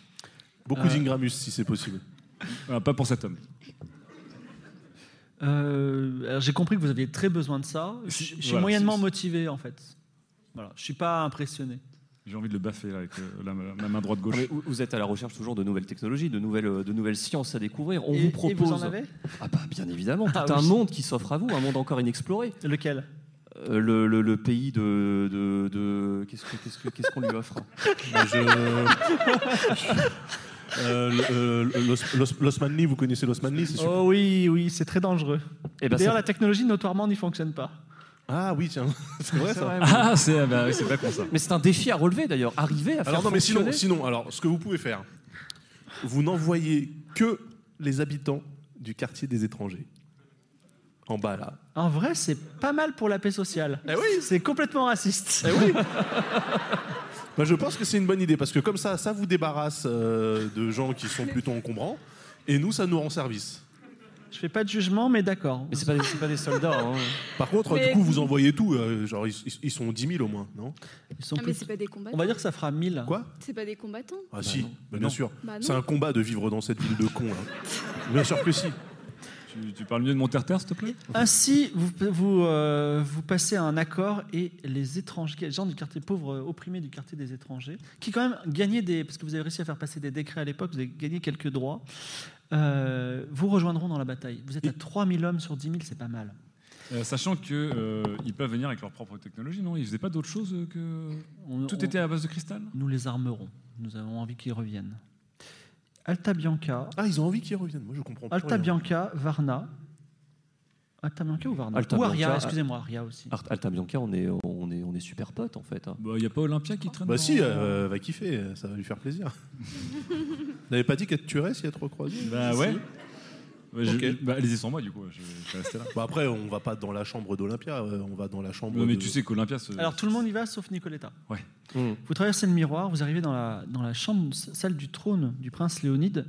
S15: Beaucoup d'Ingramus, si c'est possible.
S19: pas pour cet homme.
S2: Euh, alors, J'ai compris que vous aviez très besoin de ça. Je, je suis
S19: voilà,
S2: moyennement motivé en fait. Voilà, je suis pas impressionné.
S19: J'ai envie de le baffer là, avec euh, la, la main droite gauche.
S18: Non, Ah, mais vous- vous êtes à la recherche toujours de nouvelles technologies, de nouvelles, euh, de nouvelles sciences à découvrir. On
S2: Et-
S18: vous
S2: et
S18: propose.
S2: vous en avez
S18: Ah bah bien évidemment,
S2: Ah
S18: tout un
S2: oui.
S18: monde qui s'offre à vous, un monde encore inexploré. Euh,
S2: Lequel
S18: le, le- le pays de, de- de- Euh, qu'est-ce que- qu'est-ce que- qu'est-ce qu'on lui offre
S15: Euh, le- euh, l'Os- l'Os- L'Osmanli, vous connaissez l'Osmanli, c'est sûr.
S2: Oh oui, oui, c'est très dangereux.
S15: Eh ben,
S2: D'ailleurs,
S15: ça-
S2: la technologie notoirement n'y fonctionne pas.
S15: Ah oui, tiens, c'est vrai ça.
S19: Ah, c'est bah, oui, c'est pas con ça.
S18: Mais c'est un défi à relever d'ailleurs, arriver à faire
S15: Alors non, mais sinon,
S18: fonctionner-
S15: sinon, alors ce que vous pouvez faire, vous n'envoyez que les habitants du quartier des étrangers. En bas là. Eh
S2: En vrai, c'est pas mal pour la paix sociale. C'est complètement raciste.
S15: Bah, je pense que c'est une bonne idée parce que comme ça, ça vous débarrasse euh, de gens qui sont plutôt encombrants et nous, ça nous rend service.
S2: Je fais pas de jugement, mais d'accord.
S18: Mais c'est pas, c'est pas des soldats. hein.
S15: Par contre,
S2: Mais-
S15: du coup, vous envoyez tout. euh, genre, ils, ils- ils sont 10 000 au moins, non
S2: Ils sont
S29: Ah, mais c'est pas des combattants.
S2: On va dire que ça fera 1000.
S15: Quoi
S29: C'est pas des combattants.
S15: Ah si, bah, bien sûr.
S29: Bah non.
S15: c'est un combat de vivre dans cette ville de cons. là. bien sûr que si.
S19: Tu, tu parles mieux de mon terre-terre, s'il te plaît
S2: Ainsi, vous, vous, euh, vous passez à un accord et les étrangers, les gens du quartier pauvre, euh, opprimés du quartier des étrangers, qui quand même gagnaient des. Parce que vous avez réussi à faire passer des décrets à l'époque, vous avez gagné quelques droits. euh, vous rejoindront dans la bataille. Vous êtes à 3000 hommes sur 10 000, c'est pas mal.
S19: Euh, sachant que euh, ils peuvent venir avec leur propre technologie, non Ils faisaient pas d'autre chose que
S2: On-
S19: tout
S2: on-
S19: était à base de cristal.
S2: Nous les armerons. Nous avons envie qu'ils reviennent. Alta Bianca.
S15: Ah, ils ont envie qu'ils reviennent. Moi, je comprends pas.
S2: Alta Bianca, Varna. Alta Bianca ou Varna
S18: Alta
S2: Ou Aria,
S18: Bianca,
S2: excusez-moi, Aria aussi.
S18: Ar- Alta Bianca, ah. on est, on est, on est super potes en fait. hein.
S19: Euh, Il n'y a pas Olympia qui traîne
S15: Bah
S19: dans-
S15: si, elle va kiffer, euh, ça va lui faire plaisir. N'avait pas dit qu'elle te tuerait si elle te recroisait
S19: Bah
S15: Si.
S19: ouais. Bah, je-
S15: Ok.
S19: bah, allez-y sans moi du coup. Je, je vais rester là.
S15: Bah après, on va pas dans la chambre d'Olympia, euh, on va dans la chambre.
S19: Non, mais
S15: de-
S19: tu sais qu'Olympia
S18: Mm.
S19: se.
S2: Alors tout le monde y va sauf Nicoletta.
S19: Ouais.
S2: Vous traversez le miroir, vous arrivez dans la, dans la chambre, salle du trône du prince Léonide,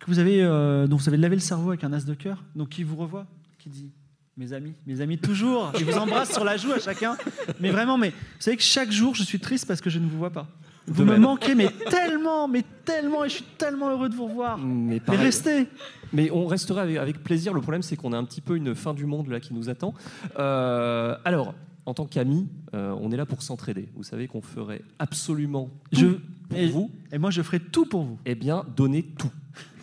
S2: que vous avez, euh, dont vous avez lavé le cerveau avec un as de cœur, donc qui vous revoit, qui dit Mes amis, mes amis toujours Il vous embrasse sur la joue à chacun. Mais vraiment, mais, vous savez que chaque jour, je suis triste parce que je ne vous vois pas. Vous
S18: De
S2: me
S18: même.
S2: manquez, mais tellement, mais tellement, et je suis tellement heureux de vous revoir.
S18: Mais,
S2: Mais restez
S18: Mais on resterait avec, avec plaisir. Le problème, c'est qu'on a un petit peu une fin du monde là qui nous attend. Euh, alors, en tant qu'amis, euh, on est là pour s'entraider. Vous savez qu'on ferait absolument tout pour vous.
S2: Et moi, je ferai tout pour vous.
S18: Eh bien, donnez tout.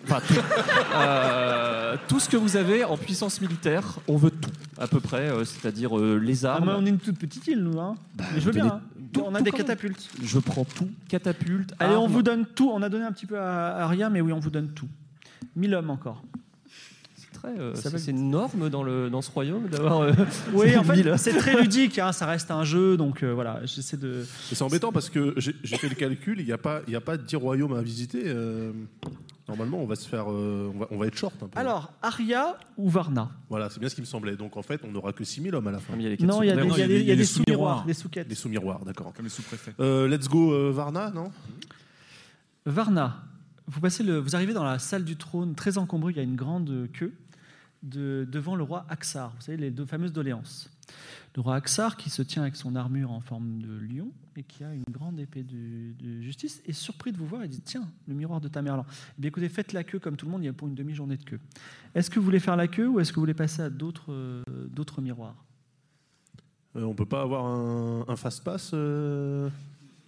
S18: Enfin, tout. Euh, tout ce que vous avez en puissance militaire, on veut tout, à peu près. euh, C'est-à-dire euh, les
S2: Ah,
S18: armes.
S2: mais on est une toute petite île, nous. Hein. mais je veux bien.
S18: donnez
S2: hein. on a
S18: Bah, tout
S2: des
S18: quand même.
S2: catapultes.
S18: Je prends tout, catapulte.
S2: Allez, on
S18: armes.
S2: vous donne tout. On a donné un petit peu à Aria, mais oui, on vous donne tout. 1000 hommes encore.
S18: C'est très, euh,
S2: Ça
S18: c'est
S2: va
S18: c'est une norme dans, le, dans ce royaume d'avoir. euh,
S2: Oui, en
S18: mille.
S2: fait, c'est très ludique. hein, ça reste un jeu, donc euh, voilà, j'essaie de.
S15: Et C'est embêtant parce que j'ai j'ai fait le calcul, il n'y a, pas- il y a pas 10 royaumes à visiter. euh, normalement, on va se faire. euh, on, va, on va être short un peu.
S2: Alors, Aria ou Varna
S15: Voilà, c'est bien ce qui me semblait. Donc en fait, on n'aura que 6000 hommes à la fin.
S2: Non, Ah, il y a des, il y a des- il y a des sous-miroirs, des sous-quêtes.
S15: Des sous-miroirs, d'accord.
S19: Comme les sous-préfets.
S15: Euh, let's go euh, Varna, non
S2: Varna, vous, passez le, vous arrivez dans la salle du trône, très encombrée, il y a une grande euh, queue, de, devant le roi Aksar, vous savez, les deux fameuses doléances. Le roi Aksar qui se tient avec son armure en forme de lion et qui a une grande épée de, de justice est surpris de vous voir et dit Tiens, le miroir de Tamerlan. Eh bien écoutez, faites la queue comme tout le monde, il y a pour une demi-journée de queue. Est-ce que vous voulez faire la queue ou est-ce que vous voulez passer à d'autres euh, d'autres miroirs
S15: Euh, On peut pas avoir un, un fast-pass euh,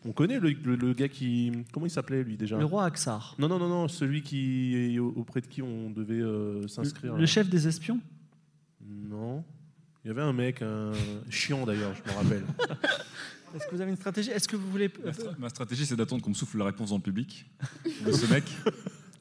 S15: On connaît le, le- le gars qui. Comment il s'appelait lui déjà
S2: Le roi Aksar.
S15: Non, non, non, non, celui qui, auprès de qui on devait euh, s'inscrire.
S2: Le, le chef des espions
S15: Non. Il y avait un mec, un chiant d'ailleurs, je me rappelle.
S2: Est-ce que vous avez une stratégie Est-ce que vous voulez. euh,
S19: Ma, stra- ma stratégie, c'est d'attendre qu'on me souffle la réponse dans le public de ce mec.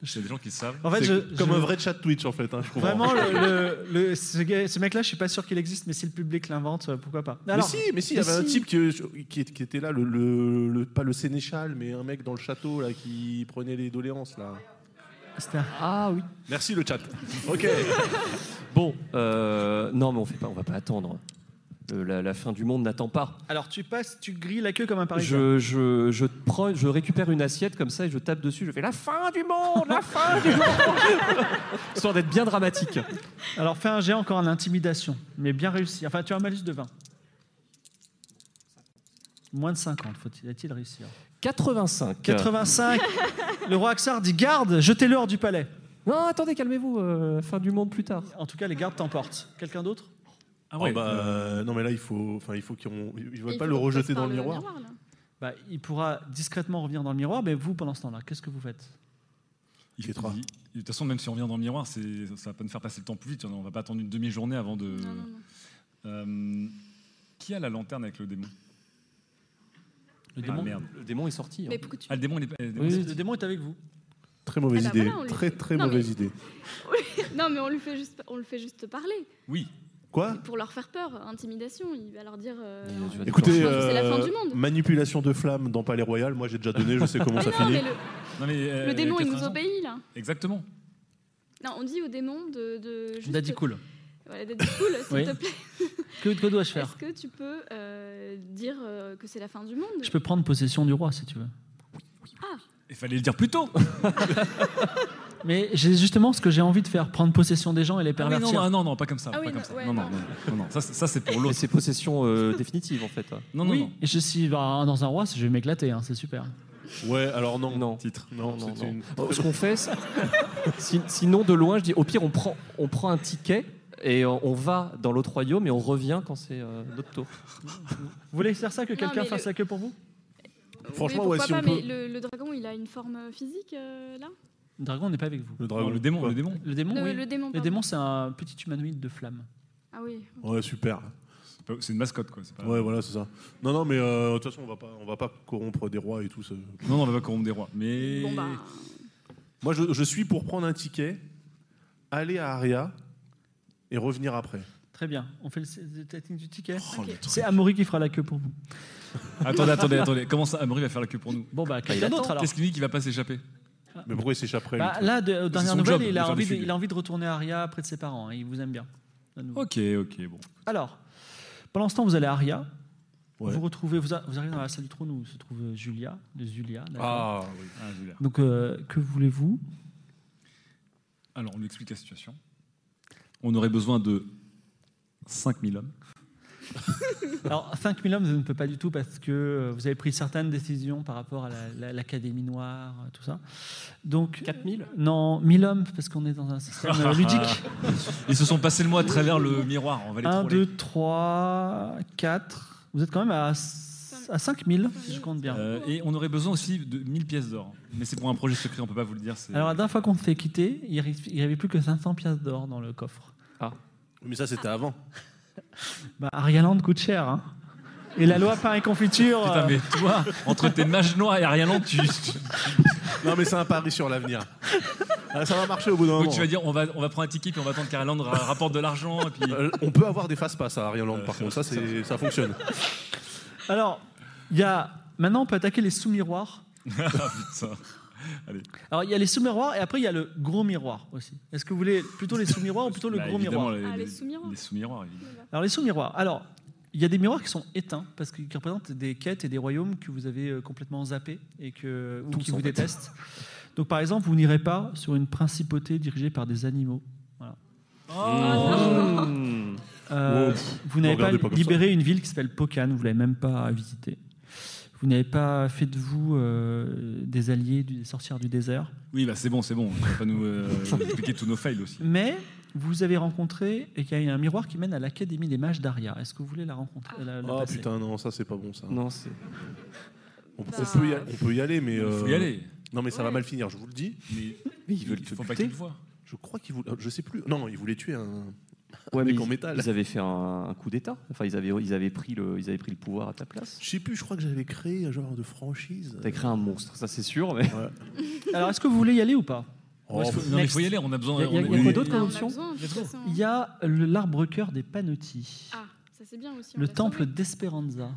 S19: Il y a des gens qui savent.
S2: En
S15: C'est
S2: fait, je-
S15: comme
S2: je-
S15: un vrai chat Twitch en fait. hein, je comprends.
S2: Vraiment, le, le- le- ce, gars- ce mec-là, je suis pas sûr qu'il existe, mais si le public l'invente, euh, pourquoi pas
S15: mais
S2: Alors-
S15: si, mais si, il y
S2: mais
S15: avait un
S2: si.
S15: type qui, qui, qui était là, le, le- le- pas le sénéchal, mais un mec dans le château là qui prenait les doléances là.
S2: C'était un- Ah oui.
S15: Merci le chat. Ok.
S18: Bon, euh, non, mais on fait pas, on va pas attendre. Le- la, la fin du monde n'attend pas.
S2: Alors tu passes, tu grilles la queue comme un parisien.
S18: Je, je, je, prends, je récupère une assiette comme ça et je tape dessus. Je fais la fin du monde, la fin du monde. Histoire d'être bien dramatique.
S2: Alors fais un jet encore en intimidation, mais bien réussi. Enfin, tu as un malus de 20. Moins de 50, faut-il a-t-il réussir
S18: 85.
S2: 85. le roi Axar dit garde, jetez-le hors du palais.
S18: Non, attendez, calmez-vous. euh, fin du monde plus tard.
S2: En tout cas, les gardes t'emportent. Quelqu'un d'autre
S18: Ah
S15: Oh, bah, euh, non mais là il faut, enfin il faut qu'on, ils veulent
S2: Il
S15: pas
S2: faut
S15: le
S2: qu'on
S15: rejeter
S2: passe par
S15: dans le
S2: le
S15: miroir.
S2: bah, Il pourra discrètement revenir dans le miroir, mais vous, pendant ce temps-là, qu'est-ce que vous faites
S19: Il fait trois. De toute façon, même si on revient dans le miroir, c'est- ça va pas nous faire passer le temps plus vite. On va pas attendre une demi-journée avant de. Euh, qui a la lanterne avec le démon Ah,
S18: Le démon-
S19: merde.
S18: le démon est sorti.
S19: hein. Ah, le démon, il est pas- le démon,
S18: Oui,
S19: c'est-
S18: oui,
S2: Le démon est avec vous.
S15: Très mauvaise
S29: Ah bah
S15: idée,
S29: voilà, on lui
S15: très
S29: fait-
S15: très
S29: Non, mais-
S15: mauvaise idée.
S29: non, mais on, lui fait juste, on le fait juste parler.
S19: Oui.
S15: Quoi
S29: Pour leur faire peur, intimidation. Il va leur dire. euh,
S15: Écoutez,
S29: Je pense que c'est la fin
S15: euh,
S29: du monde. Ah
S15: manipulation de flammes dans Palais Royal, moi j'ai déjà donné, je sais comment ça
S29: non,
S15: finit.
S29: mais le-
S19: Non, mais, euh,
S29: le démon, il nous
S19: quatre-vingts ans.
S29: obéit là.
S19: Exactement.
S29: Non, on dit au démon de. de juste...
S2: Daddy cool.
S29: Voilà, Daddy cool, s'il
S2: Oui.
S29: te plaît.
S2: Que, que dois-je faire
S29: Est-ce que tu peux euh, dire euh, que c'est la fin du monde
S2: Je peux prendre possession du roi si tu veux.
S29: Ah,
S19: Il fallait le dire plus tôt.
S2: Mais j'ai justement ce que j'ai envie de faire, prendre possession des gens et les
S19: Ah oui, non,
S2: pervertir.
S19: non, non, non, pas comme ça.
S29: Ah oui,
S19: pas comme
S29: non,
S19: ça.
S29: ouais,
S19: non, non,
S29: non.
S19: non, non, Ça, c'est- ça, c'est pour l'autre.
S18: C'est possession euh, définitive en fait.
S19: Non, non,
S2: oui,
S19: non.
S2: Et je suis bah, dans un roi, je vais m'éclater, hein, c'est super.
S15: Ouais, alors non.
S18: Non.
S19: Titre.
S15: Non,
S18: Non,
S15: c'était
S18: non.
S15: une-
S18: Oh, ce qu'on fait, c'est- si- sinon de loin, je dis au pire, on prend, on prend un ticket et euh, on, on va dans l'autre royaume et on revient quand c'est euh, notre tour.
S2: Vous voulez faire ça que
S29: Non,
S2: quelqu'un
S29: mais
S2: fasse
S29: le-
S2: la queue pour vous
S29: oui, pourquoi pas, mais le, le dragon, il a une forme physique euh, là
S2: Le dragon n'est pas avec vous.
S19: Le dragon, le démon, le démon.
S2: Le démon,
S29: Le-
S2: oui.
S29: le démon,
S2: le
S29: pardon.
S2: démon c'est un petit humanoïde de flamme.
S29: Ah oui.
S15: Ouais, super.
S19: C'est une mascotte, quoi.
S15: Ouais, voilà, c'est ça. Non, non, mais euh, de toute façon, on va pas, on va pas corrompre des rois et tout. ça.
S19: Non, non, on va pas corrompre des rois. Mais
S29: Bon, bah.
S15: Moi, je, je suis pour prendre un ticket, aller à Aria et revenir après.
S2: Très bien. On fait le- le technique du ticket.
S19: Oh, le truc.
S2: C'est Amaury qui fera la queue pour vous.
S19: Attendez, attendez, attendez. Comment ça, Amory va faire la queue pour nous
S2: Bon, bah, quelqu'un d'autre, alors.
S19: Qu'est-ce qu'il dit qu'il va pas s'échapper
S15: Mais pourquoi il s'échapperait
S2: Bah, là, de, aux
S19: C'est
S2: dernières
S19: son
S2: nouvelles,
S19: job
S2: il,
S19: de
S2: a
S19: faire
S2: envie
S19: des
S2: de,
S19: fugues.
S2: il a envie de retourner à Aria près de ses parents. hein. Il vous aime bien. à nouveau.
S19: Ok, ok, bon.
S2: Alors, pendant ce temps, vous allez à Aria.
S19: Ouais.
S2: Vous retrouvez, vous, a- vous arrivez dans la salle du trône où se trouve euh, Julia, de Julia. d'accord.
S19: Ah oui, ah, Julia.
S2: Donc, euh, que voulez-vous
S19: Alors, on lui explique la situation. On aurait besoin de 5000 hommes.
S2: Alors, 5000 hommes, je ne peux pas du tout parce que euh, vous avez pris certaines décisions par rapport à la- la- l'Académie Noire, euh, tout ça. Donc, 4000 Non, 1000 hommes parce qu'on est dans un système euh, ludique.
S19: Ils se sont passés le mois à travers le miroir. On va les
S2: 1,
S19: troller.
S2: 2, 3, 4. Vous êtes quand même à, s- à 5000, si je compte bien.
S19: Euh, et on aurait besoin aussi de 1000 pièces d'or. Mais c'est pour un projet secret, on peut pas vous le dire. c'est-
S2: Alors, la dernière fois qu'on s'est quitté, il ri- il n'y avait plus que 500 pièces d'or dans le coffre.
S19: Ah.
S15: Mais ça, c'était avant.
S2: Bah, Arialand coûte cher. hein. Et la loi pain et confiture.
S19: Putain,
S2: euh,
S19: Ah, mais toi, entre tes mages noirs et Arialan, tu.
S15: non, mais c'est un pari sur l'avenir. Ah, ça va marcher au bout d'un
S19: Donc
S15: moment.
S19: tu vas dire, on va, on va prendre un ticket puis on va attendre qu'Arialan ra- rapporte de l'argent. Et puis... Euh,
S15: Euh, on peut avoir des fast-pass à Arialand, par contre. Ça, c'est- ça fonctionne.
S2: Alors, il y a... maintenant, on peut attaquer les sous-miroirs.
S19: ah putain. Allez.
S2: Alors, il y a les sous-miroirs et après, il y a le gros miroir aussi. Est-ce que vous voulez plutôt les sous-miroirs ou plutôt le
S19: Bah,
S2: gros
S19: évidemment,
S2: miroir
S19: les- les- Les sous-miroirs, évidemment.
S2: Alors, les sous-miroirs. Alors, il y a des miroirs qui sont éteints parce qu'ils qui représentent des quêtes et des royaumes que vous avez euh, complètement zappés et que, ou
S19: Tous,
S2: qui
S19: en
S2: vous
S19: fait.
S2: détestent. Donc, par exemple, vous n'irez pas sur une principauté dirigée par des animaux. Voilà.
S19: Oh.
S2: Mmh. Euh,
S19: Wow.
S2: vous n'avez
S19: Vous
S2: pas,
S19: regardez pas comme
S2: libéré une ville qui s'appelle Pocan, vous ne l'avez même pas visitée. Vous n'avez pas fait de vous euh, des alliés, du- des sorcières du désert.
S19: Oui, bah c'est bon, c'est bon. On va pas nous euh, expliquer tous nos fails aussi.
S2: Mais vous avez rencontré, et qu'il y a un miroir qui mène à l'Académie des mages d'Aria. Est-ce que vous voulez la rencontrer la- la
S19: Oh,
S15: Ah
S2: passer
S15: putain, non, ça, c'est pas bon, ça.
S2: Non, c'est.
S15: On, on
S2: Bah.
S15: peut, y, a- on peut y aller, mais.
S19: Il faut
S15: euh,
S19: y aller.
S15: Non, mais ça va mal finir, je vous le dis.
S19: Mais,
S15: ils veulent
S19: faut pas qu'ils le voient.
S15: Je crois qu'ils voulaient. Je sais plus. Non, ils voulaient tuer un.
S18: Ouais,
S15: un
S18: mais
S15: mec
S18: ils,
S15: en métal.
S18: ils avaient fait un, un coup d'État. Enfin, ils avaient, ils, avaient pris le, ils avaient pris le pouvoir à ta place.
S15: Je sais plus, je crois que j'avais créé un genre de franchise.
S18: T'as créé un monstre, ça c'est sûr. Mais...
S2: Alors, est-ce que vous voulez y aller ou pas
S18: Oh,
S2: Ou est-ce que-
S18: non, mais
S2: Next.
S18: faut y aller, on a besoin-
S2: Il y a, il y a
S18: on est-
S2: quoi d'autre
S18: Ah, on a
S2: comme option
S29: besoin, de toute façon.
S2: Il y a le- l'arbre-cœur des Panotti,
S29: Ah, ça bah, c'est bien aussi. on
S2: le
S29: l'a
S2: temple
S29: sauvé.
S2: d'Esperanza.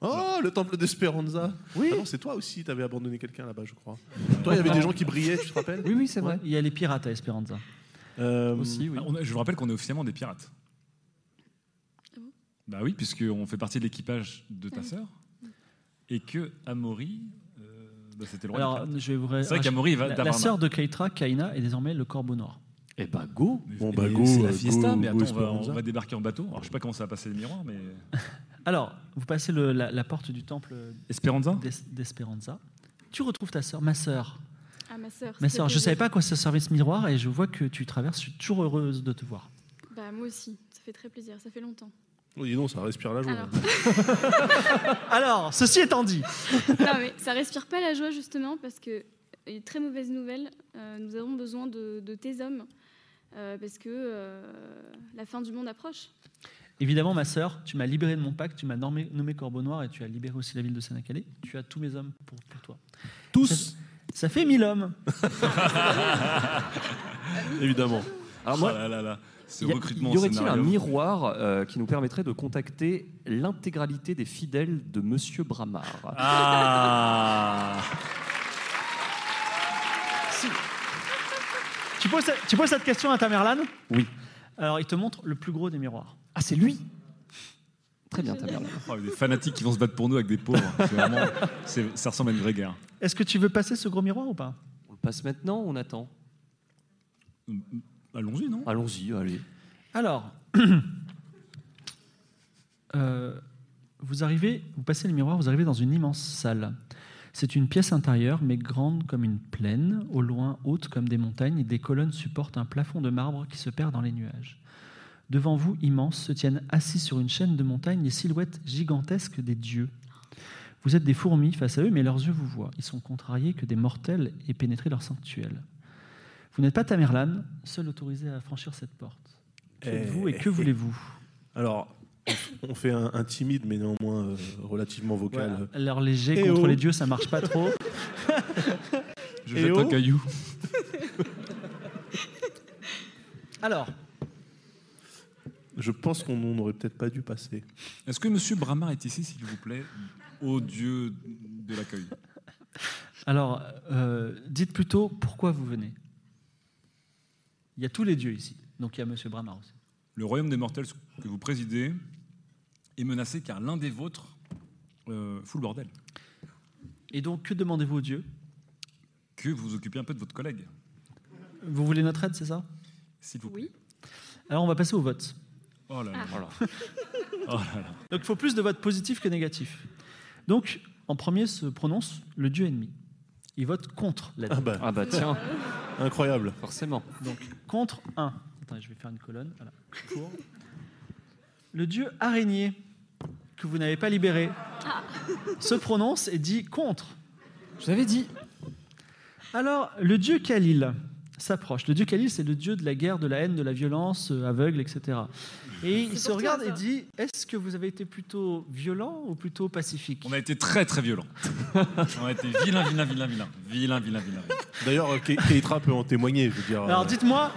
S15: Oh, le temple d'Esperanza
S2: Oui
S15: ah non, c'est toi aussi, t'avais abandonné quelqu'un là-bas, je crois. Toi, il y avait des gens qui brillaient, tu te rappelles
S2: Oui, oui, c'est vrai. Il y a les pirates à Esperanza.
S18: Euh,
S15: Aussi,
S19: Ah, on a- je vous rappelle qu'on est officiellement des pirates. Bah oui, puisqu'on fait partie de l'équipage de ta sœur. Et que Amaury. euh, bah, c'était le roi
S2: Alors,
S19: des pirates.
S2: je vais vous ré-
S19: C'est vrai qu'Amaury il va
S2: La, la
S19: d'Avarna.
S2: sœur de Keitra, Kaina, est désormais le corbeau noir.
S18: Eh bah, go
S19: Bon,
S15: bah,
S19: Et
S15: go,
S19: C'est
S15: euh,
S19: la fiesta,
S15: go, go,
S19: mais attends, on va,
S15: Esperanza.
S19: on va débarquer en bateau. Alors, je sais pas comment ça va passer le miroir, mais.
S2: Alors, vous passez le- la, la porte du temple
S15: Euh,
S19: Esperanza
S2: d'Es- d'Esperanza. Tu retrouves ta sœur, ma sœur.
S29: Ah, ma sœur.
S2: Ma
S29: c'était
S2: sœur, je
S29: le-
S2: savais pas à quoi ça servait ce miroir et je vois que tu traverses. Je suis toujours heureuse de te voir.
S29: Bah, moi aussi, ça fait très plaisir, ça fait longtemps.
S15: Oui, Oh, dis donc, ça respire la joie.
S29: Alors.
S2: Alors, ceci étant dit,
S29: non, mais ça respire pas la joie justement parce que, et très mauvaise nouvelle, euh, nous avons besoin de, de tes hommes euh, parce que euh, la fin du monde approche.
S2: Évidemment, ma sœur, tu m'as libéré de mon pacte, tu m'as nommé, nommé Corbeau Noir et tu as libéré aussi la ville de Sénacalé. Tu as tous mes hommes pour, pour toi. Tous ça, ça fait mille hommes
S15: Évidemment.
S18: Alors moi,
S19: Ah là là là, ce
S18: y a-
S19: recrutement
S18: y aurait-il un
S19: scénario.
S18: miroir euh, qui nous permettrait de contacter l'intégralité des fidèles de Monsieur Bramard
S19: Ah
S2: tu poses, tu poses cette question à Tamerlan
S18: Oui.
S2: Alors, il te montre le plus gros des miroirs.
S18: Ah, c'est lui Très bien, Tamerlan.
S19: Oh, des fanatiques qui vont se battre pour nous avec des pauvres. C'est vraiment- c'est- ça ressemble à une vraie guerre.
S2: Est-ce que tu veux passer ce gros miroir ou pas
S18: On le passe maintenant ou on attend
S19: Mm, Allons-y, non
S18: Allons-y, allez.
S2: Alors, euh, vous arrivez, vous passez le miroir, vous arrivez dans une immense salle. C'est une pièce intérieure, mais grande comme une plaine, au loin haute comme des montagnes, et des colonnes supportent un plafond de marbre qui se perd dans les nuages. Devant vous, immenses, se tiennent assis sur une chaîne de montagnes les silhouettes gigantesques des dieux. Vous êtes des fourmis face à eux, mais leurs yeux vous voient. Ils sont contrariés que des mortels aient pénétré leur sanctuaire. Vous n'êtes pas Tamerlan, seul autorisé à franchir cette porte.
S15: Eh.
S2: Qui êtes-vous et que voulez-vous
S15: Alors, on- on fait un, un timide, mais néanmoins euh, relativement vocal.
S2: Voilà. Alors, les jets
S15: Eh
S2: contre
S15: oh
S2: les dieux, ça marche pas trop. Eh oh.
S15: Je jette un caillou.
S2: Alors,
S15: Je pense qu'on n'aurait peut-être pas dû passer.
S19: Est-ce que Monsieur Bramard est ici, s'il vous plaît, au dieu de l'accueil
S2: alors euh, dites plutôt pourquoi vous venez. Il y a tous les dieux ici. Donc il y a Monsieur Bramar aussi.
S19: Le royaume des mortels que vous présidez est menacé car l'un des vôtres euh, fout le bordel.
S2: Et donc, que demandez-vous aux dieux
S19: Que vous vous occupiez un peu de votre collègue.
S2: Vous voulez notre aide, c'est ça
S19: S'il vous
S2: plaît. Alors on va passer au vote.
S19: Oh là là. Oh là là.
S2: Donc il faut plus de votes positifs que négatifs. Donc en premier se prononce le dieu ennemi. Il vote contre l'aide.
S15: Ah bah. Ah bah, tiens. Incroyable.
S2: Forcément. Donc contre 1. Attendez, je vais faire une colonne. Voilà. Pour. Le dieu araignée, que vous n'avez pas libéré, se prononce et dit contre. Je vous avais dit. Alors, le dieu Khalil s'approche. Le dieu Khalil, c'est le dieu de la guerre, de la haine, de la violence, euh, aveugle, etc. Et il se
S19: pour toi,
S2: regarde
S19: ça.
S2: et dit Est-ce que vous avez été plutôt violent ou plutôt pacifique
S19: On a été très très violent. On a été vilain, vilain, vilain, vilain. Vilain, vilain, vilain.
S15: D'ailleurs, euh, Ke- Keitra peut en témoigner. Je veux dire,
S2: Alors,
S15: euh,
S2: dites-moi,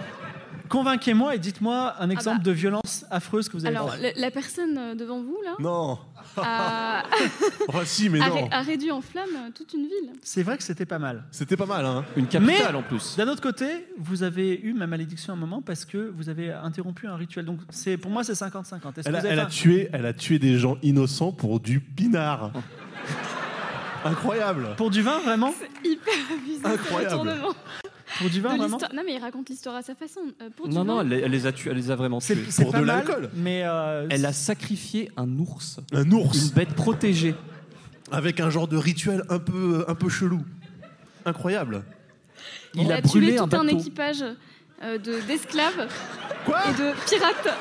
S2: convainquez-moi et dites-moi un exemple de violence affreuse que vous avez
S29: Ah bah. Alors, Euh,
S2: faite.
S29: la, la personne euh, devant vous, là,
S15: Non.
S29: a,
S15: Enfin, si, mais
S29: a
S15: non.
S29: ré- a réduit en flamme euh, toute une ville.
S2: C'est vrai que c'était pas mal.
S15: C'était pas mal, hein.
S2: Une
S15: capitale,
S2: en plus. D'un autre côté, vous avez eu ma malédiction à un moment parce que vous avez interrompu un rituel. Donc c'est pour moi c'est 50-50. Est-ce que
S15: Elle, a,
S2: vous avez
S15: elle a
S2: fait un-
S15: tué, elle a tué des gens innocents pour du pinard. Incroyable.
S2: Pour du vin vraiment
S29: Hyper abusé,
S15: Incroyable.
S29: ce retournement.
S2: Pour du vin,
S29: De
S2: vraiment
S29: l'histoire- Non, mais il raconte l'histoire à sa façon. Euh, pour du
S18: Non,
S29: vin.
S18: non, elle, elle les a tués, elle les a vraiment tués.
S2: c'est Pour pas de mal, l'alcool. Mais euh,
S18: elle a sacrifié un ours.
S15: Un ours.
S18: Une bête protégée.
S15: Avec un genre de rituel un peu, un peu chelou. Incroyable.
S29: Il, a, tué tout un, équipage euh, de- d'esclaves et de pirates.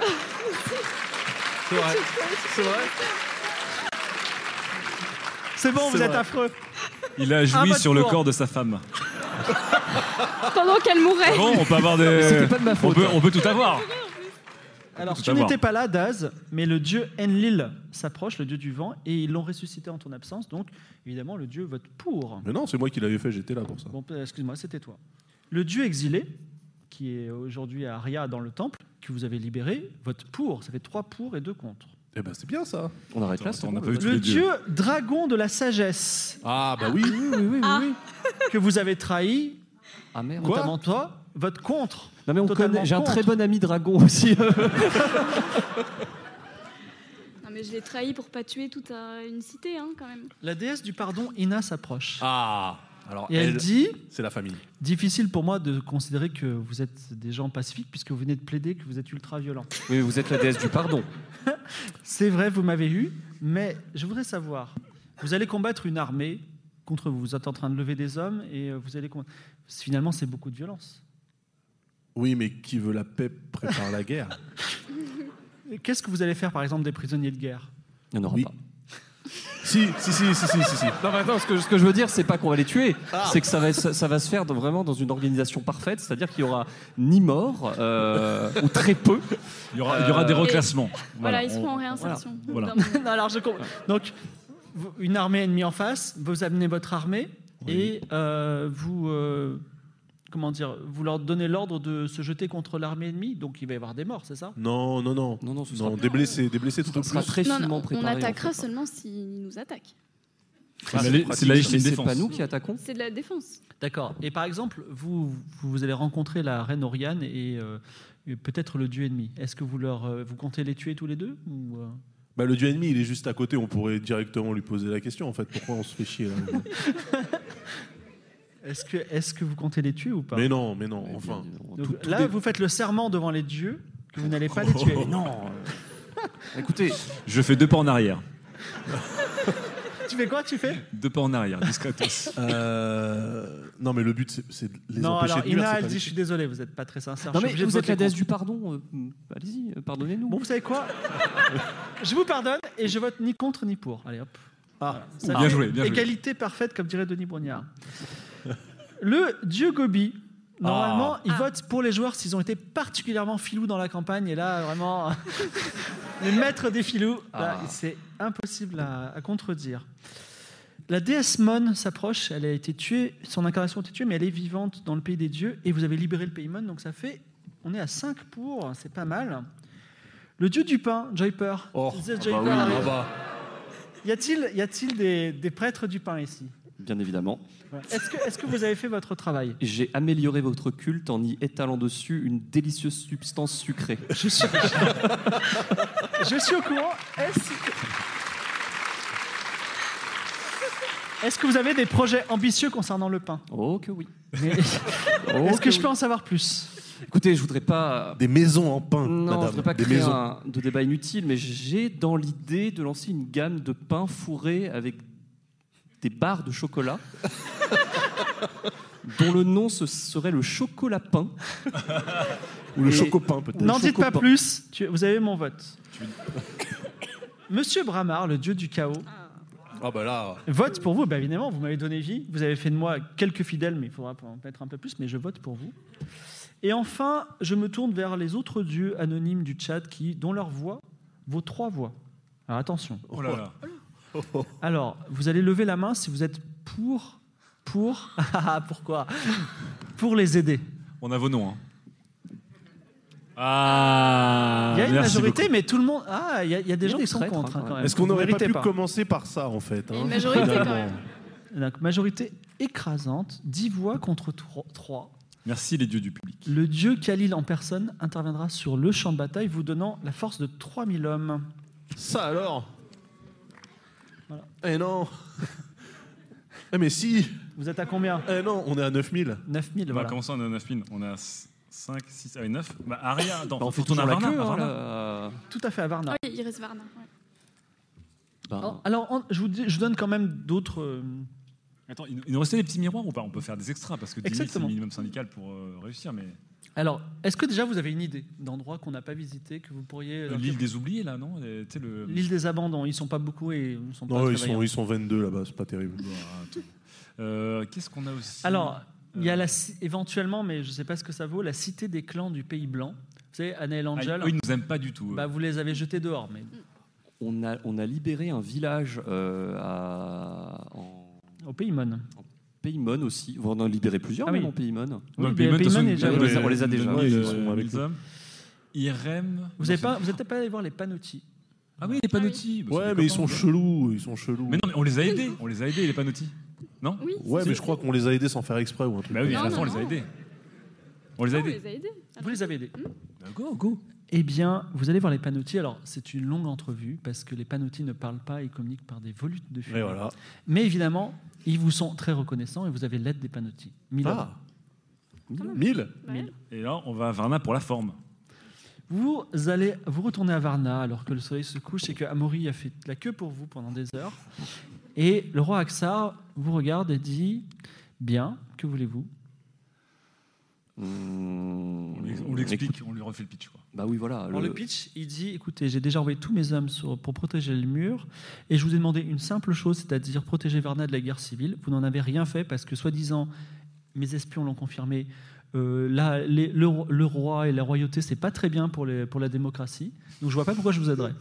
S15: C'est vrai. C'est vrai.
S2: C'est bon, vous
S19: C'est
S2: êtes Ah,
S19: vrai.
S2: affreux.
S19: Il a
S2: Un
S19: joui
S2: vote
S19: sur le
S2: pour.
S19: corps de sa femme.
S29: Pendant qu'elle mourait.
S19: Ah Bon, on peut avoir des.
S2: C'était pas de ma faute.
S19: On peut, on peut tout avoir.
S2: Alors
S19: Tout
S2: tu
S19: à voir.
S2: n'étais pas là, Daz, mais le dieu Enlil s'approche, le dieu du vent, et ils l'ont ressuscité en ton absence. Donc évidemment le dieu vote pour.
S15: Mais non, c'est moi qui l'avais fait, j'étais là pour ça.
S2: Bon, euh, excuse-moi, c'était toi. Le dieu exilé, qui est aujourd'hui à Aria dans le temple, que vous avez libéré, vote pour. Ça fait 3 pour et 2 contre.
S15: Eh ben, c'est bien ça.
S18: On arrête là,
S19: on n'a pas vu tous
S2: Le
S19: les dieux.
S2: dieu dragon de la sagesse.
S15: Ah bah oui,
S2: oui, oui, oui, oui. que vous avez trahi,
S18: Ah merde.
S2: notamment toi, vote contre.
S18: Non mais on
S2: Totalement
S18: connaît. J'ai un
S2: contre.
S18: très bon ami dragon aussi.
S29: Non, mais je l'ai trahi pour pas tuer toute euh, une cité, hein, quand même.
S2: La déesse du pardon, Ina, s'approche.
S15: Ah. Alors
S2: Et elle dit-
S15: C'est la famille.
S2: Difficile pour moi de considérer que vous êtes des gens pacifiques puisque vous venez de plaider que vous êtes ultra violents.
S18: Oui, vous êtes la déesse du pardon.
S2: C'est vrai, vous m'avez eu, mais je voudrais savoir, vous allez combattre une armée contre vous, vous êtes en train de lever des hommes et euh, vous allez combattre. Finalement, c'est beaucoup de violence.
S15: Oui, mais qui veut la paix prépare la guerre.
S2: Qu'est-ce que vous allez faire, par exemple, des prisonniers de guerre
S18: Il n'y en aura pas.
S15: Si, si, si, si, si, si. si.
S18: Non, mais attends, ce que, ce que je veux dire, c'est pas qu'on va les tuer,
S15: Ah.
S18: c'est que ça va, ça, ça va se faire dans- vraiment dans une organisation parfaite, c'est-à-dire qu'il y aura ni mort, euh, ou très peu. Euh,
S19: Il y aura- il y aura des reclassements.
S29: Euh, Voilà, ils seront en réinsertion.
S19: Voilà.
S29: Dans mon-
S2: Non, alors je comprends. Donc, vous- une armée ennemie en face, vous amenez votre armée et euh, vous. euh, Comment dire Vous leur donnez l'ordre de se jeter contre l'armée ennemie, donc il va y avoir des morts, c'est ça
S15: Non, non, non.
S18: Non, non, ce
S2: sera-
S15: des blessés, des blessés tout au plus.
S18: sera très
S29: Non, non,
S18: finement
S29: on-
S18: préparé.
S29: on
S18: en fait.
S29: attaquera seulement s'ils nous attaquent.
S19: Ah, c'est la- c'est la légitime
S18: Mais c'est
S19: défense.
S18: pas nous qui attaquons.
S29: C'est de la défense.
S2: D'accord. Et par exemple, vous, vous, vous allez rencontrer la reine Oriane et, euh, et peut-être le dieu ennemi. Est-ce que vous, leur, euh, vous comptez les tuer tous les deux ou, euh,
S15: Bah, le dieu ennemi, il est juste à côté, on pourrait directement lui poser la question en fait. Pourquoi on se fait chier là
S2: Est-ce que, est que vous comptez les tuer ou pas
S15: Mais non, mais non, enfin.
S2: Donc, Là, vous faites le serment devant les dieux que vous n'allez pas les tuer. Non
S18: Écoutez,
S19: Je fais deux pas en arrière.
S2: Tu fais quoi Tu fais
S19: Deux pas en arrière, discretos.
S15: Euh, Non, mais le but, c'est- c'est de les
S2: Non,
S15: empêcher
S2: alors
S15: de nuire.
S2: Ina,
S15: c'est
S2: elle
S15: pas
S2: dit
S15: les-
S2: Je suis désolé, vous n'êtes pas très sincère. Je
S18: Non
S2: suis
S18: mais
S2: obligé de
S18: vous êtes
S2: voter
S18: la déesse
S2: contre.
S18: du pardon. euh, mm, Allez-y, euh, pardonnez-nous.
S2: Bon, vous savez quoi Je vous pardonne et je vote ni contre ni pour. Allez hop.
S19: Ah,
S2: Ça
S19: bien
S2: fait
S19: joué, bien joué.
S2: Égalité parfaite, comme dirait Denis Brognard. Le dieu Gobi, normalement, il vote pour les joueurs s'ils ont été particulièrement filous dans la campagne. Et là, vraiment, les maîtres des filous, là,
S8: Ah.
S2: c'est impossible à, à contredire. La déesse Mon s'approche, elle a été tuée, son incarnation a été tuée, mais elle est vivante dans le pays des dieux, et vous avez libéré le pays Mon, donc ça fait, on est à 5 pour, c'est pas mal. Le dieu du pain, Joyper. The
S18: ah bah
S2: Joyper
S18: oui,
S2: arrive.
S18: ah bah.
S2: Y a-t-il, y a-t-il des, des prêtres du pain ici
S18: Bien évidemment.
S2: Ouais. Est-ce que, est-ce que vous avez fait votre travail
S18: J'ai amélioré votre culte en y étalant dessus une délicieuse substance sucrée.
S2: Je suis, Je suis au courant. Est-ce Est-ce que vous avez des projets ambitieux concernant le pain
S18: Oh que oui. Oh,
S2: Est-ce que je peux en savoir plus
S18: Écoutez, je voudrais pas.
S2: Des
S15: maisons en pain,
S18: Non,
S2: madame,
S18: je voudrais pas
S2: des
S18: créer
S2: maisons.
S18: un- de débat inutile, mais j'ai dans l'idée de lancer une gamme de pains fourrés avec des barres de chocolat, dont le nom ce serait le chocolat pain.
S2: Ou le
S15: chocopin, peut-être.
S2: N'en dites pas
S18: Chocopin.
S2: plus. tu- vous avez mon vote. Monsieur Bramar, le dieu du chaos,
S15: Ah bah là.
S2: vote pour vous. Bah, évidemment, vous m'avez donné vie. Vous avez fait de moi quelques fidèles, mais il faudra en mettre un peu plus. Mais je vote pour vous. Et enfin, je me tourne vers les autres dieux anonymes du chat qui, dont leur voix vaut trois voix. Alors attention.
S19: Oh là là.
S2: Alors, vous allez lever la main si vous êtes pour, pour, Ah, pourquoi Pour les aider.
S19: On a vos noms. hein. Ah
S2: Il y a une
S19: merci
S2: majorité,
S19: beaucoup.
S2: mais tout le monde. Ah, il y, a- il y a des
S15: Il y a
S2: gens
S15: des
S2: qui sont
S15: traîtres,
S2: contre.
S15: hein,
S2: hein,
S15: quand
S2: quand
S15: même.
S2: même.
S15: Est-ce qu'on
S2: Vous
S15: n'aurait pas
S2: méritez
S15: pu commencer par ça, en fait hein
S2: Une majorité, quand même. Donc, majorité écrasante, 10 voix contre 3.
S19: Merci les dieux du public.
S2: Le dieu Khalil en personne interviendra sur le champ de bataille, vous donnant la force de 3000 hommes.
S15: Ça alors
S2: Voilà.
S15: Eh non Eh mais si
S2: Vous êtes à combien
S15: Eh non, on est à 9000.
S2: 9000,
S19: On va commencer, on est à 9 000. On a 5, 6, ah, 9. Bah, Aria, attends,
S18: Bah, on
S19: faut
S18: fait
S19: tourner à
S18: toujours la
S19: Varna.
S18: queue,
S19: à
S18: hein,
S19: Varna.
S2: Tout à fait à Varna.
S29: Ah Oui, il reste Varna. ouais.
S2: Alors, alors, on- je vous dis- je vous donne quand même d'autres. euh,
S19: Attends, il nous- il nous restait des petits miroirs ou pas On peut faire des extras parce que 10 000, c'est le
S2: Exactement.
S19: minimum syndical pour euh, réussir. Mais
S2: Alors, est-ce que déjà vous avez une idée d'endroits qu'on n'a pas visités, que vous pourriez.
S19: Euh, l'île des oubliés, là, non Et, tu sais, le...
S2: L'île des abandons, ils sont pas beaucoup et ils sont pas
S15: Euh, Non,
S2: très
S15: ils sont,
S2: vaillants.
S15: ils sont 22 là-bas, c'est pas terrible.
S19: Euh, Qu'est-ce qu'on a aussi
S2: Alors, il
S19: Euh.
S2: y a la, ci- éventuellement, mais je ne sais pas ce que ça vaut, la cité des clans du Pays Blanc. Vous savez, Annel Angel.
S19: Ah, eux, ils nous aiment pas du tout, eux.
S2: Bah, vous les avez jetés dehors, mais
S18: On a, on a libéré un village euh, à- en
S2: au Pays Mon.
S18: Paymon aussi. On en a libéré plusieurs,
S2: Ah oui.
S18: même en Paymon.
S2: Oui, mais Paymon est déjà-
S18: on, les a- on les a
S19: Ils
S18: déjà.
S19: donnent, euh, mille
S18: nous.
S19: hommes. IRM.
S2: Vous n'êtes pas, vous êtes pas allé voir les panotis.
S19: Ah oui, les panotis. bah, c'est
S15: Ouais,
S19: des
S15: mais ils
S19: copains,
S15: sont
S19: gars.
S15: chelous, ils sont chelous.
S19: Mais non, mais on les a aidés. On les a aidés, les panotis. Non
S15: Ouais, mais je crois qu'on les a aidés sans faire exprès ou un truc.
S19: Bah oui, à la fin, on les a aidés. On les a
S29: Non,
S19: aidés.
S29: a aidés.
S2: Vous les avez aidés.
S19: Bah, Go, go.
S2: Eh bien, vous allez voir les panotis. Alors, c'est une longue entrevue parce que les panotis ne parlent pas, ils communiquent par des volutes de fumée.
S15: Et voilà.
S2: Mais évidemment, ils vous sont très reconnaissants et vous avez l'aide des panotis. Mille
S19: Ah.
S2: hommes.
S15: 1000
S2: Mille.
S19: Et là, on va à Varna pour la forme.
S2: Vous allez vous retourner à Varna alors que le soleil se couche et que Amaury a fait la queue pour vous pendant des heures. Et le roi Aksar vous regarde et dit Bien, que voulez-vous
S19: On lui- on lui explique, on lui refait le pitch. Quoi.
S18: Bah oui, voilà.
S2: Alors le... pitch, il dit écoutez, j'ai déjà envoyé tous mes hommes sur- pour protéger le mur, et je vous ai demandé une simple chose, c'est-à-dire protéger Varna de la guerre civile. Vous n'en avez rien fait parce que, soi-disant, mes espions l'ont confirmé. euh, là, les- le, ro- le roi et la royauté, c'est pas très bien pour, les- pour la démocratie. Donc je vois pas pourquoi je vous aiderais.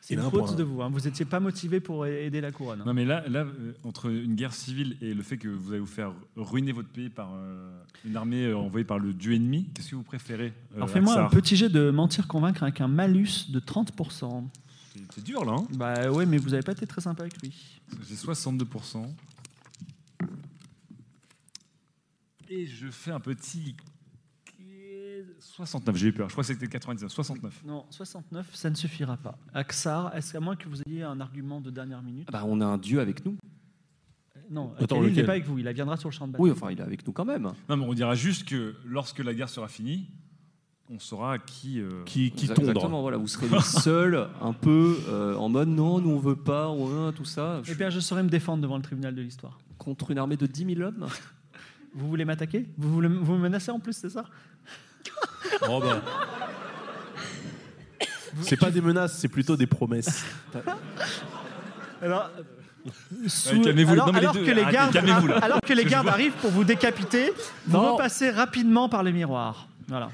S2: C'est
S19: Il a
S2: une
S19: un
S2: faute
S19: point.
S2: de vous. hein. Vous n'étiez pas motivé pour a- aider la couronne. hein.
S19: Non, mais là, là, euh, entre une guerre civile et le fait que vous allez vous faire ruiner votre pays par euh, une armée euh, envoyée par le dieu ennemi, qu'est-ce que vous préférez euh,
S2: Alors fais-moi un
S19: Aksar
S2: petit jet de mentir convaincre avec un malus de 30%.
S19: C'est- C'est dur là. hein
S2: Bah ouais, mais vous avez pas été très sympa avec lui.
S19: J'ai 62%. Et je fais un petit 69. J'ai eu peur. Je crois que c'était 99. 69.
S2: Non, 69, ça ne suffira pas. Aksar, est-ce qu'à moins que vous ayez un argument de dernière minute
S19: Ah
S2: Euh,
S18: Bah, on a un dieu avec nous.
S19: bah,
S2: Non,
S18: Attends,
S2: Khalil n'est
S18: lequel
S2: pas avec vous, il viendra sur le champ de bataille.
S18: Oui, enfin, il est avec nous quand même.
S19: Non, mais on dira juste que lorsque la guerre sera finie, on saura qui. euh,
S18: Exactement, voilà, vous serez les seuls, un peu euh, en mode non, nous on veut pas, on a tout ça.
S2: Eh bien, je saurais me défendre devant le tribunal de l'histoire.
S18: Contre une armée de 10 000 hommes
S2: Vous voulez m'attaquer vous, voulez- vous me menacez en plus, c'est ça
S15: Oh bah. C'est pas des menaces, c'est plutôt des promesses.
S2: Alors, euh, sous-
S19: Ouais, calmez-vous,
S2: alors-
S19: non, mais les
S2: alors
S19: deux,
S2: que les
S19: arrêtez,
S2: gardes,
S19: calmez-vous, là.
S2: alors que
S19: Parce que
S2: les
S19: je
S2: gardes
S19: vois-
S2: arrivent pour vous décapiter, vous
S18: Non.
S2: repassez rapidement par les miroirs. Voilà.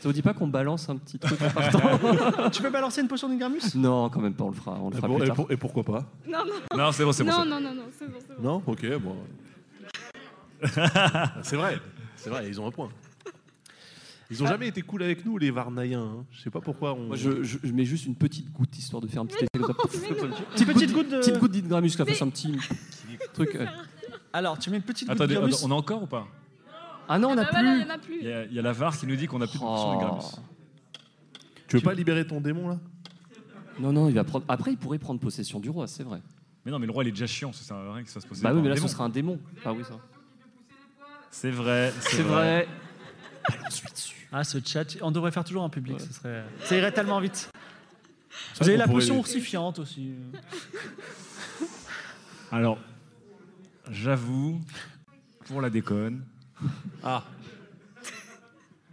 S18: Ça vous dit pas qu'on balance un petit truc en partant
S2: tu peux balancer une potion d'Ingramus
S18: Non, quand même pas, on le fera, on le fera
S15: bon,
S18: plus
S15: et
S18: tard.
S15: pour-
S18: pourquoi pas
S26: Non, non.
S15: Non, c'est bon, c'est bon,
S26: Non,
S15: c'est bon.
S26: non, non, non, c'est bon, c'est bon.
S15: Non Ok, bon. c'est vrai, c'est vrai, ils ont un point. Ils ont jamais été cool avec nous, les Varnaïens. hein. Je sais pas pourquoi on.
S18: Ah. Moi, je, je- je mets juste une petite goutte histoire de faire un petit effet. comme ça.
S2: mais non.
S18: Petite
S2: Petite
S18: petite
S2: goutte de-
S18: Petite goutte d'Ingramus, ça
S2: Mais-
S18: fasse un petit truc.
S19: euh,
S18: euh. ouais.
S2: Alors, tu mets une petite
S19: Attendez,
S2: goutte
S19: attends, on a encore ou pas
S18: Ah non, on a
S2: bah
S18: plus. Oh.
S26: a plus.
S19: Il y, a- il y a la VAR qui nous dit qu'on a plus de potion de Gramus.
S15: Tu veux pas libérer ton démon là
S18: Non, non, il va prendre. Après, il pourrait prendre possession du roi, c'est vrai.
S19: Mais non, mais le roi il est déjà chiant, ça sert à rien que ça se pose.
S18: Bah oui, mais là, ce sera un démon. Ah oui, ça.
S19: C'est vrai,
S18: C'est vrai.
S2: Ah, ce chat, on devrait faire toujours un public, ce serait... ça irait tellement vite.
S19: C'est vrai
S2: Vous avez
S19: qu'on
S2: la
S19: pourrait
S2: potion
S19: les-
S2: oursifiante aussi.
S19: Alors, j'avoue, pour la déconne. Ah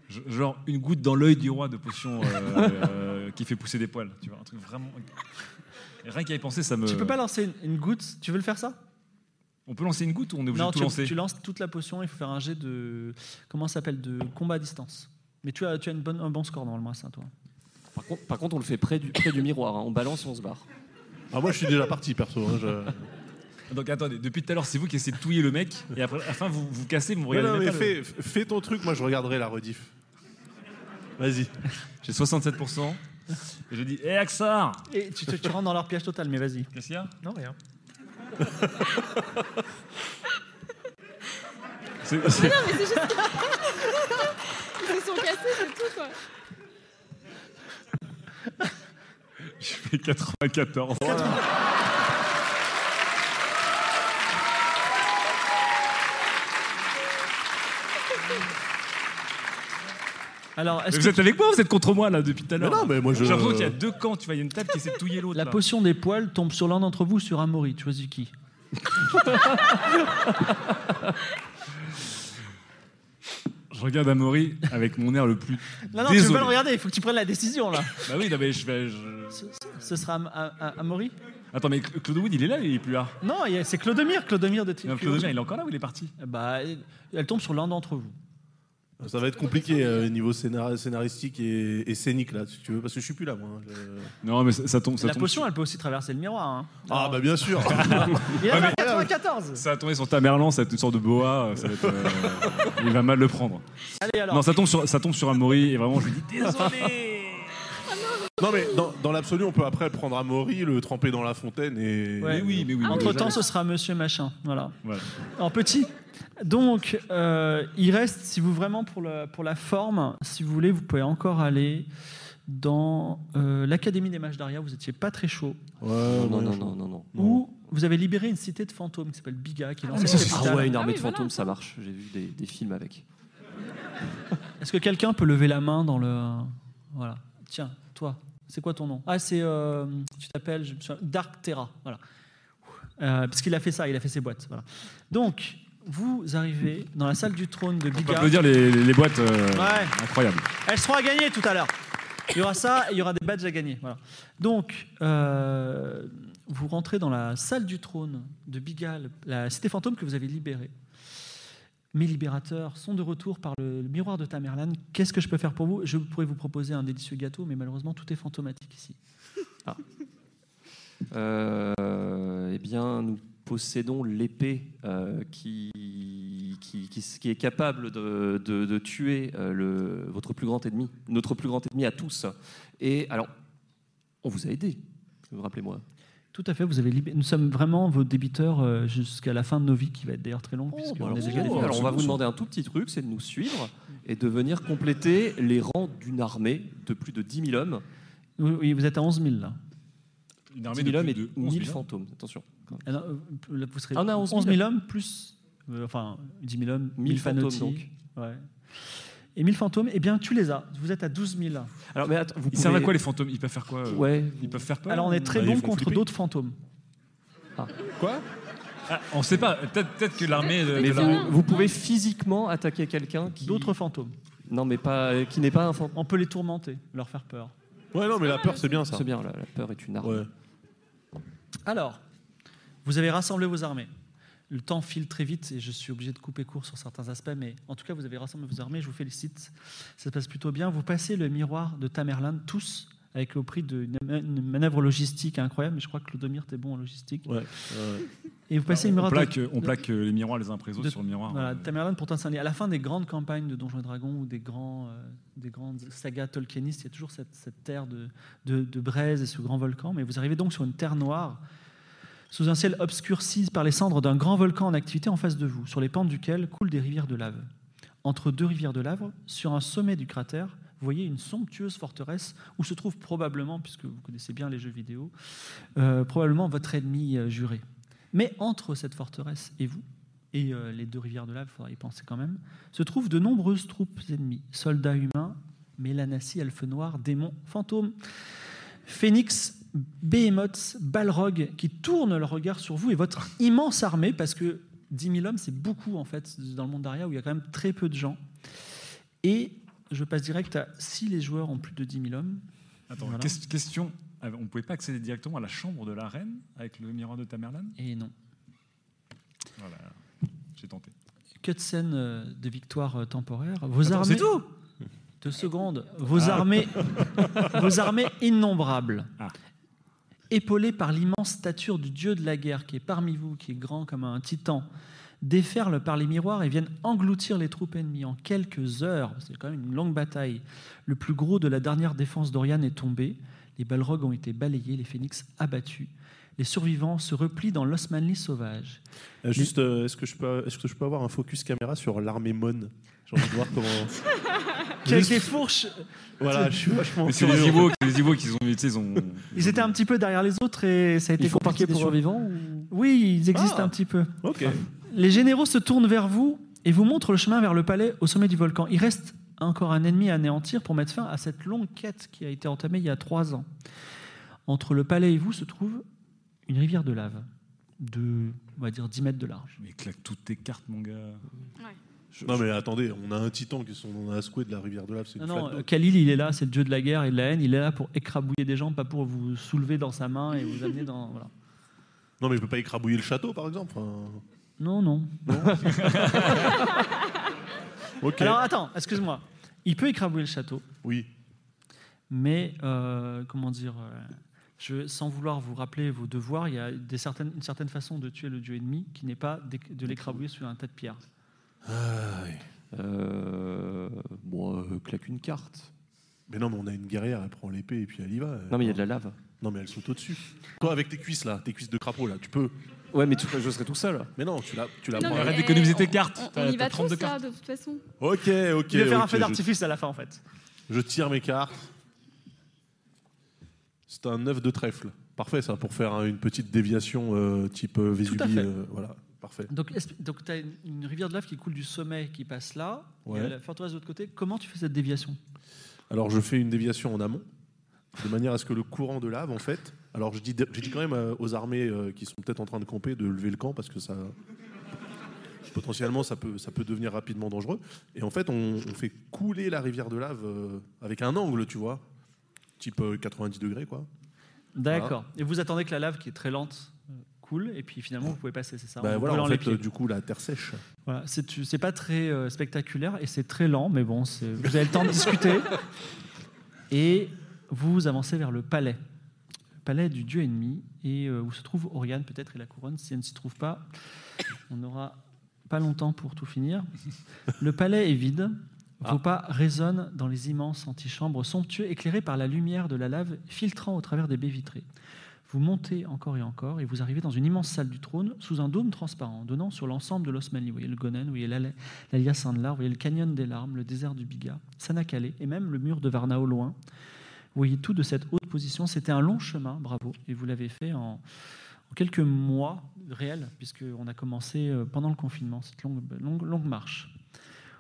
S19: Je- Genre une goutte dans l'œil du roi de potion euh, euh, qui fait pousser des poils. Tu vois, un truc vraiment. Et Rien qu'à y penser, ça me.
S2: Tu peux pas lancer une, une goutte Tu veux le faire ça
S19: On peut lancer une goutte ou on est obligé
S2: non,
S19: de tout
S2: tu,
S19: lancer
S2: tu lances toute la potion, il faut faire un jet de. Comment ça s'appelle De combat à distance. Mais tu as, tu as une bonne, un bon score normalement à ça, toi.
S18: Par contre, par contre, on le fait près du, près du miroir. hein. On balance et on se barre.
S15: Ah, moi, je suis déjà parti, perso. hein, je-
S19: Donc attendez, depuis tout à l'heure, c'est vous qui essayez de touiller le mec et après, à la fin, vous vous cassez, vous
S15: Non,
S19: regardez.
S15: non, mais
S19: même pas le-
S15: fais, fais ton truc, moi, je regarderai la rediff. Vas-y.
S19: J'ai 67%. Et je dis, eh, hé Axar
S2: Et tu, te- tu rentres dans leur piège total, mais vas-y.
S19: Qu'est-ce qu'il y a
S2: Non, rien.
S19: C'est- c'est-
S26: Non, mais c'est juste. Ils se sont cassés, c'est tout, quoi.
S19: Je fais 94.
S2: Alors,
S19: Mais
S2: est-ce
S19: vous
S2: que
S19: êtes avec moi ou vous êtes contre moi là depuis tout à l'heure
S2: Mais non, mais moi, je-
S19: J'ai l'impression qu'il y a deux camps, tu vois, il y a une table qui essaie de touiller l'autre.
S2: la
S19: là.
S2: potion des poils tombe sur l'un d'entre vous, sur Amaury Tu choisis qui
S19: Je regarde Amaury avec mon air le plus.
S2: Non, non, tu
S19: désolé.
S2: peux pas le regarder, il faut que tu prennes la décision là.
S19: Bah oui, non, mais je vais. je-
S2: Ce sera Am- Am- Am- Amaury
S19: Attends, mais Cla- Claude Wood, il est là, il est plus là.
S2: Non, il y a- c'est Clodomir, Clodomir de Tri-
S19: Non, Clodomir, il est encore là ou il est parti
S2: Bah, elle tombe sur l'un d'entre vous.
S15: Ça va être compliqué euh, niveau scénar- scénaristique et, et scénique, là, si tu veux, parce que je suis plus là, moi. hein, je-
S19: Non, mais ça, ça tombe. Euh, Ça
S2: la
S19: tombe
S2: potion, elle peut aussi traverser le miroir. hein.
S15: Ah, bah bien sûr
S2: Il a
S19: Ouais,
S2: fait
S19: mais-
S2: 94
S19: Ça va tomber sur Tamerlan, ça va être une sorte de boa, euh, ça va être, euh, il va mal le prendre.
S2: Allez, alors.
S19: Non, ça tombe sur, ça tombe sur Amaury et vraiment je lui dis
S2: Désolé Ah,
S15: Non, mais dans, dans l'absolu, on peut après prendre Amaury, le tremper dans la fontaine et.
S2: Ouais. Entre temps, Ah, ce sera Monsieur Machin. Voilà. En petit. Donc, euh, il reste, si vous vraiment pour, le- pour la forme, si vous voulez, vous pouvez encore aller dans euh, l'Académie des Mages d'Aria. Vous n'étiez pas très chaud.
S18: non, non, non, non, non, non.
S2: Où vous avez libéré une cité de fantômes qui s'appelle Biga, qui est
S18: Ah,
S2: l'ancienne capitale.
S18: ouais, une armée de fantômes, ça Ah marche. J'ai vu des, des films avec.
S2: Est-ce que quelqu'un peut lever la main dans le. Voilà. Tiens, toi, c'est quoi ton nom Ah, c'est. euh, tu t'appelles je me souviens- Dark Terra. Voilà. Euh, parce qu'il a fait ça, il a fait ses boîtes. Voilà. Donc, vous arrivez dans la salle du trône de
S19: On
S2: Biga.
S19: peut applaudir les, les boîtes euh,
S2: Ouais.
S19: incroyables.
S2: Elles seront à gagner tout à l'heure. Il y aura ça, et il y aura des badges à gagner. Voilà. Donc, euh, vous rentrez dans la salle du trône de Bigal, la cité fantôme que vous avez libérée. Mes libérateurs sont de retour par le, le miroir de Tamerlan. Qu'est-ce que je peux faire pour vous Je pourrais vous proposer un délicieux gâteau, mais malheureusement, tout est fantomatique ici.
S18: Euh, eh bien, nous possédons l'épée euh, qui, qui, qui, qui est capable de, de- de tuer euh, le, votre plus grand ennemi, notre plus grand ennemi à tous. Et alors, on vous a aidé, rappelez-moi.
S2: Tout à fait, vous avez libé- nous sommes vraiment vos débiteurs euh, jusqu'à la fin de nos vies, qui va être d'ailleurs très longue. puisque on
S18: Bon, alors,
S2: les a
S18: on-
S2: galérés.
S18: alors, on va vous demander un tout petit truc, c'est de nous suivre et de venir compléter les rangs d'une armée de plus de 10 000 hommes.
S2: Oui, oui, vous êtes à 11 000 là.
S19: Une
S18: 10 000 hommes et
S2: 11 000
S18: 1000 fantômes, attention.
S2: Ah non, euh, là, vous serez
S18: Ah, on a
S2: 11
S18: 11
S2: 000,
S18: 000
S2: hommes plus, euh, enfin 10 000 hommes,
S18: 1000
S2: 1000
S18: fantômes,
S2: fanotis.
S18: donc.
S2: Ouais. Et 1000 fantômes, eh bien tu les as. Vous êtes à 12 000.
S18: Alors, mais attends, vous
S19: Ils servent à quoi les fantômes Ils peuvent faire quoi euh
S18: Ouais.
S19: Ils peuvent faire peur
S2: Alors on est
S19: ou-
S2: très
S19: Bah, ils
S2: bon
S19: font
S2: contre
S19: flipper.
S2: d'autres fantômes.
S19: Quoi Ah, On sait pas, peut-être peut-être que l'armée. de-
S18: Mais
S19: de
S18: vous,
S19: l'armée-
S18: vous pouvez physiquement attaquer quelqu'un qui.
S2: D'autres fantômes.
S18: Non, mais pas, euh, qui n'est pas un fantôme.
S2: On peut les tourmenter, leur faire peur.
S18: Ouais, non, mais la peur, c'est bien
S2: ça.
S18: C'est bien, la, la peur est une arme.
S2: Alors, Vous avez rassemblé vos armées. Le temps file très vite et je suis obligé de couper court sur certains aspects, mais en tout cas, vous avez rassemblé vos armées, je vous félicite. Ça se passe plutôt bien. Vous passez le miroir de Tamerlan, tous, avec le prix d'une une manœuvre logistique incroyable, mais je crois que Clodomir, t'es bon en logistique.
S19: Ouais, ouais.
S2: Et vous passez le
S19: on
S2: miroir
S19: plaque,
S2: de-
S19: on
S2: de-
S19: plaque, euh, les miroirs les uns après les autres
S2: de-
S19: sur le miroir.
S2: Voilà,
S19: euh,
S2: Tamerlan pour Tinsané. À la fin des grandes campagnes de Donjons et Dragons ou des, grands, euh, des grandes sagas tolkienistes, il y a toujours cette, cette terre de, de, de braise et ce grand volcan. Mais vous arrivez donc sur une terre noire, sous un ciel obscurci par les cendres d'un grand volcan en activité en face de vous, sur les pentes duquel coulent des rivières de lave. Entre deux rivières de lave, sur un sommet du cratère, vous voyez une somptueuse forteresse où se trouve probablement, puisque vous connaissez bien les jeux vidéo, euh, probablement votre ennemi euh, juré. Mais entre cette forteresse et vous, et euh, les deux rivières de lave, il faudra y penser quand même, se trouvent de nombreuses troupes ennemies, soldats humains, mélanassis, elfes noirs, démons, fantômes, phénix, behemoths, balrogs, qui tournent leur regard sur vous et votre immense armée, parce que 10 000 hommes, c'est beaucoup en fait dans le monde d'Aria où il y a quand même très peu de gens. Et je passe direct à si les joueurs ont plus de 10 000 hommes.
S19: Attends,
S2: Voilà.
S19: ques- question. Ah, On ne pouvait pas accéder directement à la chambre de la reine avec le miroir de Tamerlan
S2: Et Eh, non.
S19: Voilà, j'ai tenté.
S2: cutscene euh, de victoire euh, temporaire. Vos
S19: Attends,
S2: armées.
S19: c'est tout
S2: Deux secondes. Vos
S19: Ah.
S2: armées, vos armées innombrables, épaulées par l'immense stature du dieu de la guerre qui est parmi vous, qui est grand comme un titan, déferlent par les miroirs et viennent engloutir les troupes ennemies en quelques heures. C'est quand même une longue bataille. Le plus gros de la dernière défense d'Oriane est tombé. Les Balrogs ont été balayés, les phénix abattus. Les survivants se replient dans l'Osmanli sauvage.
S15: Euh, Juste, euh, est-ce que, je peux- est-ce que je peux avoir un focus caméra sur l'armée Mon J'ai envie de voir comment.
S2: Avec des fourches.
S15: Voilà, je suis vachement
S19: Mais c'est
S15: curieux.
S19: les Ewoks, les Ewoks, ils ont. tu sais, ils ont-
S2: Ils étaient un petit peu derrière les autres et ça a été
S18: Ils font
S2: compliqué
S18: partie des
S2: pour eux.
S18: survivants Ah,
S2: Oui, ils existent un petit peu.
S15: Ok.
S2: Les généraux se tournent vers vous et vous montrent le chemin vers le palais au sommet du volcan. Il reste encore un ennemi à anéantir pour mettre fin à cette longue quête qui a été entamée il y a trois ans. Entre le palais et vous se trouve une rivière de lave de, on va dire, 10 mètres de large.
S19: Mais claque toutes tes cartes, mon gars.
S15: Non, mais attendez, on a un titan qui sont dans la secouée de la rivière de lave. c'est une
S2: Non, non,
S15: flaque
S2: euh, Khalil, il est là, c'est le dieu de la guerre et de la haine. Il est là pour écrabouiller des gens, pas pour vous soulever dans sa main et vous amener dans. Voilà.
S15: Non, mais je peux pas écrabouiller le château, par exemple. enfin.
S2: Non, non.
S15: Ok.
S2: Alors attends, excuse-moi. Il peut écrabouiller le château.
S15: Oui.
S2: Mais, euh, comment dire, euh, je, sans vouloir vous rappeler vos devoirs, il y a des certaines, une certaine façon de tuer le dieu ennemi qui n'est pas d'éc- de l'écrabouiller sur un tas de pierres.
S18: Euh, bon, euh, claque une carte.
S15: Mais non, mais on a une guerrière, elle prend l'épée et puis elle y va.
S18: Non, mais il y a de la lave.
S15: Non, mais elle saute au-dessus. Toi, avec tes cuisses là, tes cuisses de crapaud là, tu peux.
S18: Ouais, mais je serais tout seul.
S15: Mais non, tu la, tu la
S29: Non,
S15: prends.
S29: mais, euh, on- on- On y va tous
S15: de
S29: là, de toute façon.
S15: Ok, ok.
S2: il va faire un
S15: ok,
S2: feu
S15: je-
S2: d'artifice à la fin en fait.
S15: Je tire mes cartes. C'est un œuf de trèfle. Parfait, ça, pour faire hein, une petite déviation euh, type euh, Vésubie.
S2: à fait.
S15: euh, voilà, parfait.
S2: Donc, est-ce- donc tu as une, une rivière de lave qui coule du sommet qui passe là,
S15: Ouais.
S2: et la forteresse de l'autre côté. Comment tu fais cette déviation
S15: Alors, je fais une déviation en amont, de manière à ce que le courant de lave, en fait. Alors, je dis, je dis quand même euh, aux armées euh, qui sont peut-être en train de camper de lever le camp parce que ça. Potentiellement, ça peut, ça peut devenir rapidement dangereux. Et en fait, on, on fait couler la rivière de lave euh, avec un angle, tu vois, type euh, 90 degrés, quoi.
S2: D'accord.
S15: Voilà.
S2: Et vous attendez que la lave qui est très lente euh, coule, et puis finalement vous pouvez passer, c'est ça
S15: Bah
S2: en
S15: voilà,
S2: brûlant
S15: en
S2: les
S15: fait,
S2: pieds.
S15: euh, du coup, la terre sèche.
S2: Voilà, c'est tu- c'est pas très euh, spectaculaire et c'est très lent, mais bon, c'est- vous avez le temps de discuter. Et vous avancez vers le palais, le palais du dieu ennemi, et euh, où se trouve Oriane peut-être et la couronne. Si elle ne s'y trouve pas, on n'aura pas longtemps pour tout finir. Le palais est vide. Vos pas résonnent dans les immenses antichambres somptueux, éclairées par la lumière de la lave filtrant au travers des baies vitrées. Vous montez encore et encore et vous arrivez dans une immense salle du trône sous un dôme transparent donnant sur l'ensemble de l'Osmanli. Vous voyez le Gonen, vous voyez l'Ala- l'Alia Sandlar, vous voyez le canyon des larmes, le désert du Biga, Sanakale et même le mur de Varna au loin. Vous voyez tout de cette haute position. C'était un long chemin, bravo, et vous l'avez fait en, en quelques mois réels, puisqu'on a commencé euh, pendant le confinement, cette longue, longue, longue marche.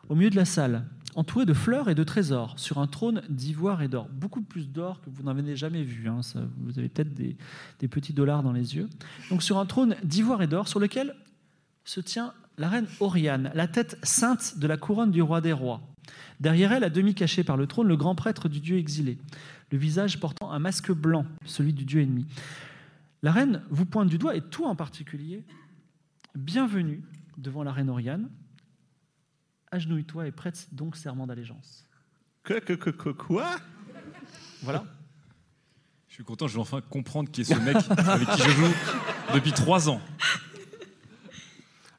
S2: Au milieu de la salle, entouré de fleurs et de trésors, sur un trône d'ivoire et d'or, beaucoup plus d'or que vous n'en avez jamais vu, hein, ça, vous avez peut-être des, des petits dollars dans les yeux. Donc sur un trône d'ivoire et d'or, sur lequel se tient la reine Oriane, la tête sainte de la couronne du roi des rois. Derrière elle, à demi caché par le trône, le grand prêtre du dieu exilé, le visage portant un masque blanc, celui du dieu ennemi. La reine vous pointe du doigt, et toi en particulier, bienvenue devant la reine Oriane. Agenouille-toi et prête donc serment d'allégeance.
S15: Quoi, quoi, quoi, quoi, quoi
S2: Voilà.
S19: Je suis content, je vais enfin comprendre qui est ce mec avec qui je joue depuis trois ans.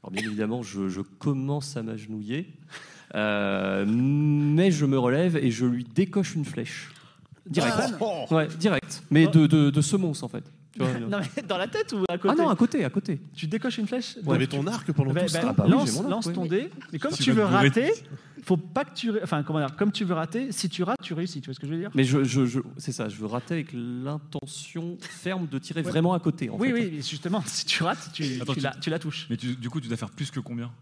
S18: Alors bien évidemment, je, je commence à m'agenouiller, euh, mais je me relève et je lui décoche une flèche. Direct.
S2: Ah.
S18: Ouais, direct. Mais de, de, de semonce en fait. Tu vois,
S2: Non, mais dans la tête ou à côté
S18: ah non, à côté, à côté.
S2: Tu décoches une flèche
S18: Ouais, mais
S2: tu-
S18: ton arc pendant tout ce temps. Ah bah oui,
S2: lance
S18: j'ai mon arc,
S2: lance
S18: oui.
S2: ton dé. Mais comme
S18: Tu
S2: tu,
S18: vas
S2: veux
S18: te bourrer.
S2: rater, faut pas que tu. Enfin, comment dire Comme tu veux rater, si tu rates, tu réussis. Tu vois ce que je veux dire
S18: Mais je, je- je- c'est ça, je veux rater avec l'intention ferme de tirer
S2: Ouais.
S18: vraiment à côté. En
S2: oui,
S18: fait.
S2: oui, mais justement, si tu rates, tu,
S18: Attends,
S2: tu
S18: tu-
S2: la, tu la touches.
S19: Mais tu- du coup, tu dois faire plus que combien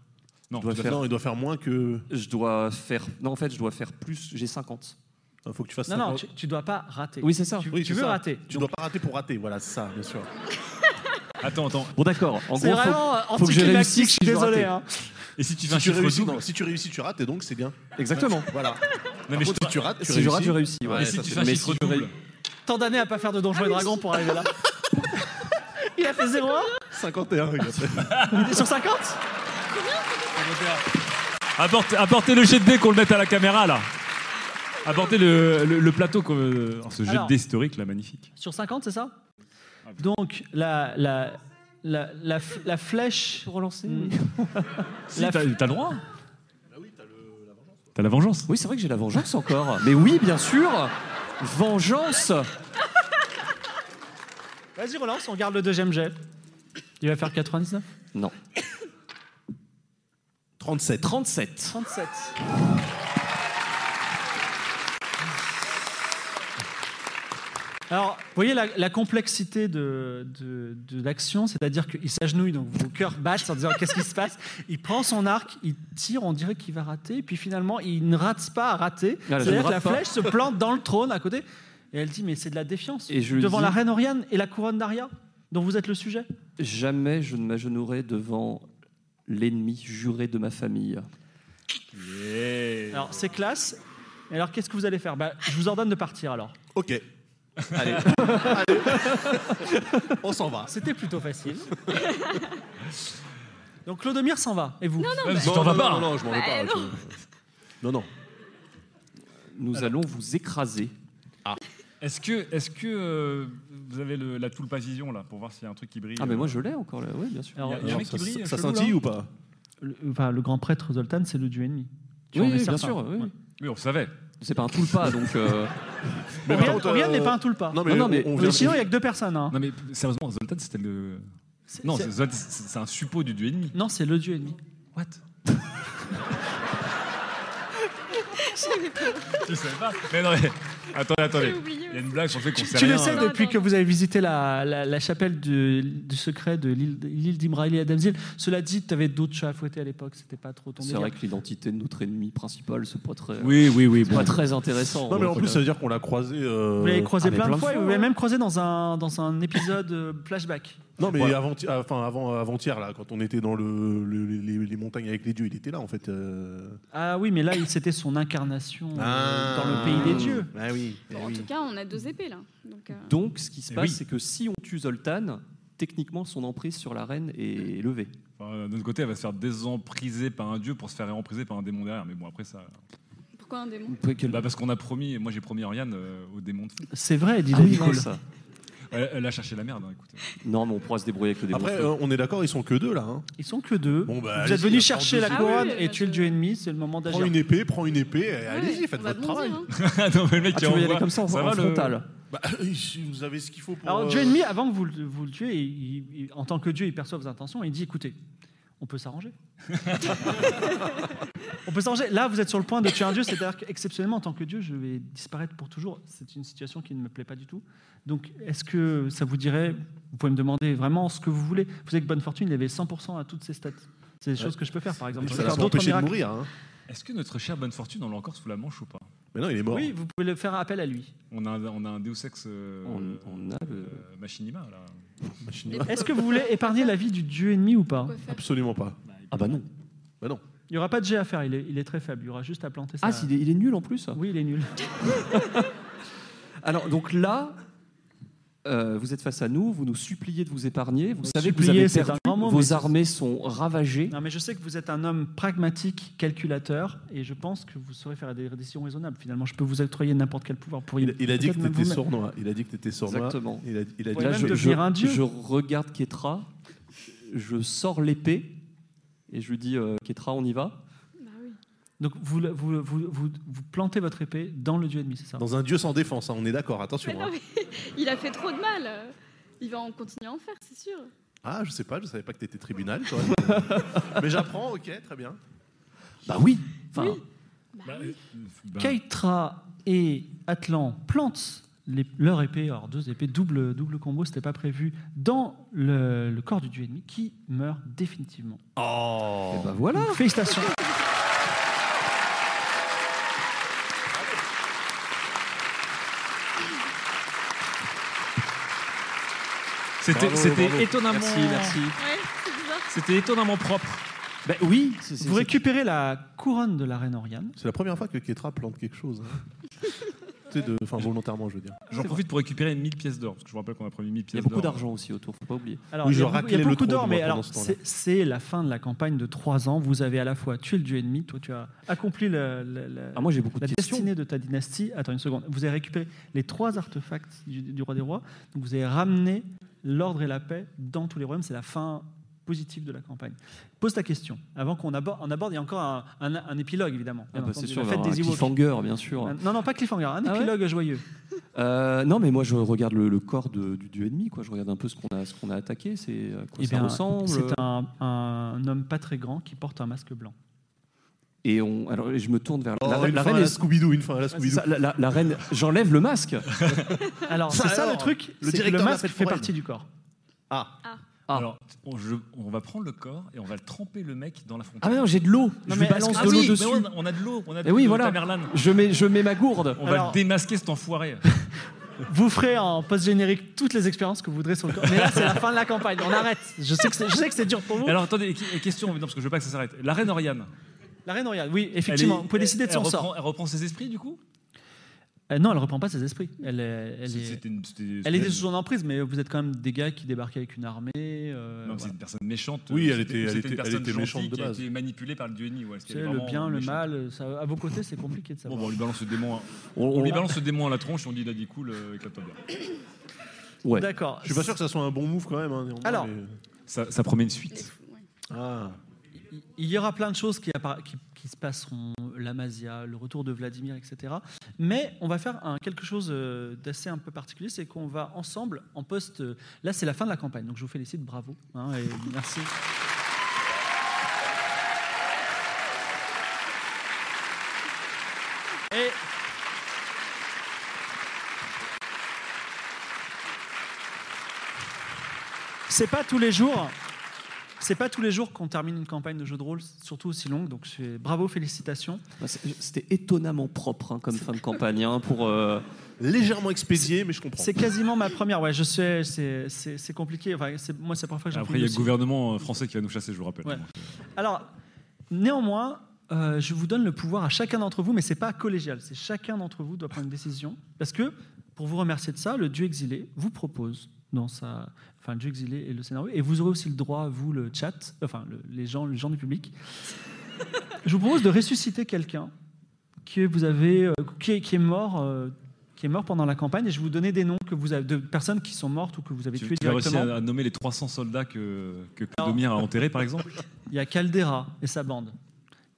S19: Non, tu dois faire-
S18: il doit faire moins que. Je dois faire. Non, en fait, je dois faire plus. J'ai 50. Il Ah, faut que tu fasses
S2: Non, non, tu, tu dois pas rater.
S18: Oui, c'est ça.
S2: Tu,
S18: Oui,
S2: tu
S18: c'est
S2: veux
S18: ça.
S2: rater.
S18: Tu dois
S2: pas rater pour rater, voilà, c'est ça, bien sûr.
S19: Attends, attends.
S18: Bon, d'accord. En
S2: C'est
S18: gros,
S2: vraiment, euh,
S18: faut, faut que j'ai
S2: anticlimatique,
S18: réussi.
S2: je suis désolé, hein.
S19: Et si tu fais un
S15: tu
S19: chiffre
S15: réussis,
S19: double
S15: non, si tu réussis, tu rates, et donc c'est bien.
S18: Exactement.
S15: Voilà.
S19: Non,
S15: Par
S19: mais je
S15: contre,
S19: te-
S15: si tu rates, tu
S18: si
S15: réussis.
S18: je rate, je réussis, ouais.
S19: Et si
S18: ça,
S19: tu
S18: c'est-
S19: fais un
S18: mais
S19: chiffre
S18: si tu
S19: double
S2: Tant d'années à pas faire de Donjons
S18: Ah
S2: et Dragons pour arriver là. Il a fait 0
S15: 51, regarde.
S2: Il est sur 50
S19: Apportez, apportez le jet de dés qu'on le mette à la caméra là. Apportez le, le- le plateau, qu'on- euh, ce jet de
S2: Alors.
S19: dés historique là, magnifique.
S2: Sur 50, c'est ça Donc, la, la, la, la, f- la flèche. Hmm.
S18: Relancer
S19: Si, t'as- t'as le droit.
S18: T'as la vengeance Oui, c'est vrai que j'ai la vengeance encore. Mais oui, bien sûr Vengeance
S2: Vas-y, relance, on garde le deuxième jet. Il va faire 99
S18: Non.
S15: 37.
S18: 37.
S2: 37. Alors, vous voyez la, la complexité de, de, de l'action, c'est-à-dire qu'il s'agenouille, donc vos cœurs battent en disant qu'est-ce qui se passe. Il prend son arc, il tire, on dirait qu'il va rater, puis finalement il ne rate pas à rater.
S18: Voilà, Ah, je ne
S2: c'est-à-dire que la
S18: rate pas.
S2: flèche se plante dans le trône à côté, et elle dit mais c'est de la défiance
S18: Et je lui
S2: devant
S18: dis-
S2: la reine Oriane et la couronne d'Aria, dont vous êtes le sujet.
S18: Jamais je ne m'agenouillerai devant l'ennemi juré de ma famille.
S2: Alors c'est classe. Et alors qu'est-ce que vous allez faire Bah, Je vous ordonne de partir alors.
S15: Ok.
S2: Allez.
S15: On s'en va.
S2: C'était plutôt facile. Donc Clodomir s'en va. Et vous
S15: Non, non, Même bah- si t'en vas
S2: Ah.
S18: hein.
S15: pas. non, je m'en vais
S18: Ah,
S15: Bah, pas, non.
S18: Non, non. Nous allons vous écraser. Ah.
S19: Est-ce que, est-ce que euh, vous avez le- la toulpa vision là pour voir s'il y a un truc qui brille
S18: Ah, mais
S19: euh,
S18: moi je l'ai encore là, oui, bien sûr.
S19: Il y a- il y a un mec qui brille, chelou, là
S2: le, enfin, le grand prêtre Zoltan, c'est le dieu ennemi. Tu
S18: Oui,
S2: en es
S18: oui, bien
S2: certain.
S18: sûr. Oui.
S2: Ouais.
S19: Oui, on le savait.
S18: C'est pas un toulpa, donc. euh,
S2: Mais Oriane- Oriane n'est pas un toulpa. Mais sinon, il y a que deux personnes. hein.
S19: Non, mais sérieusement, Zoltan c'était le. Non,
S2: c'est-
S19: Zoltan, c'est c'est un suppôt du dieu ennemi.
S2: Non, c'est le dieu ennemi. What
S19: Tu savais pas Mais non, mais. Attendez, attendez. Il y a une blague sur le fait qu'on sait
S2: Tu le
S15: hein.
S19: rien,
S2: sais
S19: euh.
S2: depuis que vous avez visité la, la- la chapelle du, du secret de l'île l'île d'Imraïli à Damsil. Cela dit, tu avais d'autres chats à fouetter à l'époque, c'était pas trop ton
S18: C'est
S2: délire.
S18: vrai que l'identité de notre ennemi principal, c'est pas très.
S19: Oui, oui, oui,
S18: c'est
S19: bon.
S18: Pas très intéressant.
S15: Non, mais en
S18: Ouais.
S15: plus, ça veut dire qu'on l'a croisé. euh,
S2: Vous l'avez croisé
S18: Ah, mais
S2: plein,
S18: plein
S2: de
S18: de
S2: fois, et
S18: fois,
S2: vous l'avez
S18: ouais.
S2: même croisé dans un, dans un épisode euh, flashback.
S15: Non, mais
S2: Ouais.
S15: avant, enfin, avant, avant-hier, là, quand on était dans le, le- les, les montagnes avec les dieux, il était là, en fait. euh.
S2: Ah oui, mais là, il- c'était son incarnation euh,
S15: Ah.
S2: dans le pays des dieux.
S15: Ah oui.
S29: Bon, en tout cas, on a deux épées là. Donc, euh,
S18: Donc, ce qui se
S19: Eh oui.
S18: passe, c'est que si on tue Zoltan, techniquement, son emprise sur la reine est levée.
S19: Enfin, euh, D'un autre côté, elle va se faire désempriser par un dieu pour se faire réempriser par un démon derrière. Mais bon, après ça.
S29: pourquoi un démon
S19: Bah, parce qu'on a promis, moi j'ai promis Oriane euh, au démon de feu.
S2: C'est vrai, dit
S18: Ah oui,
S2: Nicole.
S18: c'est ça.
S19: Elle, elle a cherché la merde, hein, écoute.
S18: Non, mais on pourra se débrouiller avec le démon.
S15: Après, euh, on est d'accord, ils sont que deux, là. hein.
S2: Ils sont que deux.
S15: Bon, bah,
S2: vous êtes
S15: allez-y,
S2: venu
S15: attends,
S2: chercher
S15: deux
S2: la
S15: secondes.
S2: couronne
S15: Ah oui,
S2: et tuer le dieu ennemi, c'est le moment d'agir.
S15: Prends une épée, prends une épée, et allez-y,
S2: on
S15: faites
S2: va
S15: votre
S2: bondir, hein.
S15: travail.
S19: non, mais le mec
S18: Ah, qui tu veux y envoie- aller comme ça, en- ça en va, le- frontal
S15: Bah, vous avez ce qu'il faut pour.
S2: Alors,
S15: euh,
S2: Dieu ennemi, avant que vous, le- vous le tuiez, il- il- il- en tant que Dieu, il perçoit vos intentions et il dit écoutez, on peut s'arranger. on peut s'arranger. Là, vous êtes sur le point de tuer un Dieu, c'est-à-dire qu'exceptionnellement, en tant que Dieu, je vais disparaître pour toujours. C'est une situation qui ne me plaît pas du tout. Donc, est-ce que ça vous dirait Vous pouvez me demander vraiment ce que vous voulez. Vous savez que Bonne Fortune, il avait 100% à toutes ses stats. C'est des
S19: Ouais.
S2: choses que je peux faire, par exemple.
S19: Mais
S2: Je
S19: ça
S2: peux
S19: l'a
S2: faire
S19: pas
S2: d'autres
S19: empêché de
S2: miracles.
S19: mourir, hein. Est-ce que notre chère Bonne Fortune, on l'a encore sous la manche ou pas
S15: Mais non, il est mort.
S2: Oui, vous pouvez le faire appel à lui.
S19: On a, un- on a un Deus Ex. euh,
S18: On-
S19: euh,
S18: on a le-
S19: euh, Machinima, là.
S2: Est-ce que vous voulez épargner la vie du Dieu ennemi ou pas
S15: Absolument pas.
S18: Ah bah non.
S15: Bah non.
S2: Il n'y aura pas de jet à faire, il est, il est très faible. Il y aura juste à planter ça.
S18: Ah, s'il est- il est nul en plus
S2: Oui, il est nul.
S18: Alors, donc là, euh, vous êtes face à nous, vous nous suppliez de vous épargner, vous
S2: Vous
S18: savez que vous
S2: suppliez,
S18: avez
S2: c'est un
S18: perdu,
S2: grand mot, mais
S18: vos
S2: c'est-
S18: armées sont ravagées.
S2: Non, mais je sais que vous êtes un homme pragmatique, calculateur, et je pense que vous saurez faire des décisions raisonnables. Finalement, je peux vous octroyer n'importe quel pouvoir. Vous pourriez
S15: Il, il a dit que
S2: peut-être même
S15: t'étais
S2: vous-même-
S15: sournois. Il a dit que t'étais sournois.
S18: Exactement.
S15: Il a, il a dit
S2: Ouais,
S18: Là,
S2: même
S18: je,
S2: devenir
S18: je-
S2: un dieu.
S18: je regarde Ketra, je sors l'épée et je lui dis euh, Ketra, on y va
S2: Donc, vous, la- vous, vous, vous, vous plantez votre épée dans le dieu ennemi, c'est ça
S15: Dans un dieu sans défense, hein, on est d'accord, attention.
S29: Mais non,
S15: hein.
S29: mais il a fait trop de mal. Il va en continuer à en faire, c'est sûr.
S15: Ah, je sais pas, je savais pas que t'étais tribunal, toi. Mais j'apprends, ok, très bien.
S2: Bah oui enfin,
S15: Bah,
S2: Ben. Keitra et Atlan plantent les- leur épée, alors deux épées, double, double combo, c'était pas prévu, dans le, le corps du dieu ennemi qui meurt définitivement.
S15: Oh
S18: Et ben voilà
S2: Donc, Félicitations
S19: C'était
S18: Bravo, bravo.
S19: c'était étonnamment.
S18: Merci, merci.
S19: C'était étonnamment propre.
S2: Ben oui,
S15: c'est-
S2: vous
S15: c'est-
S2: récupérez la couronne de la reine Oriane.
S15: C'est la première fois que Ketra plante quelque chose. hein. Tu sais, de- Enfin, volontairement, je veux dire.
S19: J'en profite pour récupérer 1000 pièces d'or, parce que je vous rappelle qu'on a promis 1000 pièces d'or.
S18: beaucoup d'argent aussi autour, faut pas oublier.
S2: Alors,
S15: Oui,
S2: il y
S15: je
S2: a beaucoup- il y a
S15: raclais le
S2: beaucoup
S15: trou,
S2: d'or,
S15: moi,
S2: mais
S15: pendant
S2: alors
S15: ce temps-là.
S2: c'est- c'est la fin de la campagne de trois ans. Vous avez à la fois tué le dieu ennemi, toi tu as accompli le, le- le-
S18: Ah, moi, j'ai beaucoup
S2: la
S18: de questions.
S2: destinée de ta dynastie. Attends une seconde. Vous avez récupéré les trois artefacts du, du roi des rois. Donc vous avez ramené l'ordre et la paix dans tous les royaumes. C'est la fin positive de la campagne. Pose ta question avant qu'on aborde. On aborde. Il y a encore un, un- un épilogue évidemment.
S18: Ah
S2: bien
S18: bah, c'est
S2: entendu, la
S18: sûr, on va
S2: fête
S18: avoir
S2: des
S18: un
S2: Ewoks.
S18: cliffhanger, bien sûr.
S2: Non non pas cliffhanger. Un
S18: ouais
S2: épilogue joyeux.
S18: Euh, non, mais moi je regarde le, le corps de- du dieu ennemi, quoi. Je regarde un peu ce qu'on a, ce qu'on a attaqué, c'est euh, à quoi
S2: Eh
S18: ça
S2: bien,
S18: ressemble.
S2: C'est un, un homme pas très grand qui porte un masque blanc.
S18: Et on, alors je me tourne vers
S2: Oh,
S18: la,
S2: une
S18: la
S2: fin
S18: reine.
S2: à la
S18: est-
S2: Scooby-Doo, une fin à la
S18: Ah, c'est
S2: Scooby-Doo.
S18: ça, La, la- la reine, j'enlève le masque.
S2: Alors, c'est ça le truc, c'est que le masque fait partie du corps.
S15: Ah.
S19: Alors, on, je- on va prendre le corps et on va le tremper le mec dans la fontaine.
S18: Ah mais non, j'ai de l'eau. Je lui balance de l'eau
S19: oui,
S18: dessus.
S19: mais on a- on a de l'eau, on a de
S18: Eh oui,
S19: l'eau
S18: voilà.
S19: Tamerlan.
S18: Je mets, je mets ma gourde.
S19: On va démasquer cet enfoiré.
S2: Vous ferez en post-générique toutes les expériences que vous voudrez sur le corps. Mais là, c'est la fin de la campagne. On arrête. Je sais que c'est, je sais que c'est dur pour vous.
S19: Alors attendez, et- et question, non, parce que je veux pas que ça s'arrête. La reine Oriane.
S2: la reine Oriane, oui, effectivement,
S19: elle est-
S2: vous pouvez décider de
S19: elle
S2: son
S19: reprend-
S2: sort.
S19: Elle reprend ses esprits du coup
S2: Euh, non, elle reprend pas ses esprits. Elle, est- elle
S19: C'est-
S2: est,
S19: c'était une- c'était-
S2: elle était
S19: c'était-
S2: sous son emprise, mais vous êtes quand même des gars qui débarquent avec une armée. euh,
S19: Non, c'est
S2: voilà.
S19: une personne méchante.
S15: Oui,
S19: euh,
S15: elle
S19: c'était-
S15: était- elle
S19: c'était
S15: était-
S19: une
S15: elle
S19: personne
S15: était
S19: gentille
S15: méchante de
S19: qui
S15: base.
S19: a été manipulée par le dieu ennemi. Ouais,
S2: C'est le bien, le mal. ça- à vos côtés, c'est compliqué de
S19: Bon,
S2: savoir.
S19: bah, on lui balance le démon. à-
S18: On,
S19: lui balance le démon à la tronche et on dit Daddy cool, euh, éclate-toi bien.
S18: Ouais.
S2: D'accord.
S15: Je suis pas sûr que ça soit un bon move quand même. hein, néanmoins,
S2: Alors.
S15: mais-
S19: Ça, ça promet une suite.
S15: Ah.
S2: Il y aura plein de choses qui, appara- qui- qui se passeront, la Mazia, le retour de Vladimir, etc. Mais on va faire un- quelque chose euh, d'assez un peu particulier, c'est qu'on va ensemble en poste. euh, Là, c'est la fin de la campagne, donc je vous félicite, bravo, hein, et merci. Et c'est pas tous les jours. C'est pas tous les jours qu'on termine une campagne de jeu de rôle, surtout aussi longue. Donc c'est- bravo, félicitations.
S18: Bah, c'est- C'était étonnamment propre hein, comme fin de campagne hein, pour
S15: légèrement expédié, mais je comprends.
S2: C'est quasiment ma première. Ouais, je sais, c'est- c'est c'est compliqué. Enfin, c'est- moi, c'est la première fois que j'en fais
S19: Après, il y a
S2: une
S19: le
S2: aussi.
S19: gouvernement euh, français qui va nous chasser, je vous rappelle.
S2: Ouais. Alors, néanmoins, euh, je vous donne le pouvoir à chacun d'entre vous, mais c'est pas collégial. C'est chacun d'entre vous doit prendre une décision. Parce que, pour vous remercier de ça, le Dieu exilé vous propose dans sa, enfin, le Dieu exilé et le scénario, et vous aurez aussi le droit, vous, le chat, enfin, le- les gens, les gens du public. je vous propose de ressusciter quelqu'un que vous avez, euh, qui, est, qui est mort. euh, qui est mort pendant la campagne, et je vais vous donner des noms que vous avez, de personnes qui sont mortes ou que vous avez
S19: Tu,
S2: tuées
S19: tu as réussi
S2: directement.
S19: à, à nommer les 300 soldats que, que Clodomir a enterrés, par exemple
S2: Il y a Caldera et sa bande.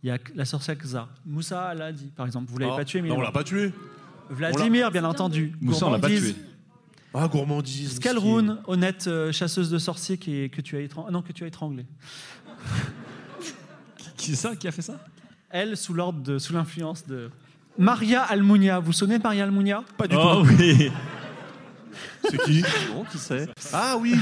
S2: Il y a la sorcière Xar. Moussa l'a dit, par exemple. Vous l'avez
S15: Ah,
S2: pas tué, mais.
S15: non,
S2: il est
S15: on l'a
S2: mort.
S15: pas tué.
S2: Vladimir, bien entendu.
S15: Moussa, on l'a pas
S2: Gourmandise.
S15: tué. Ah, gourmandise.
S2: Scalroun, honnête euh, chasseuse de sorciers qui est- que, tu as étranglé. Non, que tu as étranglé.
S19: Qui ça Qui a fait ça
S2: Elle, sous l'ordre de, sous l'influence de. Maria Almunia. Vous sonnez Maria Almunia
S15: Pas
S19: du Oh, tout. oui.
S15: C'est qui
S18: Non, qui c'est
S15: Ah oui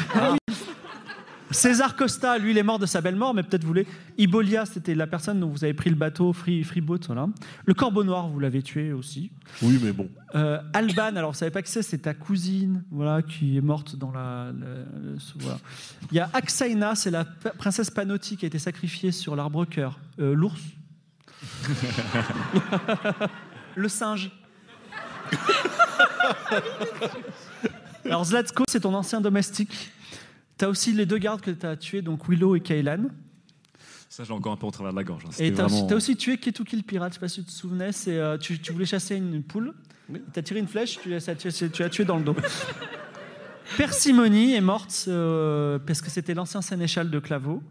S2: César Costa, lui, il est mort de sa belle mort, mais peut-être vous voulez. Ibolia, c'était la personne dont vous avez pris le bateau, Free, Freeboat, voilà. Le Corbeau Noir, vous l'avez tué aussi.
S15: Oui, mais bon.
S2: Euh, Alban, alors vous savez pas que c'est, c'est ta cousine, voilà, qui est morte dans la. la- le- ce- voilà. Il y a Axaina, c'est la p- princesse Panotti qui a été sacrifiée sur l'arbre cœur. Euh, L'ours, le singe. Alors Zlatko, c'est ton ancien domestique. T'as aussi les deux gardes que t'as tués, donc Willow et Kaylan.
S19: Ça, j'ai encore un peu au travers de la gorge. hein.
S2: Et
S19: C'était
S2: t'as aussi,
S19: vraiment...
S2: t'as aussi tué Ketuki le pirate, je sais pas si tu te souvenais, c'est, euh, tu, tu voulais chasser une poule, t'as tiré une flèche, tu l'as ça- tu- tu l'as tué dans le dos. Persimony est morte euh, parce que c'était l'ancien sénéchal de Claveau.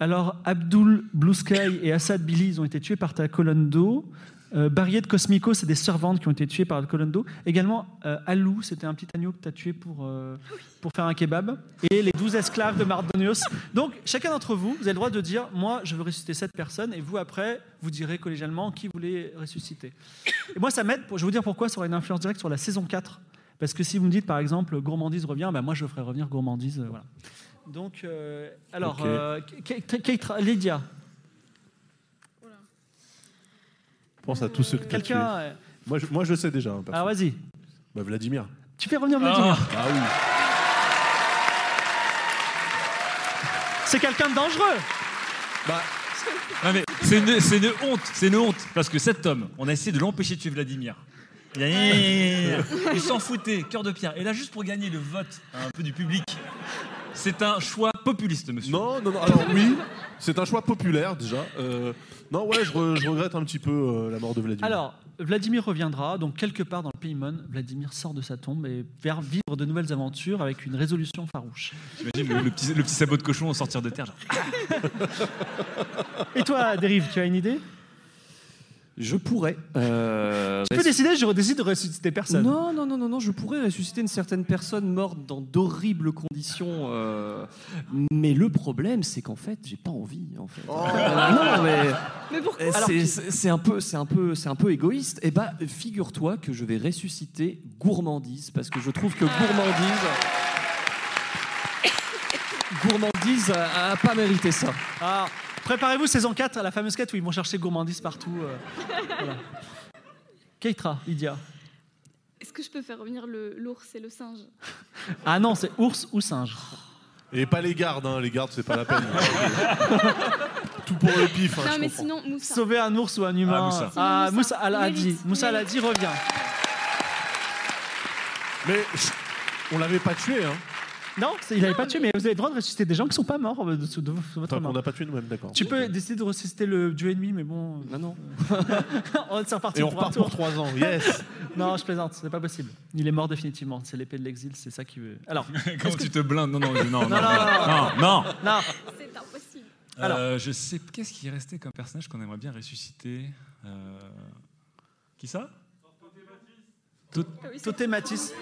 S2: Alors Abdul, Blue Sky et Assad Billy, ils ont été tués par ta colonne d'eau. Euh, Barriette Cosmico, c'est des servantes qui ont été tuées par la colonne d'eau. Également, euh, Alou, c'était un petit agneau que tu as tué pour, euh, pour faire un kebab. Et les 12 esclaves de Mardonios. Donc, chacun d'entre vous, vous avez le droit de dire Moi, je veux ressusciter cette personne. Et vous, après, vous direz collégialement qui vous voulez ressusciter. Et moi, ça m'aide. Pour, je vais vous dire pourquoi ça aura une influence directe sur la saison 4. Parce que si vous me dites, par exemple, Gourmandise revient, ben moi, je ferai revenir Gourmandise. euh, voilà. Donc, euh, alors,
S30: Ok.
S2: euh, Ke- Ke- Keitra- Lydia,
S15: Pense à tous ceux que t'as tués.
S2: Quelqu'un, euh, ouais.
S15: Moi, je, moi, je sais déjà. hein, perso.
S2: Ah, vas-y.
S15: Bah, Vladimir.
S2: tu fais revenir Lydia.
S15: Ah oui.
S2: C'est quelqu'un de dangereux.
S19: Bah, non, mais c'est une, c'est une honte, c'est une honte, parce que cet homme, on a essayé de l'empêcher de tuer Vladimir. Il, a- il s'en foutait, cœur de pierre. Et là, juste pour gagner le vote hein, un peu du public, c'est un choix populiste, monsieur.
S15: Non, non, non. Alors oui, c'est un choix populaire déjà. Euh, non, ouais, je, re- je regrette un petit peu euh, la mort de Vladimir.
S2: Alors, Vladimir reviendra, donc quelque part dans le pays Mon, Vladimir sort de sa tombe et va vivre de nouvelles aventures avec une résolution farouche.
S19: J'imagine le, le petit, le petit sabot de cochon en sortir de terre. genre.
S2: Et toi, Dérive, tu as une idée
S18: Je pourrais. euh,
S2: Tu peux décider, je décide de ressusciter personne.
S18: Non, non, non, non, non, je pourrais ressusciter une certaine personne morte dans d'horribles conditions. euh, mais le problème, c'est qu'en fait, j'ai pas envie. En fait. Euh, non, mais.
S31: Oh. Mais pourquoi
S18: Euh,
S31: Alors,
S18: c'est-
S31: tu-
S18: C'est c'est un peu, c'est un peu, c'est un peu égoïste. Eh ben, figure-toi que je vais ressusciter Gourmandise parce que je trouve que Gourmandise, Gourmandise a, a pas mérité ça.
S2: Alors, Ah, préparez-vous saison 4 à la fameuse quête où ils vont chercher gourmandise partout. euh, voilà. Keitra, Lydia.
S29: Est-ce que je peux faire revenir le- l'ours et le singe
S2: Ah non, c'est ours ou singe.
S15: Et pas les gardes, hein. Les gardes, c'est pas la peine. Tout pour le pif. hein, je comprends.
S29: sinon, Moussa.
S2: Sauver un ours ou un humain.
S15: Ah, Moussa.
S2: Ah, Moussa
S29: Il
S2: Al-Hadi.
S29: mérite,
S2: Moussa
S29: il
S2: Al-Hadi revient.
S15: Mais on l'avait pas tué, hein.
S2: Non, c'est- il l'avait pas tué, mais vous avez le droit de ressusciter des gens qui sont pas morts euh, de- sous de- sous votre
S15: Enfin,
S2: main.
S15: on n'a pas tué nous-mêmes, d'accord.
S2: Tu peux décider de ressusciter le dieu ennemi, mais bon. euh,
S18: Non, non.
S2: c'est reparti
S15: Et on
S2: pour
S15: repart
S2: un tour.
S15: pour trois ans, yes.
S2: non, je plaisante, c'est pas possible. Il est mort définitivement. C'est l'épée de l'exil, c'est ça qui veut. Alors.
S19: Comment
S2: est-ce que-
S19: tu te blindes Non, non, non, non, non,
S2: Non, non,
S19: non, non.
S2: Non.
S29: C'est impossible.
S19: Euh, je sais, qu'est-ce qui est resté comme personnage qu'on aimerait bien ressusciter Euh, Qui ça
S2: Toté Matisse.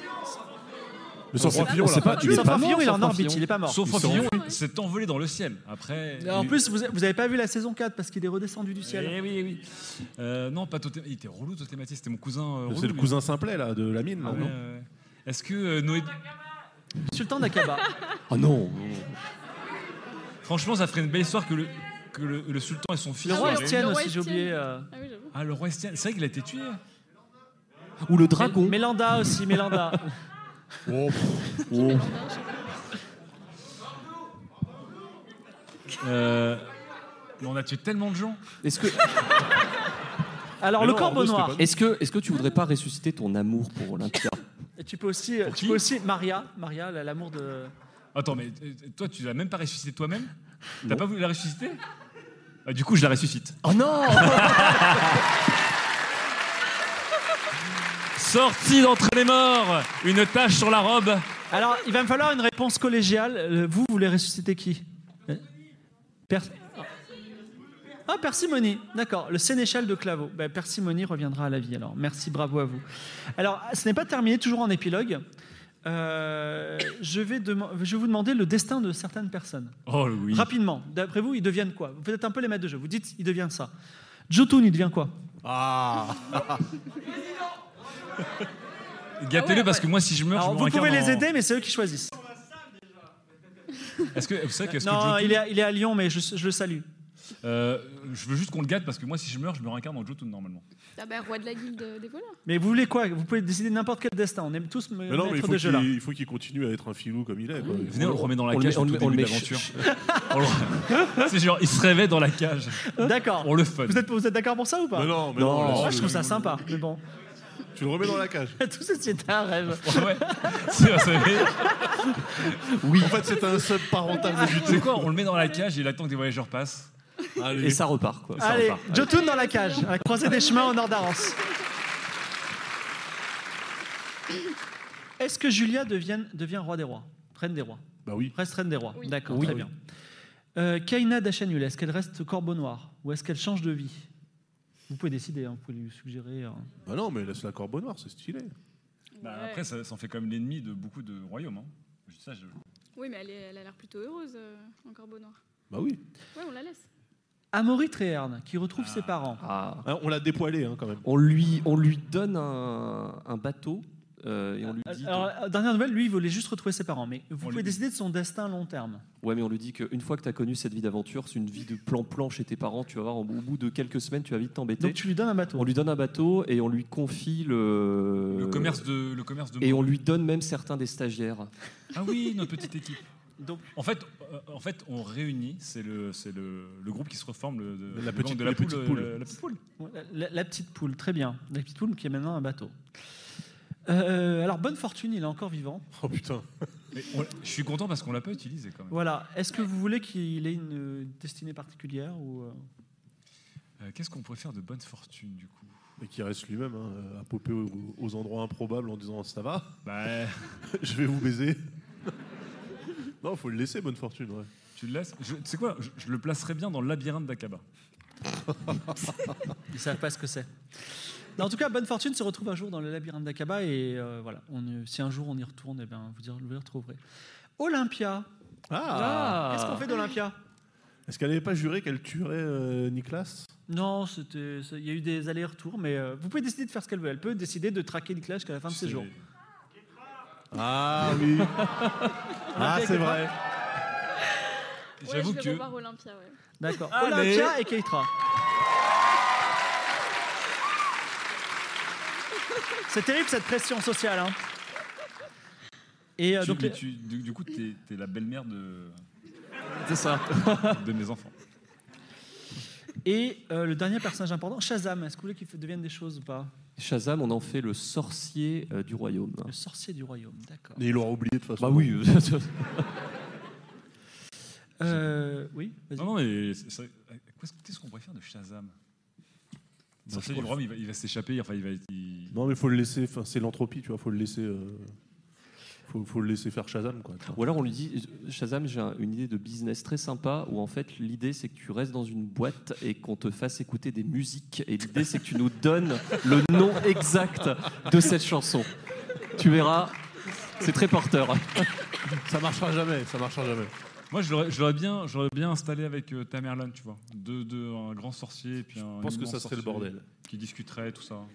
S19: Mais sans
S2: Sanford
S19: Fillon,
S2: Fillon,
S19: on l'a pas tué.
S2: Sanford Fillon, il est en
S19: Sanford
S2: orbite,
S19: Fillon.
S2: il est pas mort.
S19: Sanford Fillon, il s'est envolé dans le ciel. Après.
S2: En plus, vous vous avez pas vu la saison 4 parce qu'il est redescendu du ciel.
S19: Eh oui, eh oui. Euh, non, pas Totem. Il était relou, Totématis. C'était mon cousin. euh, relou,
S15: C'est le
S19: lui.
S15: cousin simplet, là, de la mine,
S19: Ah
S15: là,
S19: ouais,
S15: non
S19: ouais, ouais. Est-ce que euh, Noé.
S2: Sultan d'Akaba.
S15: Ah non
S19: Franchement, ça ferait une belle histoire que le, que le, le sultan et son fils.
S2: Ah, Le roi
S19: soient
S2: Estienne
S19: réunis.
S2: aussi, j'ai oublié. euh.
S19: Ah, le roi Estienne. C'est vrai qu'il a été tué.
S18: Ou le dragon.
S2: Mélanda aussi, Mélanda.
S19: Euh, mais on a tué tellement de gens.
S18: Est-ce que.
S2: Alors, le corbeau noir.
S18: Est-ce que, est-ce que tu voudrais pas ressusciter ton amour pour Olympia
S2: Et tu peux aussi, tu peux aussi Maria, Maria, la- l'amour de.
S19: Attends, mais euh, toi, tu l'as même pas ressuscité toi-même T'as pas voulu la ressusciter Ah, Du coup, je la ressuscite.
S18: Oh non
S19: Sorti d'entre les morts Une tache sur la robe
S2: Alors, il va me falloir une réponse collégiale. Euh, Vous, vous voulez ressusciter qui Euh, Per- Ah, Persimony, d'accord. Le sénéchal de Claveau. Ben, Persimony reviendra à la vie alors. Merci, bravo à vous. Alors, ce n'est pas terminé, toujours en épilogue. Euh, je, vais deman- je vais vous demander le destin de certaines personnes.
S19: Oh oui.
S2: Rapidement, d'après vous, ils deviennent quoi Vous êtes un peu les maîtres de jeu. Vous dites, ils deviennent ça. Jotun, il devient quoi
S15: Ah
S19: Gâtez-le parce que moi, si je meurs,
S2: Alors,
S19: je me
S2: vous pouvez
S19: réincarne
S2: les
S19: en-
S2: aider, mais c'est eux qui choisissent.
S19: Est-ce que vous savez qu'est-ce que
S2: non,
S19: Jotun-
S2: il, est à, il est à Lyon, mais je, je le salue.
S19: Euh, je veux juste qu'on le gâte parce que moi, si je meurs, je me réincarne en Jotun normalement.
S29: Ah ben, roi de la guilde des voleurs.
S2: Mais vous voulez quoi Vous pouvez décider n'importe quel destin. On aime tous me
S15: Mais non, mais il
S2: mettre
S15: faut
S2: Euh, de jeu là.
S15: qu'il il faut qu'il continue à être un filou comme il est. quoi.
S19: Venez, Mmh. on le remet dans la
S15: On le
S19: cage
S15: met- on
S19: au
S15: le
S19: tout
S15: met- on
S19: début
S15: le met-
S19: de l'aventure. On le- C'est genre, il se réveille dans la cage.
S2: Hein? D'accord.
S19: On le fun.
S2: Vous êtes, vous êtes d'accord pour ça ou pas
S19: Mais non, mais non, on laisse
S2: Moi, je
S19: le-
S2: trouve ça sympa. Mais bon.
S15: Tu le remets dans la cage.
S2: Tout ça, c'était un rêve.
S19: Oui.
S15: En fait, c'est un sub parental
S19: débuté. C'est quoi Ah, On le met dans la cage et il attend que des voyageurs passent.
S18: Et ça repart, quoi.
S19: Ça
S2: Allez,
S19: repart.
S2: Jotun dans la cage, à la croisée des chemins au nord d'Arance. Est-ce que Julia devient, devient roi des rois Reine des rois
S15: Bah oui.
S2: Reste reine des rois. D'accord,
S15: Oui.
S2: très bien. Euh, Kaina Dachanul, est-ce qu'elle reste corbeau noir Ou est-ce qu'elle change de vie Vous pouvez décider, hein, vous pouvez lui suggérer. hein.
S15: Bah non, mais laisse la corbeau noire, c'est stylé.
S19: Bah, Après, ça, ça en fait comme l'ennemi de beaucoup de royaumes. hein. Je dis ça, je-
S29: Oui, mais elle, est- elle a l'air plutôt heureuse, euh, en corbeau noir.
S15: Bah oui.
S29: Ouais, on la laisse.
S2: Amaury Tréherne, qui retrouve ses parents.
S15: Hein, on l'a dépoilé hein, quand même.
S18: Ah. On lui, on lui donne un, un bateau euh, et on lui dit.
S2: Alors, euh, dernière nouvelle, lui, il voulait juste retrouver ses parents, mais vous
S18: On
S2: pouvez
S18: lui dit.
S2: décider de son destin à long terme.
S18: Ouais, mais on lui dit qu'une fois que tu as connu cette vie d'aventure, c'est une vie de plan-plan chez tes parents, tu vas voir, au bout de quelques semaines, tu vas vite t'embêter.
S2: Donc tu lui donnes un bateau.
S18: On lui donne un bateau et on lui confie le.
S19: Le commerce de- le commerce de
S18: Et
S19: monde.
S18: on lui donne même certains des stagiaires.
S19: Ah oui, notre petite équipe. en, fait, euh, en fait, on réunit, c'est le, c'est le, le groupe qui se reforme, le, de,
S15: La
S19: le
S15: petite-
S19: gang de la
S15: les
S19: poule.
S15: petites
S19: euh,
S15: poules.
S19: la- la petite poule.
S2: Ouais, La, la petite poule, très bien. La petite poule qui est maintenant un bateau. Euh, alors, bonne fortune, il est encore vivant.
S15: Oh putain.
S19: Mais on- je suis content parce qu'on l'a pas utilisé quand même.
S2: Voilà. Est-ce que vous voulez qu'il ait une euh, destinée particulière ou euh,
S19: Euh, Qu'est-ce qu'on pourrait faire de bonne fortune du coup
S15: Et qui reste lui-même hein, à popper aux, aux endroits improbables en disant ça va
S19: Bah.
S15: Je vais vous baiser. non, faut le laisser, bonne fortune. Ouais.
S19: Tu le laisses Je- Tu sais quoi je, je le placerais bien dans le labyrinthe d'Akaba.
S2: Ils savent pas ce que c'est. Non, En tout cas, bonne fortune se retrouve un jour dans le labyrinthe d'Akaba et euh, voilà. On, euh, si un jour on y retourne, eh ben, vous, dire- vous le retrouverez. Olympia.
S15: Ah.
S2: Qu'est-ce qu'on fait d'Olympia
S15: Est-ce qu'elle n'avait pas juré qu'elle tuerait euh, Nicolas
S2: Non, c'était- c'est- il y a eu des allers-retours, mais euh, vous pouvez décider de faire ce qu'elle veut. Elle peut décider de traquer Nicolas jusqu'à la fin de ses
S15: C'est-
S2: jours.
S15: Ah oui Ah, c'est vrai
S2: J'avoue
S29: ouais, je
S2: que-
S29: vais revoir Olympia, ouais.
S2: D'accord.
S15: Allez.
S2: Olympia et Keitra. C'est terrible cette pression sociale. hein. Et euh,
S19: Tu-
S2: donc,
S19: mais
S2: les-
S19: tu- du, du coup, t'es es la belle-mère de.
S18: C'est ça.
S19: de mes enfants.
S2: et euh, le dernier personnage important, Shazam. Est-ce que vous voulez qu'il f- devienne des choses ou pas
S18: Shazam, on en fait le sorcier euh, du royaume.
S2: Le sorcier du royaume, d'accord.
S15: Et il l'aura oublié de toute façon.
S18: Bah oui.
S2: Euh, oui, vas-y.
S19: Non, non, mais c'est- c'est- qu'est-ce qu'est-ce qu'on pourrait faire de Shazam
S15: je
S19: Sorcier du
S15: pense-
S19: Rhum, il va, il va s'échapper, enfin, il va. il-
S15: Non, mais faut le laisser, enfin, c'est l'entropie, tu vois, faut le laisser. euh, faut, faut le laisser faire Shazam, quoi.
S18: Ou alors on lui dit, Shazam, j'ai un- une idée de business très sympa où en fait l'idée c'est que tu restes dans une boîte et qu'on te fasse écouter des musiques et l'idée c'est que tu nous donnes le nom exact de cette chanson. Tu verras, c'est très porteur.
S15: Ça marchera jamais, ça marchera jamais.
S19: Moi, je l'aurais je l'aurais bien, j'aurais bien installé avec euh, Tamerlan, tu vois. Deux, deux, un grand sorcier et puis un.
S15: pense que
S19: immense
S15: ça serait le
S19: sorcier
S15: bordel.
S19: Qui discuterait, tout ça.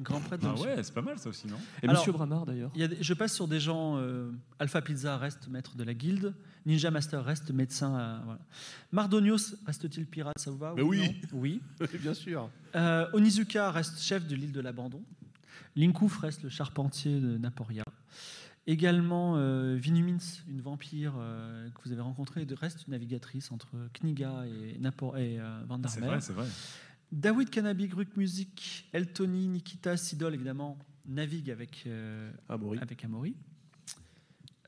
S2: Grand prêtre de
S19: Ah
S2: Monsieur-
S19: ouais, c'est pas mal ça aussi, non
S18: Et
S2: Alors,
S18: Monsieur Bramard d'ailleurs.
S2: il y a des- Je passe sur des gens. euh, Alpha Pizza reste maître de la guilde. Ninja Master reste médecin. euh, voilà. Mardonios reste-t-il pirate Ça vous va
S15: Mais
S2: ou
S15: oui.
S2: non Ah Oui.
S15: Bien sûr.
S2: Euh, Onizuka reste chef de l'île de l'abandon. Linkouf reste le charpentier de Naporia. Également, euh, Vinumins, une vampire euh, que vous avez rencontrée, de- reste une navigatrice entre Kniga et, Napor et euh, Van der
S19: C'est
S2: Meer.
S19: vrai, c'est vrai.
S2: David Cannabis, Gruc Music, Eltony, Nikita, Sidol, évidemment, navigue avec, euh, avec Amaury.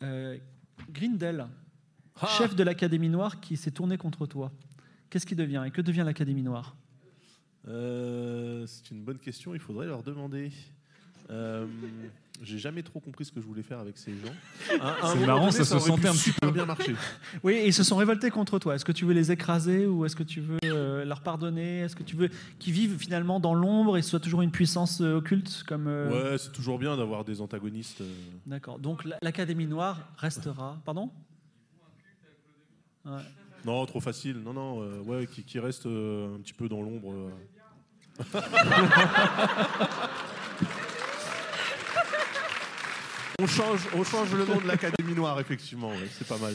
S2: Euh, Grindel, chef de l'Académie Noire qui s'est tourné contre toi. Qu'est-ce qui devient Et que devient l'Académie Noire
S15: Euh, c'est une bonne question, il faudrait leur demander. Euh, J'ai jamais trop compris ce que je voulais faire avec ces gens. À- à un
S19: C'est
S15: moment
S19: marrant,
S15: donné,
S19: ça se
S15: aurait
S19: sentait
S15: pu
S19: un petit
S15: super
S19: peu.
S15: bien marché.
S2: Oui, et ils se sont révoltés contre toi. Est-ce que tu veux les écraser ou est-ce que tu veux euh, leur pardonner Est-ce que tu veux qu'ils vivent finalement dans l'ombre et soient toujours une puissance euh, occulte comme euh,
S15: Ouais, c'est toujours bien d'avoir des antagonistes. euh.
S2: D'accord. Donc la- l'Académie Noire restera. Pardon Ouais.
S15: Non, trop facile. Non, non, euh, ouais, qui, qui reste euh, un petit peu dans l'ombre. euh. on, change, on change le nom de l'Académie Noire, effectivement, ouais, c'est pas mal.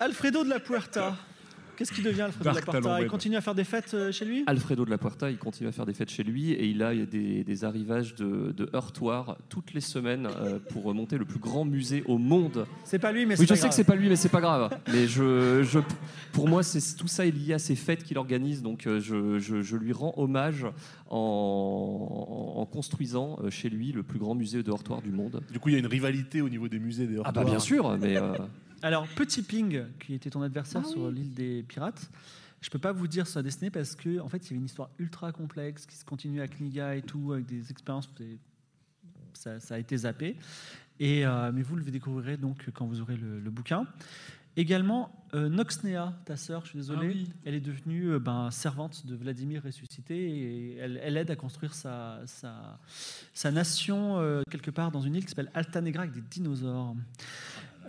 S2: Alfredo de la Puerta. Qu'est-ce qui devient Alfredo de la
S18: Dark
S2: Porta
S18: Talon
S2: Il
S15: bah.
S18: Web.
S2: continue à faire des fêtes euh, chez lui
S18: Alfredo de la Puerta, il continue à faire des fêtes chez lui et il a des, des arrivages de, de heurtoirs toutes les semaines euh, pour monter le plus grand musée au monde.
S2: C'est pas lui, mais
S18: oui,
S2: c'est
S18: je
S2: pas
S18: sais
S2: grave.
S18: que c'est pas lui, mais c'est pas grave. Mais je, je- pour moi, c'est tout ça est lié à ces fêtes qu'il organise. Donc, euh, je, je- je lui rends hommage en, en construisant euh, chez lui le plus grand musée de heurtoirs du monde.
S15: Du coup, il y a une rivalité au niveau des musées des
S18: Ah bah bien sûr, mais euh,
S2: Alors, Petit Ping, qui était ton adversaire
S18: Ah
S2: sur l'île des pirates, je peux pas vous dire sa destinée parce que en fait, il y avait une histoire ultra complexe qui se continue à Kniga et tout, avec des expériences. des- Ça, ça a été zappé. Et, euh, mais vous le découvrirez donc quand vous aurez le, le bouquin. Également, euh, Noxnea, ta sœur, je suis désolé, elle est devenue euh, ben, servante de Vladimir ressuscité et elle, elle aide à construire sa, sa, sa nation euh, quelque part dans une île qui s'appelle Altanegra avec des
S15: Ah,
S2: dinosaures.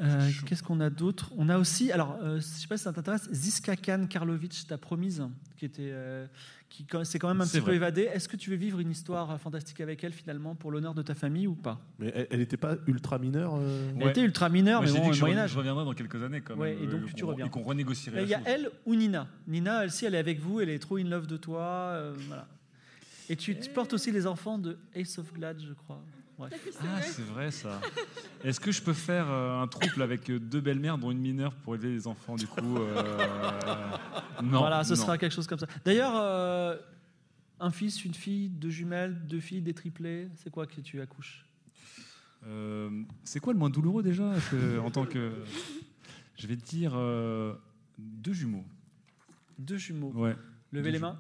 S2: Euh, Qu'est-ce qu'on a d'autre On a aussi, alors euh, je sais pas si ça t'intéresse, Ziska Khan Karlovic, ta promise, qui était, euh, qui quand- s'est quand même un
S15: C'est
S2: petit
S15: vrai.
S2: peu évadée. Est-ce que tu veux vivre une histoire euh, fantastique avec elle finalement pour l'honneur de ta famille ou pas
S15: Mais elle- elle n'était pas ultra mineure euh
S2: Elle était ultra mineure,
S19: Moi, j'ai
S2: mais bon,
S19: dit
S2: au
S19: que je
S2: Moyen
S19: re-
S2: Âge.
S19: Je reviendrai dans quelques années quand même.
S2: Ouais, et
S19: euh,
S2: donc
S19: qu'on-
S2: tu reviens.
S19: Et qu'on renégocierait.
S2: Il
S19: la
S2: y a
S19: chose.
S2: elle ou Nina. Nina, elle, si elle est avec vous, elle est trop in love de toi. euh, voilà. Et tu, tu portes aussi les enfants de Ace of Glad, je crois. Bref.
S19: Ah, c'est vrai ça. Est-ce que je peux faire euh, un trouble avec euh, deux belles-mères, dont une mineure, pour élever les enfants du coup euh, Non.
S2: Voilà,
S19: non.
S2: ce sera quelque chose comme ça. D'ailleurs, euh, un fils, une fille, deux jumelles, deux filles, des triplés, c'est quoi que tu accouches
S19: Euh, c'est quoi le moins douloureux déjà Parce que, En tant que. Je vais te dire euh, deux jumeaux.
S2: Deux jumeaux.
S19: Ouais.
S2: Levez
S19: Deux
S2: les
S19: ju-
S2: mains.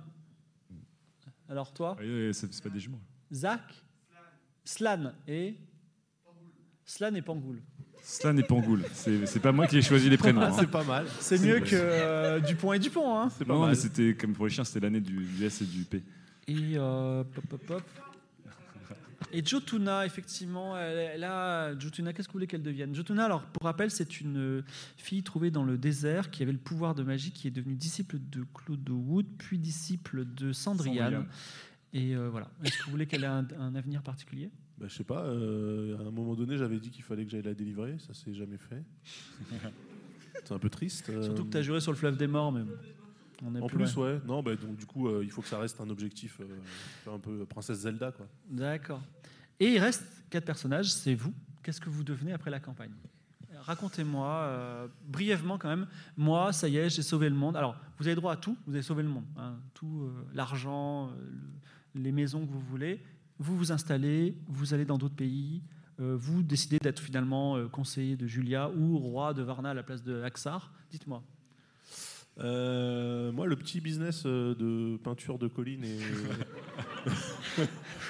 S2: Alors toi,
S19: Ouais, ouais, c'est c'est pas des jumeaux.
S2: Zach, Slan et Slan et Pangoul.
S19: Slan et Pangoul. C'est c'est pas moi qui ai choisi les prénoms. hein.
S2: C'est mieux que euh, Dupont et Dupont. Hein.
S19: Non, mais c'était comme pour les chiens, c'était l'année du, du S et du P.
S2: Et euh, pop, pop, pop. Et Jotuna, effectivement, elle, là, Jotuna, qu'est-ce que vous voulez qu'elle devienne Jotuna, alors, pour rappel, c'est une euh, fille trouvée dans le désert qui avait le pouvoir de magie, qui est devenue disciple de Claude Wood, puis disciple de Sandriane.
S15: Sandriane.
S2: Et euh, voilà. Est-ce que vous voulez qu'elle ait un, un avenir particulier
S15: Bah, je sais pas, euh, à un moment donné, j'avais dit qu'il fallait que j'aille la délivrer, ça s'est jamais fait. C'est un peu triste. euh.
S2: Surtout que tu as juré sur le fleuve des morts, mais bon, on est
S15: En
S2: plus
S15: plus,
S2: loin.
S15: ouais. Non, bah, donc du coup, euh, il faut que ça reste un objectif euh, un peu princesse Zelda, quoi.
S2: D'accord. Et il reste quatre personnages, c'est vous. Qu'est-ce que vous devenez après la campagne Racontez-moi euh, brièvement quand même. Moi, ça y est, j'ai sauvé le monde. Alors, vous avez droit à tout. Vous avez sauvé le monde, hein. tout euh, l'argent, euh, le- les maisons que vous voulez. Vous vous installez, vous allez dans d'autres pays. euh, vous décidez d'être finalement euh, conseiller de Julia ou roi de Varna à la place de Haxar. Dites-moi.
S15: Euh, moi, le petit business euh, de peinture de collines et.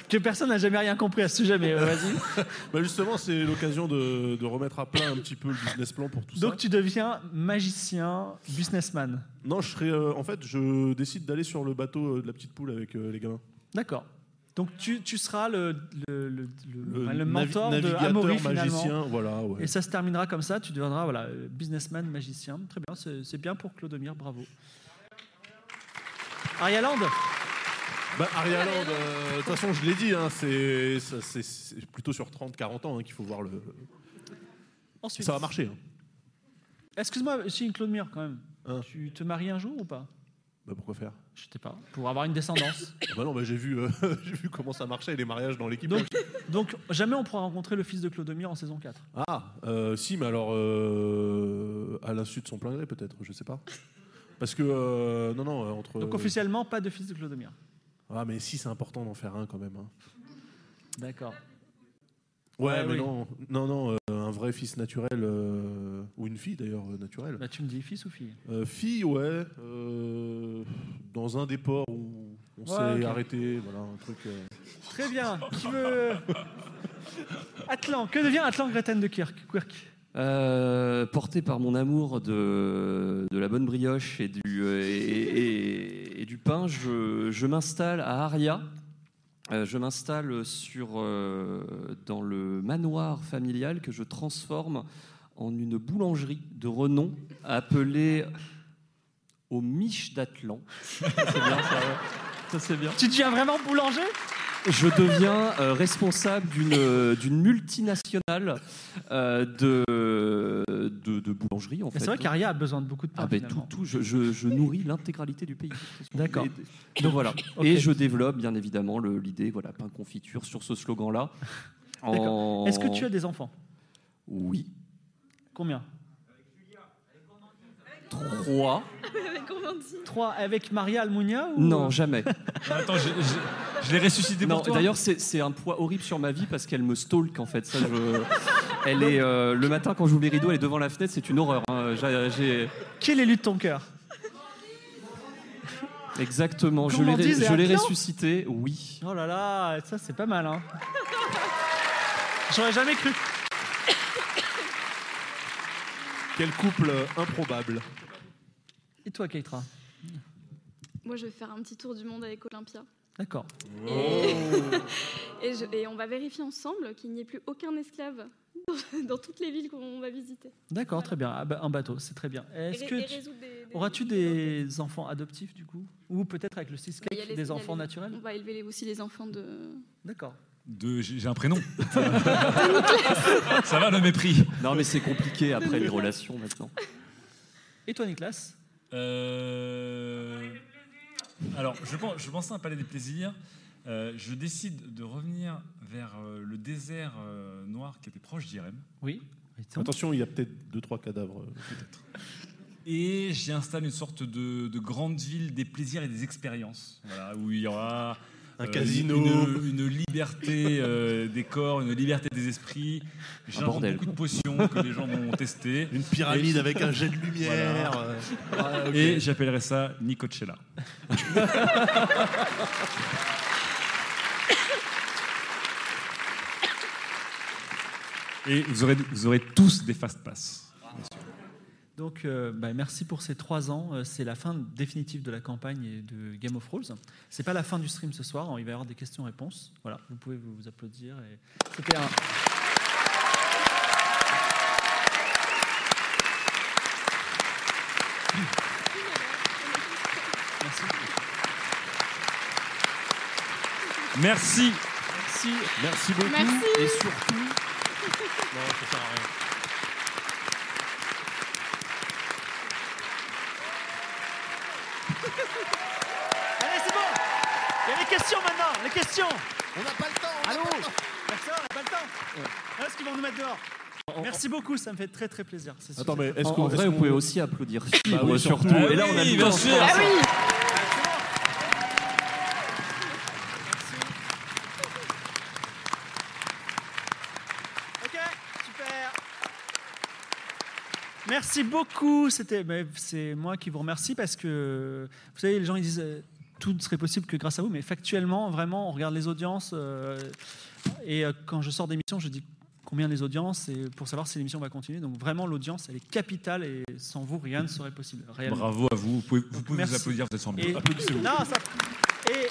S2: Que personne n'a jamais rien compris à ce sujet, mais euh, vas-y.
S15: bah justement, c'est l'occasion de, de remettre à plat un petit peu le business plan pour tout ça.
S2: Donc, tu deviens magicien, businessman.
S15: Non, je serais. euh, en fait, je décide d'aller sur le bateau euh, de la petite poule avec euh, les gamins.
S2: D'accord. Donc tu, tu seras le, le, le- le- le
S15: navi-
S2: mentor de
S15: navigateur,
S2: Amaury
S15: magicien,
S2: finalement.
S15: voilà, ouais.
S2: Et ça se terminera comme ça, tu deviendras voilà, euh, businessman, magicien. Très bien, c'est c'est bien pour Clodomir, bravo. Arialand
S15: Bah, Arialand, euh, de toute façon, je l'ai dit, hein, c'est ça- c'est- c'est plutôt sur 30-40 ans hein, qu'il faut voir le.
S2: Ensuite.
S15: Ça va marcher. hein.
S2: Excuse-moi, si Clodomir quand même. Tu te maries un jour ou pas
S15: Bah, pourquoi faire
S2: Je sais pas. Pour avoir une descendance.
S15: bah non, bah, j'ai vu, euh, j'ai vu comment ça marchait les mariages dans l'équipe.
S2: Donc, donc jamais on pourra rencontrer le fils de Clodomir en saison 4.
S15: Ah, euh, si, mais alors euh, à l'insu de son plein gré, peut-être, je sais pas. Parce que euh, non, non, euh, entre.
S2: Donc officiellement, pas de fils de Clodomir.
S15: Ah, mais si, c'est important d'en faire un quand même. hein.
S2: D'accord.
S15: Ouais,
S2: Ouais,
S15: mais
S2: oui.
S15: non, non, non, euh, un vrai fils naturel euh, ou une fille d'ailleurs euh, naturelle.
S2: Bah, tu me dis fils ou fille
S15: Euh, fille, ouais, euh, dans un des ports où on
S2: Ouais,
S15: s'est
S2: ok.
S15: arrêté, voilà, un truc. euh.
S2: Très bien. Qui veut Atlan, que devient Atlan Gretten de Kirk Quirk.
S18: euh, porté par mon amour de, de la bonne brioche et du, euh, et, et- et du pain, je, je m'installe à Aria. Euh, je m'installe sur euh, dans le manoir familial que je transforme en une boulangerie de renom appelée aux miches d'Atlan. Ça, c'est bien, ça, ouais. Ça, c'est bien.
S2: Tu deviens vraiment boulanger
S18: je deviens euh, responsable d'une euh, d'une multinationale euh, de, de, de boulangerie. En
S2: Mais
S18: fait.
S2: c'est vrai qu'Aria a besoin de beaucoup de pain.
S18: Ah ben tout,
S2: finalement.
S18: tout, je, je- je nourris l'intégralité du pays.
S2: D'accord.
S18: Et- Donc voilà.
S2: Ok.
S18: Et je développe bien évidemment le- l'idée, voilà, pain confiture sur ce slogan-là.
S2: D'accord.
S18: En-
S2: Est-ce que tu as des enfants
S18: Oui.
S2: Combien
S18: 3.
S29: Avec Amandine.
S2: 3 avec Maria Almunia ou...
S18: Non, jamais.
S19: Attends, je, je- je l'ai ressuscité
S18: Non,
S19: pour toi.
S18: d'ailleurs, c'est c'est un poids horrible sur ma vie parce qu'elle me stalk en fait. Ça, je... elle est euh, le matin quand j'ouvre les rideaux, elle est devant la fenêtre, c'est une horreur. hein. J'ai- j'ai-
S2: Quel élu de ton cœur
S18: exactement. Je l'ai
S2: Gourmandise et
S18: je l'ai
S2: Atlan
S18: ressuscité. Oui.
S2: Oh là là, ça c'est pas mal. Hein. J'aurais jamais cru.
S15: Quel couple euh, improbable.
S2: Et toi, Keitra
S29: Moi, je vais faire un petit tour du monde avec Olympia.
S2: D'accord.
S29: Et, je- et on va vérifier ensemble qu'il n'y ait plus aucun esclave dans, dans toutes les villes qu'on va visiter.
S2: D'accord, très bien. Ah bah, Un bateau, c'est très bien. Est-ce
S29: Et-
S2: que
S29: et
S2: tu-
S29: résoudre des- des-
S2: auras-tu des enfants adoptifs du coup Ou peut-être avec le
S29: Bah, il y a
S2: Seascape,
S29: les- il y
S2: des
S29: a
S2: enfants
S29: les-
S2: naturels
S29: On va élever les- aussi les enfants de.
S2: D'accord.
S19: De- j'ai j'ai un prénom. Ça va le mépris.
S18: Non, mais c'est compliqué après les relations maintenant.
S2: Et toi, Nicolas
S19: Euh, Alors, je pense, je pensais à un palais des plaisirs. Euh, je décide de revenir vers euh, le désert euh, noir qui était proche d'Irem.
S2: Oui.
S15: Attention, il y a peut-être 2-3 cadavres. euh, peut-être.
S19: Et j'y installe une sorte de, de grande ville des plaisirs et des expériences. Voilà, où il y aura
S15: Un
S19: euh,
S15: casino.
S19: une, une liberté euh, des corps, une liberté des esprits. J'invente
S15: bordel,
S19: beaucoup de
S15: quoi.
S19: potions que les gens vont tester. Une
S15: pyramide avec un jet de lumière. Ah, ok.
S19: Et j'appellerai ça Nicocella. Et vous aurez, vous aurez tous des fast pass.
S2: Donc, euh, bah, merci pour ces trois ans. Euh, C'est la fin définitive de la campagne et de Game of Thrones. C'est pas la fin du stream ce soir. hein. Il va y avoir des questions-réponses. Voilà, vous pouvez vous vous applaudir. et- C'était un.
S19: Merci.
S18: Merci. Merci beaucoup.
S19: Merci.
S18: Et surtout. Non,
S15: ça sert à rien.
S2: Allez, c'est bon Il y a les questions maintenant Les questions
S15: On n'a pas le temps
S2: Allô Personne, on n'a pas le temps Parce qu'ils vont nous mettre dehors Merci beaucoup, ça me fait très très plaisir. C'est
S18: Attends,
S2: super.
S18: mais est-ce En- qu'on- en vrai, est-ce vous qu'on- pouvez aussi applaudir.
S2: Bah oui,
S18: surtout.
S2: Ah
S18: Et là, on a
S2: oui,
S18: du
S2: bien
S18: temps.
S2: sûr.
S18: je pense.
S2: Ah oui. Ok, super. Merci beaucoup. C'était, mais c'est moi qui vous remercie parce que vous savez, les gens ils disent euh, tout ne serait possible que grâce à vous, mais factuellement, vraiment, on regarde les audiences euh, et euh, quand je sors d'émission, je dis combien les audiences et pour savoir si l'émission va continuer. Donc vraiment, l'audience elle est capitale et sans vous, rien ne serait possible. réellement.
S19: Bravo à vous. Vous pouvez, vous, pouvez
S2: Merci.
S19: vous applaudir, vous êtes formidable.
S2: Et-
S19: Applaudissez-vous.
S2: Non, ça- et-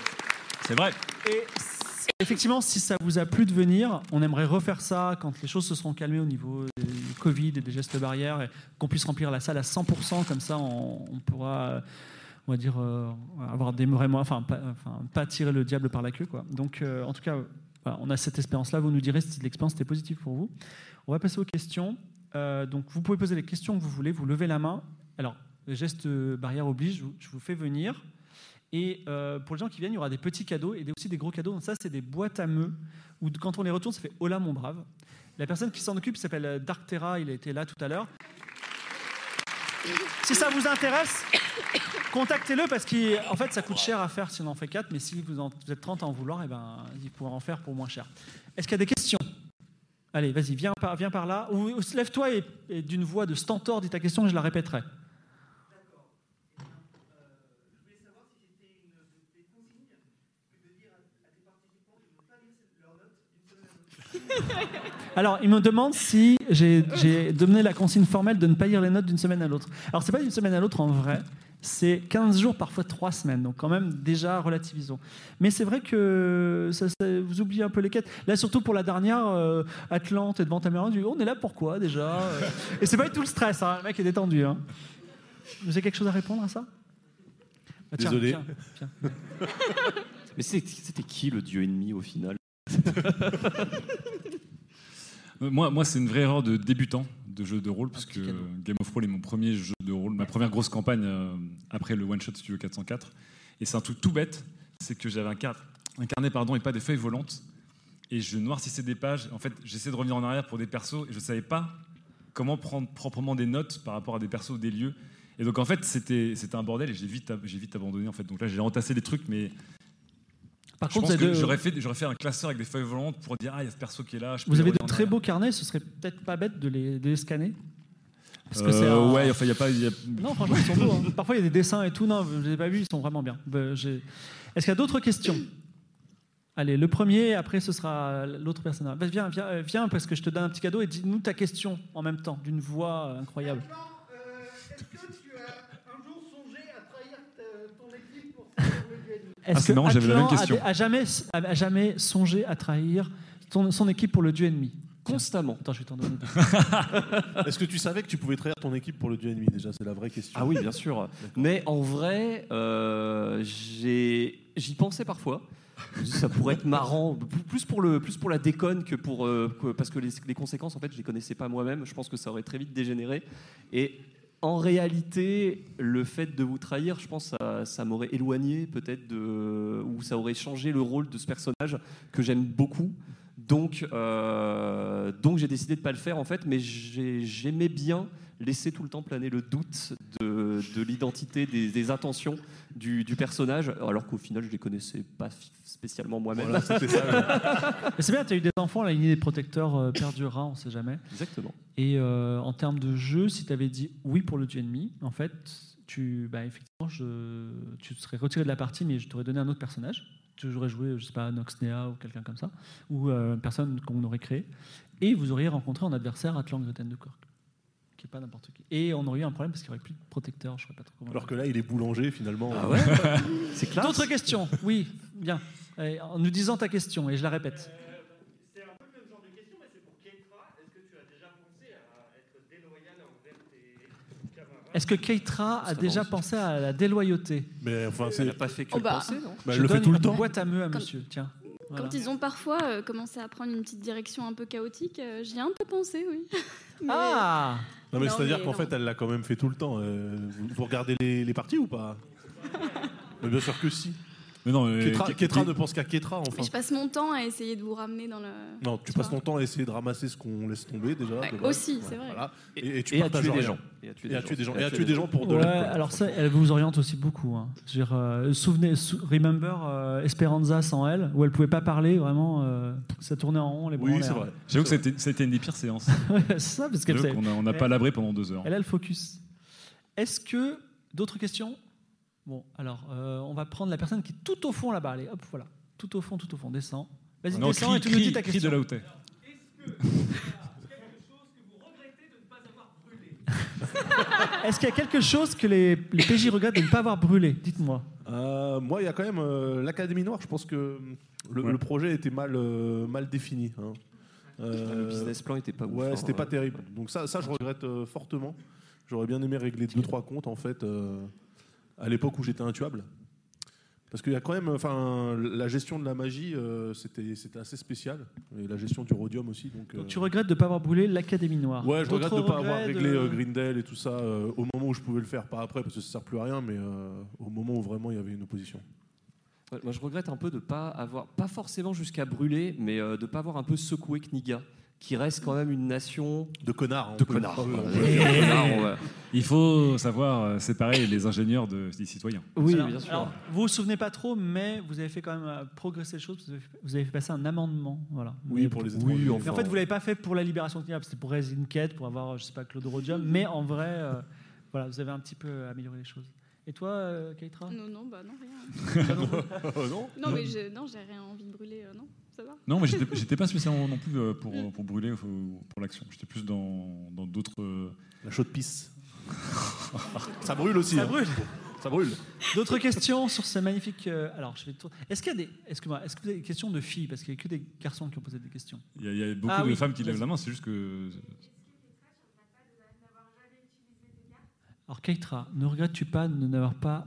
S19: C'est vrai.
S2: et si- effectivement, si ça vous a plu de venir, on aimerait refaire ça quand les choses se seront calmées au niveau du Covid et des gestes barrières, et qu'on puisse remplir la salle à 100%, comme ça on, on pourra, euh, on va dire, euh, avoir des vraiment, enfin pas, enfin, pas tirer le diable par la queue. Quoi. Donc euh, en tout cas, voilà, on a cette espérance-là, vous nous direz si l'expérience était positive pour vous. On va passer aux questions. Euh, donc vous pouvez poser les questions que vous voulez, vous levez la main. Alors, les gestes barrières oblige, je vous- je vous fais venir. Et euh, pour les gens qui viennent, il y aura des petits cadeaux et des- aussi des gros cadeaux. Donc ça, c'est des boîtes à meux où quand on les retourne, ça fait Hola mon brave. La personne qui s'en occupe s'appelle euh, Dark Terra, il a été là tout à l'heure. Si ça vous intéresse, contactez-le parce qu'en fait, ça coûte cher à faire si on en fait 4, mais si vous, en- vous êtes 30 à en vouloir, eh ben, il pourra en faire pour moins cher. Est-ce qu'il y a des questions Allez, vas-y, viens par, viens par là. Ou, ou lève-toi et, et d'une voix de stentor, dis ta question et je la répéterai. Alors, il me demande si j'ai j'ai donné la consigne formelle de ne pas lire les notes d'une semaine à l'autre. Alors, c'est pas d'une semaine à l'autre en vrai, c'est 15 jours, parfois 3 semaines, donc quand même déjà relativisons. Mais c'est vrai que ça, ça- vous oubliez un peu les quêtes. Là, surtout pour la dernière, euh, Atlante et devant Tameron, du on est là pourquoi déjà Euh, Et c'est pas du tout le stress, hein, le mec est détendu. Hein.
S18: Ah,
S2: Vous avez quelque chose à répondre à ça Bah, tiens,
S15: Désolé.
S2: tiens, tiens.
S18: Mais c'est- c'était qui le dieu ennemi au final
S19: Euh, Moi, moi c'est une vraie erreur de débutant de jeu de rôle, puisque Game of Roll est mon premier jeu de rôle, ma première grosse campagne euh, après le One Shot Studio 404. Et c'est un truc tout bête, c'est que j'avais un, car- un carnet pardon, et pas des feuilles volantes. Et je noircissais des pages. En fait, j'essayais de revenir en arrière pour des persos et je savais pas comment prendre proprement des notes par rapport à des persos ou des lieux. Et donc, en fait, c'était c'était un bordel et j'ai vite, ab- j'ai vite abandonné. En fait. Donc là, j'ai entassé des trucs, mais
S2: Par
S19: je
S2: contre,
S19: pense
S2: vous avez
S19: que
S2: de-
S19: j'aurais fait, j'aurais fait un classeur avec des feuilles volantes pour dire ah il y a ce perso qui est là. je peux
S2: Vous
S19: le
S2: avez de
S19: regarder en
S2: très beaux carnets, ce serait peut-être pas bête de les, de les scanner. Parce que
S19: Euh,
S2: c'est un-
S19: ouais, enfin, il y a pas. y a-
S2: Non, franchement, ils sont beaux. hein. Parfois, il y a des dessins et tout. Non, je les ai pas vus, ils sont vraiment bien. Ben, j'ai- Est-ce qu'il y a d'autres questions Allez, le premier, après, ce sera l'autre personne. Vas-y, viens, viens, euh, viens, parce que je te donne un petit cadeau et dis-nous ta question en même temps, d'une voix euh, incroyable.
S19: Ah,
S2: Est-ce
S19: c'est
S2: que
S19: marrant, j'avais la même
S2: Atlan a-
S19: question.
S2: a, jamais, a, a jamais songé à trahir ton- son équipe pour le dieu ennemi Constamment. Attends, je vais t'en donner.
S15: Est-ce que tu savais que tu pouvais trahir ton équipe pour le dieu ennemi déjà C'est la vraie question.
S18: Ah oui, bien sûr. Mais en vrai, euh, j'ai- j'y pensais parfois. Je me dis, Ça pourrait être marrant, p- plus pour, le, plus pour la déconne que pour. euh, que- parce que les, les conséquences, en fait, je les connaissais pas moi-même. Je pense que ça aurait très vite dégénéré. Et en réalité, le fait de vous trahir, je pense, ça, ça m'aurait éloigné peut-être de. ou ça aurait changé le rôle de ce personnage que j'aime beaucoup. Donc, euh, donc j'ai décidé de pas le faire en fait, mais j'ai- j'aimais bien laisser tout le temps planer le doute de, de l'identité, des, des intentions du, du personnage, alors qu'au final je les connaissais pas fi- spécialement moi-même.
S2: Voilà, c'était ça, ouais. Mais c'est bien, tu as eu des enfants, la lignée des protecteurs euh, perdurera, on sait jamais.
S18: Exactement.
S2: Et euh, en termes de jeu, si tu avais dit oui pour le dieu ennemi, en fait, tu, bah, effectivement, je, tu te serais retiré de la partie, mais je t'aurais donné un autre personnage. Tu- J'aurais joué, je sais pas, Noxnea ou quelqu'un comme ça, ou euh, une personne qu'on aurait créée. Et vous auriez rencontré en adversaire Atlan Gretten de Cork, qui est pas n'importe qui. Et on aurait eu un problème parce qu'il n'y aurait plus de protecteur, je ne sais pas trop comment.
S15: Alors que là, il est boulanger finalement.
S2: Ah ouais C'est clair. D'autres questions Oui, bien. Allez, En nous disant ta question, et je la répète. Est-ce que Keitra a déjà pensé à la déloyauté
S15: Mais enfin, c'est.
S2: pas fait
S29: que Oh le bah. penser, non
S15: Bah,
S2: je
S15: elle le fait
S2: donne
S15: tout le
S2: une
S15: temps.
S2: boîte à meux à monsieur, tiens. Voilà.
S29: Quand ils ont parfois euh, commencé à prendre une petite direction un peu chaotique, euh, j'y ai un peu pensé, oui. Mais-
S2: Ah
S15: Non, mais
S29: Non,
S15: c'est-à-dire
S29: mais
S15: qu'en
S29: non.
S15: fait, elle l'a quand même fait tout le temps. Euh, vous, vous regardez les, les parties ou pas Mais bien sûr que si.
S19: Mais non, mais-
S15: Ketra,
S19: Ke-
S15: Ketra
S19: Ke-
S15: ne pense qu'à Ketra enfin.
S29: Mais je passe mon temps à essayer de vous ramener dans le.
S15: Non, tu passes ton temps à essayer de ramasser ce qu'on laisse tomber déjà.
S29: Ouais,
S15: de base.
S29: aussi, c'est vrai.
S15: Et, et tu
S18: Et à
S15: partages
S18: tuer des
S15: rien.
S18: gens.
S15: Et à tuer des gens. Et à tuer des gens pour de
S2: Ouais,
S15: l'alcool.
S2: alors ça, elle vous oriente aussi beaucoup. hein. Je veux dire, euh, souvenez, sou- remember euh, Esperanza sans elle, où elle pouvait pas parler, vraiment, euh, ça tournait en rond les bras en l'air.
S19: J'avoue que c'était- c'était une des pires séances.
S2: Ouais, c'est ça, parce qu'elle
S19: J'avoue
S2: savait-
S19: qu'on a- On n'a pas
S2: elle-
S19: labré pendant deux heures.
S2: Elle a le focus. Est-ce que d'autres questions Bon, alors euh, on va prendre la personne qui est tout au fond là-bas. Allez, hop, voilà, tout au fond, tout au fond, descend. Vas-y,
S19: Non,
S2: descends
S19: crie-
S2: et tu nous dis
S19: crie-
S2: ta
S19: crie
S2: question.
S19: de là où t'es.
S2: Est-ce qu'il y a quelque chose que les, les PJ regrettent de ne pas avoir brûlé Dites-moi.
S15: Euh, moi, il y a quand même euh, l'Académie Noire. Je pense que hum, le,
S2: Ouais.
S15: le projet était mal, euh, mal défini. hein. Euh,
S18: Le business plan était pas ouf,
S15: Ouais,
S18: hein,
S15: c'était pas
S18: ouais.
S15: terrible. Donc ça, ça je regrette euh, fortement. J'aurais bien aimé régler deux trois comptes en fait euh, à l'époque où j'étais intuable. Parce qu'il y a quand même, enfin, la gestion de la magie, euh, c'était c'était assez spécial. Et la gestion du rhodium aussi. Donc, euh,
S2: Donc tu regrettes de ne pas avoir brûlé l'Académie Noire.
S15: Ouais, je regrette de
S2: Ah. D'autres
S15: ne pas avoir
S2: regrets de-
S15: réglé euh, Grindel et tout ça euh, au moment où je pouvais le faire, pas après parce que ça sert plus à rien, mais euh, au moment où vraiment il y avait une opposition.
S18: Ouais, moi je regrette un peu de pas avoir, pas forcément jusqu'à brûler, mais euh, de pas avoir un peu secoué Kniga, qui reste quand même une nation
S15: de connards.
S18: De connards.
S19: Oh,
S18: Voilà,
S19: ouais.
S18: de connards, on va-
S19: Il faut savoir euh, séparer les ingénieurs de- des citoyens.
S2: Alors, alors, vous vous souvenez pas trop, mais vous avez fait quand même euh, progresser les choses. parce que Vous avez fait passer un amendement, voilà.
S15: Oui,
S2: Mais-
S15: pour les étrangers.
S2: Mais
S15: enfin.
S2: en fait, vous l'avez pas fait pour la libération de Kniga, c'était pour réaliser une quête, pour avoir, euh, je sais pas, Claude Rodium. Mais en vrai, euh, voilà, vous avez un petit peu amélioré les choses. Et toi, euh, Keitra
S29: Non, non, bah non, rien.
S19: Oh, non.
S29: Non, mais je, non, j'ai rien envie de brûler, euh, non, ça va.
S19: Non, mais j'étais- j'étais pas spécialement non plus euh, pour, pour brûler ou pour l'action. J'étais plus dans dans d'autres. euh,
S15: La chaude pisse. ça brûle aussi.
S2: Ça
S15: hein.
S2: brûle.
S15: Ça brûle.
S2: D'autres questions sur ces magnifiques. euh, alors, je vais tourner. Est-ce qu'il y a des. Excuse-moi, est-ce que vous avez des questions de filles Parce qu'il n'y a que des garçons qui ont posé des questions.
S19: Il y a, il y a beaucoup
S2: Ah
S19: de
S2: oui,
S19: femmes qui lèvent
S2: vas-y.
S19: la main. C'est juste que
S2: Alors, Keitra, ne regrettes-tu pas de n'avoir pas.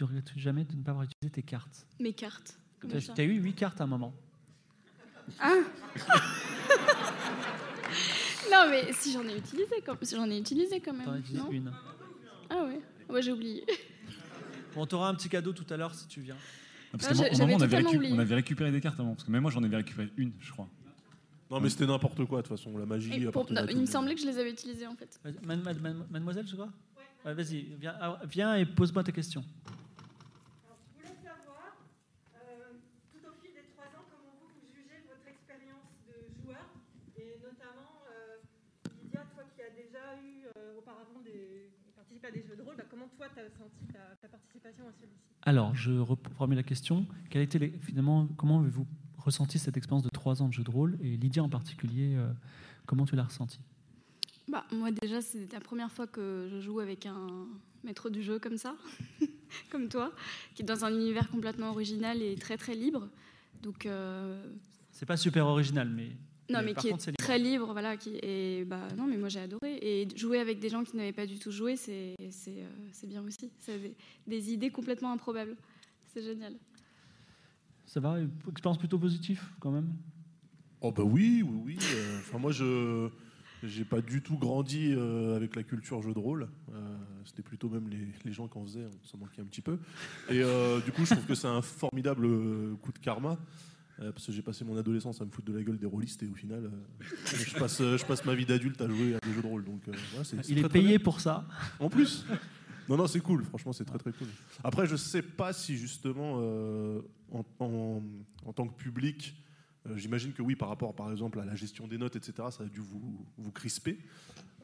S2: Ne regrettes-tu jamais de ne pas avoir utilisé tes cartes
S29: Mes cartes. Comment ça
S2: T'as eu 8 cartes à un moment.
S29: Hein Non, mais si j'en ai utilisé quand, si j'en ai utilisé quand même.
S2: T'en as utilisé
S29: non
S2: une.
S29: Ah ouais. Moi j'ai oublié.
S19: Ah,
S2: On t'aura un petit cadeau tout à l'heure si tu viens.
S19: Parce
S29: Ah,
S19: que
S29: j'ai-
S19: moi, au
S29: j'avais
S19: moment, on avait,
S29: totalement
S19: récu-
S29: oublié.
S19: on avait récupéré des cartes avant. Parce que même moi, j'en avais récupéré une, je crois.
S15: Non, mais c'était n'importe quoi, de toute façon. La magie.
S29: Et pour-
S15: appartenait à
S29: non,
S15: tout
S29: il
S15: le
S29: me
S15: monde.
S29: semblait que je les avais utilisés en fait.
S2: Vas-y, man- man- man- mademoiselle, je crois Ouais, Vas-y, viens, ah, viens et pose-moi tes questions.
S21: Tout au fil des trois ans, comment vous, vous jugez votre expérience de joueur Et notamment, euh, Lydia, toi qui as déjà eu euh, auparavant des, participé à des jeux de rôle, bah, comment toi tu as senti ta, ta participation à celui-ci
S2: Alors, je reformule la question. Quelle était les- finalement, comment avez-vous ressenti cette expérience de trois ans de jeu de rôle Et Lydia en particulier, euh, comment tu l'as ressentie
S29: Bah, moi déjà, c'est la première fois que je joue avec un maître du jeu comme ça, comme toi, qui est dans un univers complètement original et très très libre. Donc, euh,
S2: C'est pas super original, mais.
S29: non, mais,
S2: par
S29: qui
S2: contre, c'est
S29: est
S2: libre.
S29: très libre, voilà. Qui et bah non, mais moi j'ai adoré. Et jouer avec des gens qui n'avaient pas du tout joué, c'est c'est euh, c'est bien aussi. C'est des, des idées complètement improbables. C'est génial.
S2: Ça va une Expérience plutôt positive, quand même
S15: Oh bah oui, oui, oui. euh, Enfin moi je j'ai pas du tout grandi euh, avec la culture jeu de rôle. Euh, C'était plutôt même les, les gens qui en faisaient, on s'en manquait un petit peu. Et euh, du coup je trouve que c'est un formidable euh, coup de karma. euh, parce que j'ai passé mon adolescence à me foutre de la gueule des rôlistes et au final, euh, je, passe, euh, je passe ma vie d'adulte à jouer à des jeux de rôle. Donc, euh, voilà, c'est- c'est
S2: Il est
S15: très, très bien.
S2: payé pour ça.
S15: En plus Non, non, c'est cool, franchement, c'est très très cool. Après, je sais pas si justement, euh, en, en- en tant que public, euh, j'imagine que oui, par rapport par exemple à la gestion des notes, etc., ça a dû vous, vous crisper.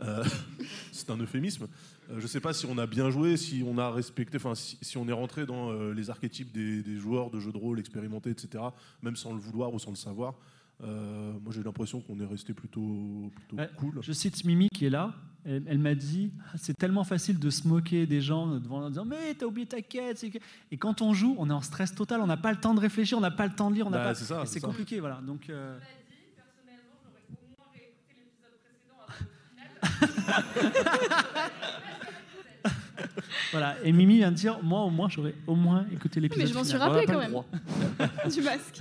S15: Euh, c'est un euphémisme. Euh, je sais pas si on a bien joué, si on a respecté, enfin, si, si on est rentré dans euh, les archétypes des, des joueurs de jeux de rôle expérimentés, etc., même sans le vouloir ou sans le savoir. Euh, moi, j'ai l'impression qu'on est resté plutôt, plutôt
S2: Ouais,
S15: cool.
S2: Je cite Mimi qui est là. Elle, elle m'a dit ah, c'est tellement facile de se moquer des gens devant en disant mais t'as oublié ta quête. c'est que- Et quand on joue, on est en stress total, on n'a pas le temps de réfléchir, on n'a pas le temps de lire, on n'a
S15: Bah,
S2: pas.
S15: c'est ça,
S2: et
S15: c'est
S2: c'est
S15: ça.
S2: compliqué, voilà. Donc euh, voilà. Et Mimi vient de dire moi au moins j'aurais au moins écouté l'épisode.
S29: Mais je m'en suis
S2: final.
S29: rappelé
S2: On
S29: quand
S2: n'a
S29: même.
S2: pas le
S29: du masque.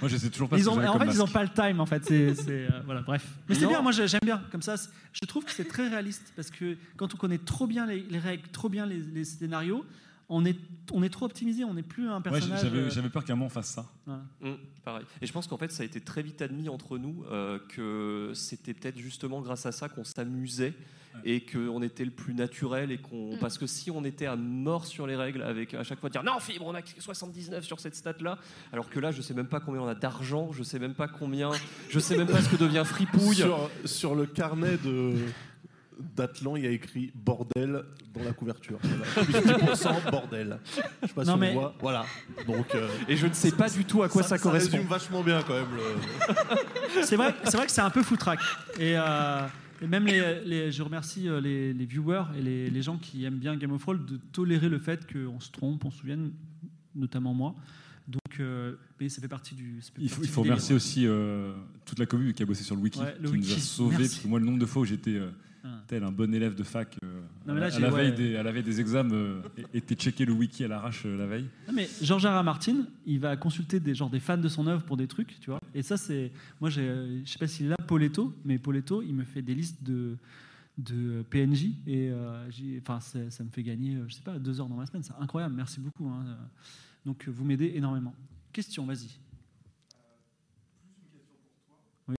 S19: Moi, je sais toujours pas
S2: droit.
S19: ce
S2: Ils
S19: que
S2: ont-
S19: j'avais
S2: en
S19: comme
S2: fait, ils n'ont
S19: masque.
S2: pas le time. En fait, c'est c'est, euh, voilà. Bref. Mais c'est
S19: Non.
S2: bien. Moi, j'ai- j'aime bien. Comme ça, c'est- je trouve que c'est très réaliste parce que quand on connaît trop bien les, les règles, trop bien les, les scénarios, on est on est trop optimisé. On n'est plus un
S19: Ouais,
S2: personnage.
S19: j'avais
S2: euh,
S19: j'avais peur qu'un moment fasse ça.
S2: voilà.
S18: Mm, pareil. Et je pense qu'en fait, ça a été très vite admis entre nous euh, que c'était peut-être justement grâce à ça qu'on s'amusait et qu'on était le plus naturel et qu'on
S32: Mm.
S18: parce que si on était à mort sur les règles avec à chaque fois dire non fibre on a 79 sur cette stat là alors que là je sais même pas combien on a d'argent je sais même pas combien je sais même pas ce que devient fripouille
S15: Sur, sur le carnet de d'Atlan, il y a écrit bordel dans la couverture. Voilà. 10% bordel. Je sais pas si
S18: Non,
S15: on
S18: mais-
S15: voit. Voilà. Donc, euh,
S18: et je ne sais pas du tout à quoi ça, correspond
S15: résume vachement bien quand même. le-
S2: c'est vrai, c'est vrai que c'est un peu foutraque. Et, euh, et même les, les- je remercie euh, les, les viewers et les, les gens qui aiment bien Game of Thrones de tolérer le fait qu'on se trompe, on se souvienne, notamment moi. Donc, euh, mais ça fait partie du. ça fait
S19: Il faut,
S2: partie
S19: il faut
S2: du délire.
S19: remercier aussi euh, toute la commune qui a bossé sur le wiki,
S2: Ouais, le
S19: qui nous a
S2: wiki.
S19: sauvés.
S2: Merci.
S19: Parce que moi, le nombre de fois où j'étais euh,
S2: Ah.
S19: tel un bon élève de fac, euh,
S2: Non, mais là,
S19: à,
S2: j'ai-
S19: la veille
S2: ouais.
S19: des, à la veille des examens, euh, et- était checker le wiki à l'arrache euh, la veille.
S2: Non, mais Georges R. R. Martin, il va consulter des genre des fans de son œuvre pour des trucs, tu vois. Et ça, c'est moi, j'ai, euh, je sais pas s'il est là, Poletto, mais Poletto, il me fait des listes de de PNJ et euh, j'ai- enfin ça, ça me fait gagner, euh, je sais pas, deux heures dans ma semaine. C'est incroyable. Merci beaucoup. hein. Donc euh, vous m'aidez énormément. Question, vas-y. Oui.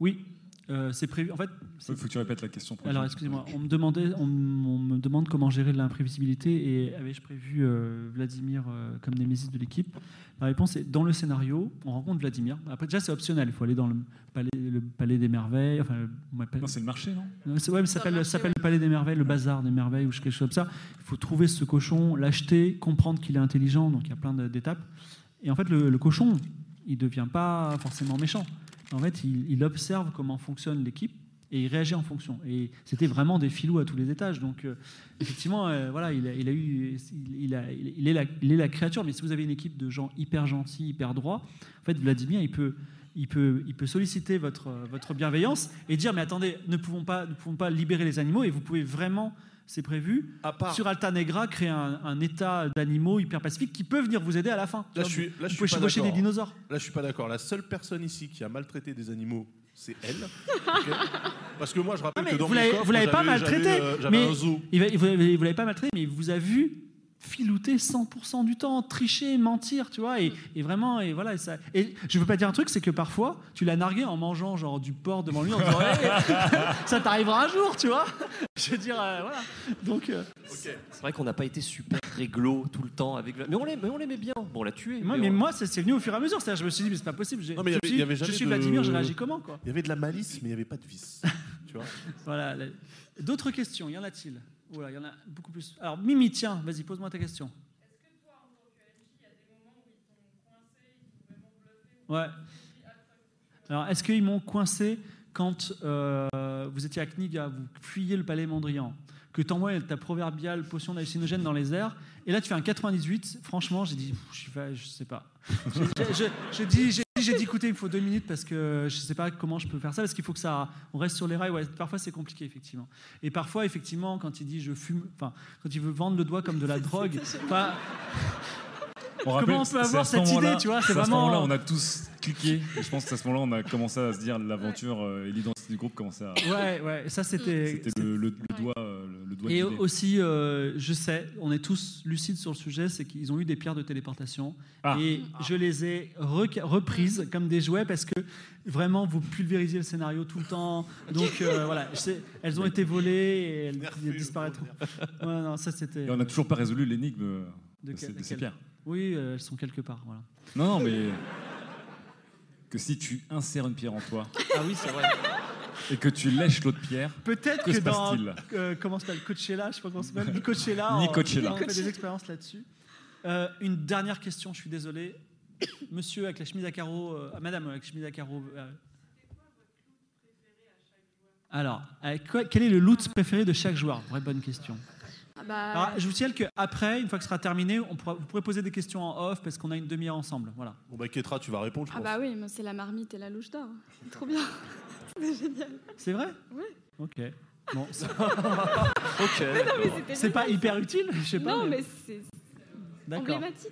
S2: Oui, euh, c'est prévu. En fait,
S19: Il faut que tu répètes la question. prochaine.
S2: Alors, excusez-moi, on me, demandait, on, m- on me demande comment gérer l'imprévisibilité et avais-je prévu euh, Vladimir euh, comme némésis de l'équipe La réponse est dans le scénario, on rencontre Vladimir. Après, déjà, c'est optionnel, il faut aller dans le palais, le palais des merveilles. Enfin,
S19: Non, c'est le marché, non
S2: c'est- ouais, mais ça s'appelle ça s'appelle le palais des merveilles, le bazar des merveilles ou quelque chose comme ça. Il faut trouver ce cochon, l'acheter, comprendre qu'il est intelligent, donc il y a plein de- d'étapes. Et en fait, le, le cochon, il devient pas forcément méchant. En fait, il, il observe comment fonctionne l'équipe et il réagit en fonction. Et c'était vraiment des filous à tous les étages. Donc, euh, effectivement, euh, voilà, il a, il a eu, il, il, a, il, est la, il est la créature. Mais si vous avez une équipe de gens hyper gentils, hyper droits, en fait, Vladimir, il peut, il peut, il peut solliciter votre, euh, votre bienveillance et dire mais attendez, ne pouvons pas, ne pouvons pas libérer les animaux et vous pouvez vraiment, c'est prévu, sur Alta Negra, créer un, un état d'animaux hyper pacifiques qui peut venir vous aider à la fin.
S15: Là, je suis, là,
S2: vous
S15: je
S2: pouvez
S15: suis pas
S2: chevaucher des
S15: d'accord.
S2: dinosaures.
S15: Là, je suis pas d'accord. La seule personne ici qui a maltraité des animaux, c'est elle. Ok Parce que moi, je rappelle
S2: Ah, mais
S15: que dans
S2: vous
S15: mon
S2: l'avez-
S15: coffre,
S2: vous l'avez pas
S15: j'avais-
S2: maltraité.
S15: j'avais, euh, J'avais
S2: mais
S15: un zoo.
S2: il va- vous l'avez- vous l'avez pas maltraité, mais il vous a vu filouter 100% du temps, tricher, mentir, tu vois, et, et vraiment, et voilà, et ça. Et je veux pas dire un truc, c'est que parfois, tu l'as nargué en mangeant genre du porc devant lui, en disant, Hey, ça t'arrivera un jour, tu vois. Je veux dire, euh, voilà. Donc, euh,
S18: C'est vrai qu'on n'a pas été super réglo tout le temps avec. Mais on l'aimait, mais on l'aimait bien. Bon, on l'a tué.
S2: moi,
S18: mais
S2: mais moi, c'est c'est venu au fur et à mesure. C'est-à-dire, je me suis dit, mais c'est pas possible. j'ai-
S15: Non, mais il y
S2: je
S15: avait-
S2: suis-
S15: il y avait
S2: je
S15: jamais
S2: suis
S15: de-
S2: Vladimir, je réagis comment, quoi
S15: Il y avait de la malice, mais il n'y avait pas de vice. tu vois
S2: Voilà. la- D'autres questions, y en a-t-il Voilà, il y en a beaucoup plus. Alors, Mimi, tiens, vas-y, pose-moi ta question. Ouais. Alors, est-ce qu'ils m'ont coincé quand euh, vous étiez à Kniga, vous fuyiez le palais Mondrian, que t'envoies ta proverbiale potion d'hallucinogène dans les airs, et là tu fais un 98, franchement, j'ai dit, pff, je suis pas- je sais pas. J'ai- j'ai- j'ai- J'ai dit, j'ai dit- j'ai dit, écoutez, il me faut deux minutes parce que je sais pas comment je peux faire ça, parce qu'il faut que ça, on reste sur les rails. Ouais, parfois c'est compliqué, effectivement. Et parfois, effectivement, quand il dit, je fume, enfin, quand il veut vendre le doigt comme de la drogue, enfin,
S19: On rappelle,
S2: Comment on peut
S19: c'est à
S2: avoir
S19: ce
S2: cette
S19: moment-là-
S2: idée, tu vois, c'est
S19: à ce
S2: vraiment- euh,
S19: moment-là, on a tous cliqué. Et je pense qu'à ce moment-là, on a commencé à se dire l'aventure euh, et l'identité du groupe commençaient à.
S2: ouais, ouais, ça c'était.
S19: C'était le, le- le doigt, euh, le, le doigt.
S2: Et
S19: guidé.
S2: aussi, euh, je sais, on est tous lucides sur le sujet, c'est qu'ils ont eu des pierres de téléportation.
S19: Ah.
S2: Et je les ai reca- reprises comme des jouets parce que vraiment, vous pulvérisez le scénario tout le temps. Donc euh, voilà, je sais, elles ont été volées et elles disparaîtront. Ouais, non, ça c'était.
S19: Et on n'a toujours pas résolu l'énigme euh, de,
S2: De
S19: ces-
S2: quel-
S19: de ces
S2: laquelle
S19: pierres.
S2: Oui, euh, elles sont quelque part. Voilà.
S19: Non, non, mais. Que si tu insères une pierre en toi.
S2: Ah oui, c'est vrai.
S19: Et que tu lèches l'autre pierre.
S2: Peut-être
S19: que
S2: que,
S19: se
S2: dans.
S19: passe-t-il
S2: euh, comment s'appelle Coachella, je sais pas comment s'appelle. Nicochella.
S19: Nicochella.
S2: On fait des expériences là-dessus. Euh, une dernière question, je suis désolé. Monsieur avec la chemise à carreaux. euh, Madame avec la chemise à carreaux. euh, alors, euh, quoi- quel est le loot préféré de chaque joueur Vraie bonne question.
S29: Ah bah,
S2: Alors, je vous signale qu'après, une fois que ce sera terminé, on pourra, vous pourrez poser des questions en off parce qu'on a une demi-heure ensemble. Voilà.
S15: Bon, bah, Ketra, tu vas répondre, je
S29: ah
S15: pense.
S29: bah oui, moi, c'est la marmite et la louche d'or. C'est Trop bien. C'est génial.
S2: C'est vrai
S29: Oui.
S2: Ok. Bon. c'est-
S29: Mais non, mais c'était
S2: euh, c'est pas
S29: génial,
S2: hyper
S29: ça.
S2: utile, je sais pas.
S29: Non,
S2: mais-
S29: mais c'est
S2: D'accord.
S29: emblématique.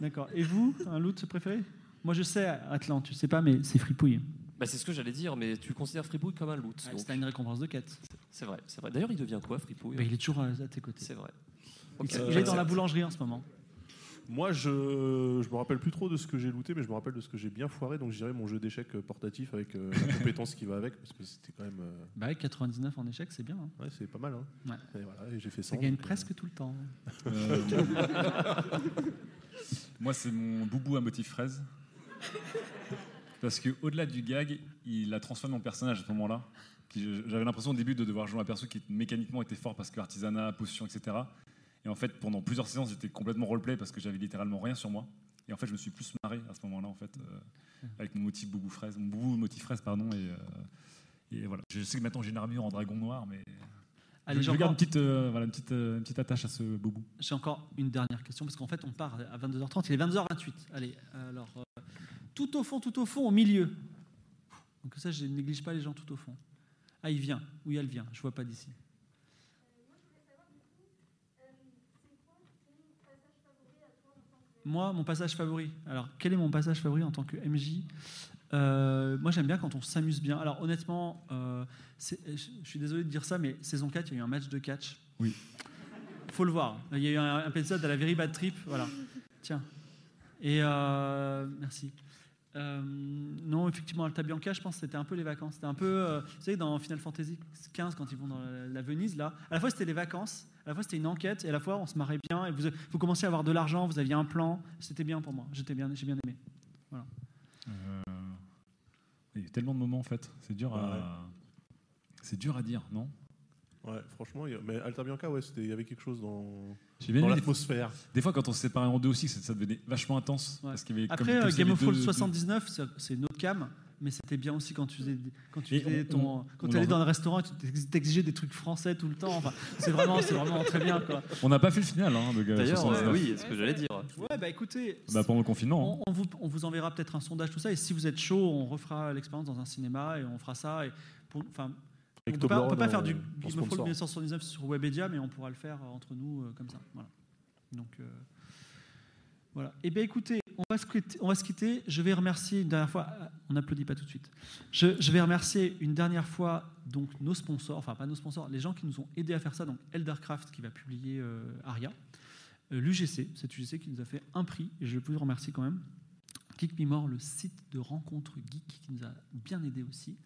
S2: D'accord. Et vous, un loot préféré Moi, je sais, Atlan, tu sais pas, mais c'est fripouille.
S18: Bah, c'est ce que j'allais dire, mais tu considères Fripouille comme un loot.
S2: Ouais,
S18: donc.
S2: C'était une récompense de quête.
S18: C'est vrai, c'est vrai. D'ailleurs, il devient quoi, Fripouille
S2: Mais il est toujours à, à tes côtés.
S18: C'est vrai.
S2: Il,
S18: Ok,
S2: se- il est
S18: j'accepte.
S2: dans la boulangerie en ce moment.
S15: Euh, Moi, je, je me rappelle plus trop de ce que j'ai looté, mais je me rappelle de ce que j'ai bien foiré. Donc, je dirais mon jeu d'échecs euh, portatif avec euh, la compétence qui va avec, parce que c'était quand même. euh,
S2: Bah, ouais, 99 en échec, c'est bien. hein.
S15: ouais, c'est pas mal. Hein.
S2: Ouais.
S15: Et voilà, et j'ai fait
S2: Ça
S15: ça.
S2: gagne presque tout le temps.
S19: Euh,
S2: Euh.
S19: Moi, c'est mon boubou à motif fraise. Parce que au-delà du gag, il a transformé mon personnage à ce moment-là. Puis je- J'avais l'impression au début de devoir jouer un perso qui mécaniquement était fort parce que artisanat, potion, etc. Et en fait, pendant plusieurs séances, j'étais complètement roleplay parce que j'avais littéralement rien sur moi. Et en fait, je me suis plus marré à ce moment-là, en fait, euh, avec mon motif boubou fraise, mon boubou motif fraise, pardon. Et, euh, et voilà. Je sais que maintenant j'ai une armure en dragon noir, mais
S2: Allez,
S19: je, je
S2: j'en
S19: garde
S2: prends.
S19: une petite, euh, voilà, une petite, euh, une petite attache à ce boubou.
S2: J'ai encore une dernière question parce qu'en fait, on part à 22h30. Il est 22h28. Allez, alors euh, tout au fond, tout au fond, au milieu. Donc ça, je néglige pas les gens tout au fond. Ah, il vient. Oui, elle vient. Je vois pas d'ici. Moi, mon passage favori. Alors, quel est mon passage favori en tant que MJ Euh, Moi, j'aime bien quand on s'amuse bien. Alors, honnêtement, euh, c'est- je je suis désolé de dire ça, mais saison 4, il y a eu un match de catch.
S19: Oui.
S2: Faut le voir. Il y a eu un, un épisode à la Very Bad Trip. Voilà. Tiens. Et euh, merci. Euh, non, effectivement, Alta Bianca, je pense que c'était un peu les vacances. C'était un peu, euh, vous savez, dans Final Fantasy XV, quand ils vont dans la, la Venise, là, à la fois c'était les vacances, à la fois c'était une enquête, et à la fois on se marrait bien, et vous, vous commencez à avoir de l'argent, vous aviez un plan, c'était bien pour moi, j'étais bien, j'ai bien aimé. Voilà.
S19: Euh, Il y a tellement de moments en fait, c'est dur à,
S15: Ouais.
S19: c'est dur à dire, non
S15: Ouais, franchement, il y a- mais Alta Bianca, ouais, c'était- il y avait quelque chose dans,
S19: J'ai bien
S15: dans
S19: aimé des-
S15: l'atmosphère.
S19: Des fois, quand on se séparait en deux aussi, ça ça devenait vachement intense. Parce qu'il y avait comme-
S2: Après,
S19: comme
S2: euh,
S19: s'il y
S2: Game
S19: avait
S2: of
S19: deux-
S2: Thrones
S19: deux-
S2: 79, c'est- c'est une autre cam, Mais c'était bien aussi quand tu faisais, quand tu
S33: Et
S2: faisais
S33: on-
S2: ton-
S33: on-
S2: quand
S33: on
S2: t'allais
S33: en-
S2: dans le restaurant, tu t'ex- t'exigeais des trucs français tout le temps. Enfin, c'est vraiment, c'est vraiment très bien quoi.
S19: On n'a pas fait le final, hein, de Gala
S18: D'ailleurs,
S19: 69.
S18: euh, oui, ce que j'allais dire.
S2: Ouais, bah écoutez,
S19: Bah, pendant le confinement. hein.
S2: on, on vous, on vous enverra peut-être un sondage, tout ça, et si vous êtes chaud, on refera l'expérience dans un cinéma et on fera ça. Et pour- enfin, on
S34: Avec
S2: peut pas, on peut
S34: Toblerone
S2: pas
S34: en-
S2: faire du
S34: en
S2: Gizmophobe
S34: sponsor.
S2: 1979 sur Webedia, mais on pourra le faire euh, entre nous euh, comme ça. Voilà. Donc euh, voilà. Et bien écoutez, on va, se quitter, on va se quitter. Je vais remercier une dernière fois. ah, On n'applaudit pas tout de suite. Je, je vais remercier une dernière fois donc nos sponsors, enfin pas nos sponsors, les gens qui nous ont aidés à faire ça. Donc Eldercraft qui va publier euh, Aria, Euh, l'UGC, c'est UGC qui nous a fait un prix. Et je peux vous remercier quand même. Geek Mimor, le site de rencontre geek qui nous a bien aidé aussi.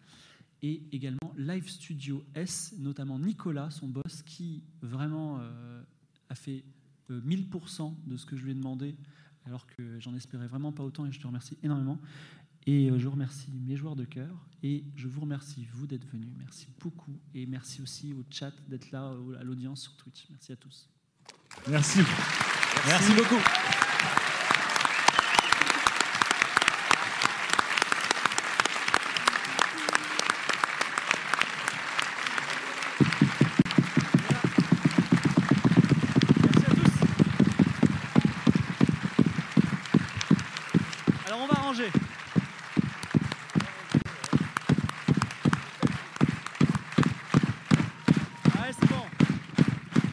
S2: Et également Live Studio S, notamment Nicolas, son boss, qui vraiment euh, a fait euh, 1000% de ce que je lui ai demandé, alors que j'en espérais vraiment pas autant et je te remercie énormément. Et euh, je remercie mes joueurs de cœur et je vous remercie, vous, d'être venus. Merci beaucoup et merci aussi au chat d'être là, au- à l'audience sur Twitch. Merci à tous.
S19: Merci. Merci beaucoup.
S2: Alors on va ranger. Allez, c'est bon.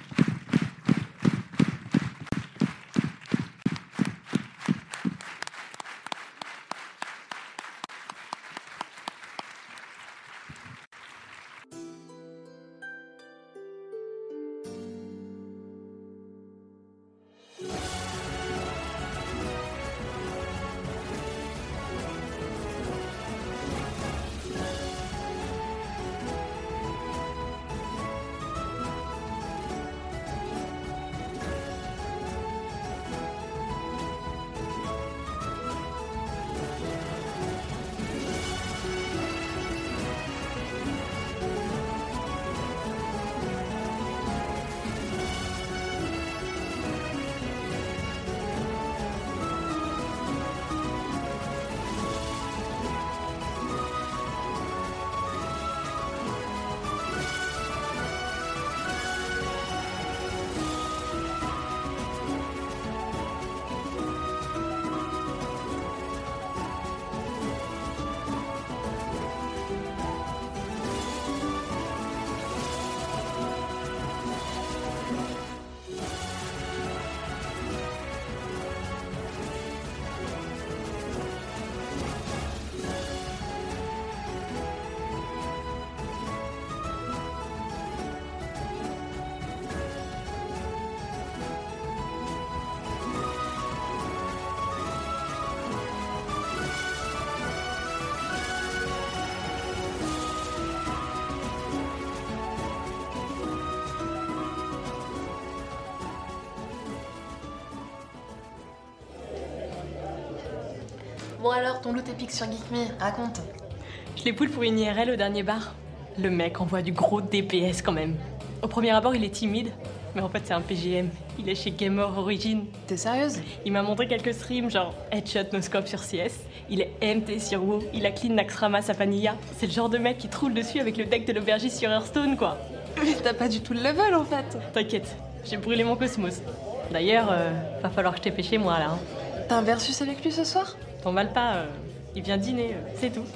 S13: Bon alors, ton loup t'épique sur GeekMe, raconte.
S21: Je les poule pour une IRL au dernier bar. Le mec envoie du gros DPS quand même. Au premier abord, il est timide, mais en fait, c'est un PGM. Il est chez Gamer Origin. T'es sérieuse Il m'a montré quelques streams, genre Headshot No Scope sur CS. Il est MT sur WoW. Il a clean Naxxrama sa Panilla. C'est le genre de mec qui troule dessus avec le deck de l'aubergiste sur Hearthstone, quoi. Mais t'as pas du tout le level en fait T'inquiète, j'ai brûlé mon cosmos. D'ailleurs, euh, va falloir que je t'ai pêché moi là. hein. T'as un versus avec lui ce soir T'en mal pas, euh, il vient dîner, euh, c'est tout.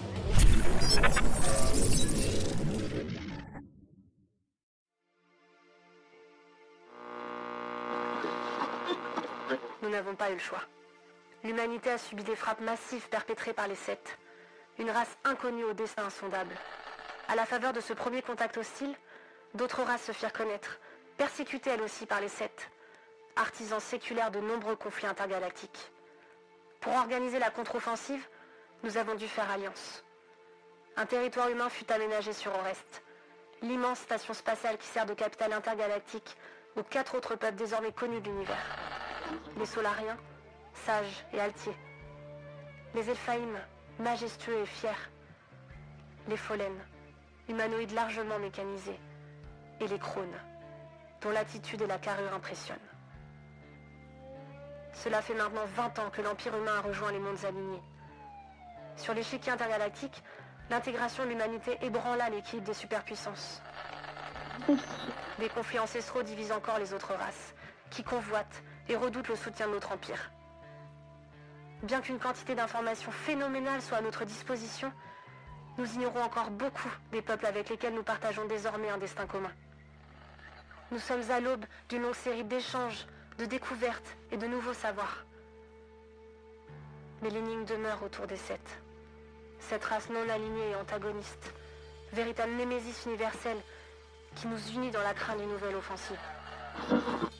S28: Nous n'avons pas eu le choix. L'humanité a subi des frappes massives perpétrées par les Sept. Une race inconnue au destin insondable. À la faveur de ce premier contact hostile, d'autres races se firent connaître, persécutées elles aussi par les Sept, artisans séculaires de nombreux conflits intergalactiques. Pour organiser la contre-offensive, nous avons dû faire alliance. Un territoire humain fut aménagé sur Orest, l'immense station spatiale qui sert de capitale intergalactique aux quatre autres peuples désormais connus de l'univers les Solariens, sages et altiers. Les Elfaïm, majestueux et fiers. Les Follen, humanoïdes largement mécanisés. Et les Crones, dont l'attitude et la carrure impressionnent. Cela fait maintenant 20 ans que l'Empire humain a rejoint les mondes alignés. Sur l'échiquier intergalactique, l'intégration de l'humanité ébranla l'équilibre des superpuissances. Des conflits ancestraux divisent encore les autres races, qui convoitent et redoutent le soutien de notre empire. Bien qu'une quantité d'informations phénoménale soit à notre disposition, nous ignorons encore beaucoup des peuples avec lesquels nous partageons désormais un destin commun. Nous sommes à l'aube d'une longue série d'échanges, de découvertes et de nouveaux savoirs. Mais l'énigme demeure autour des sept. Cette race non alignée et antagoniste, véritable némésis universelle qui nous unit dans la crainte d'une nouvelle offensive.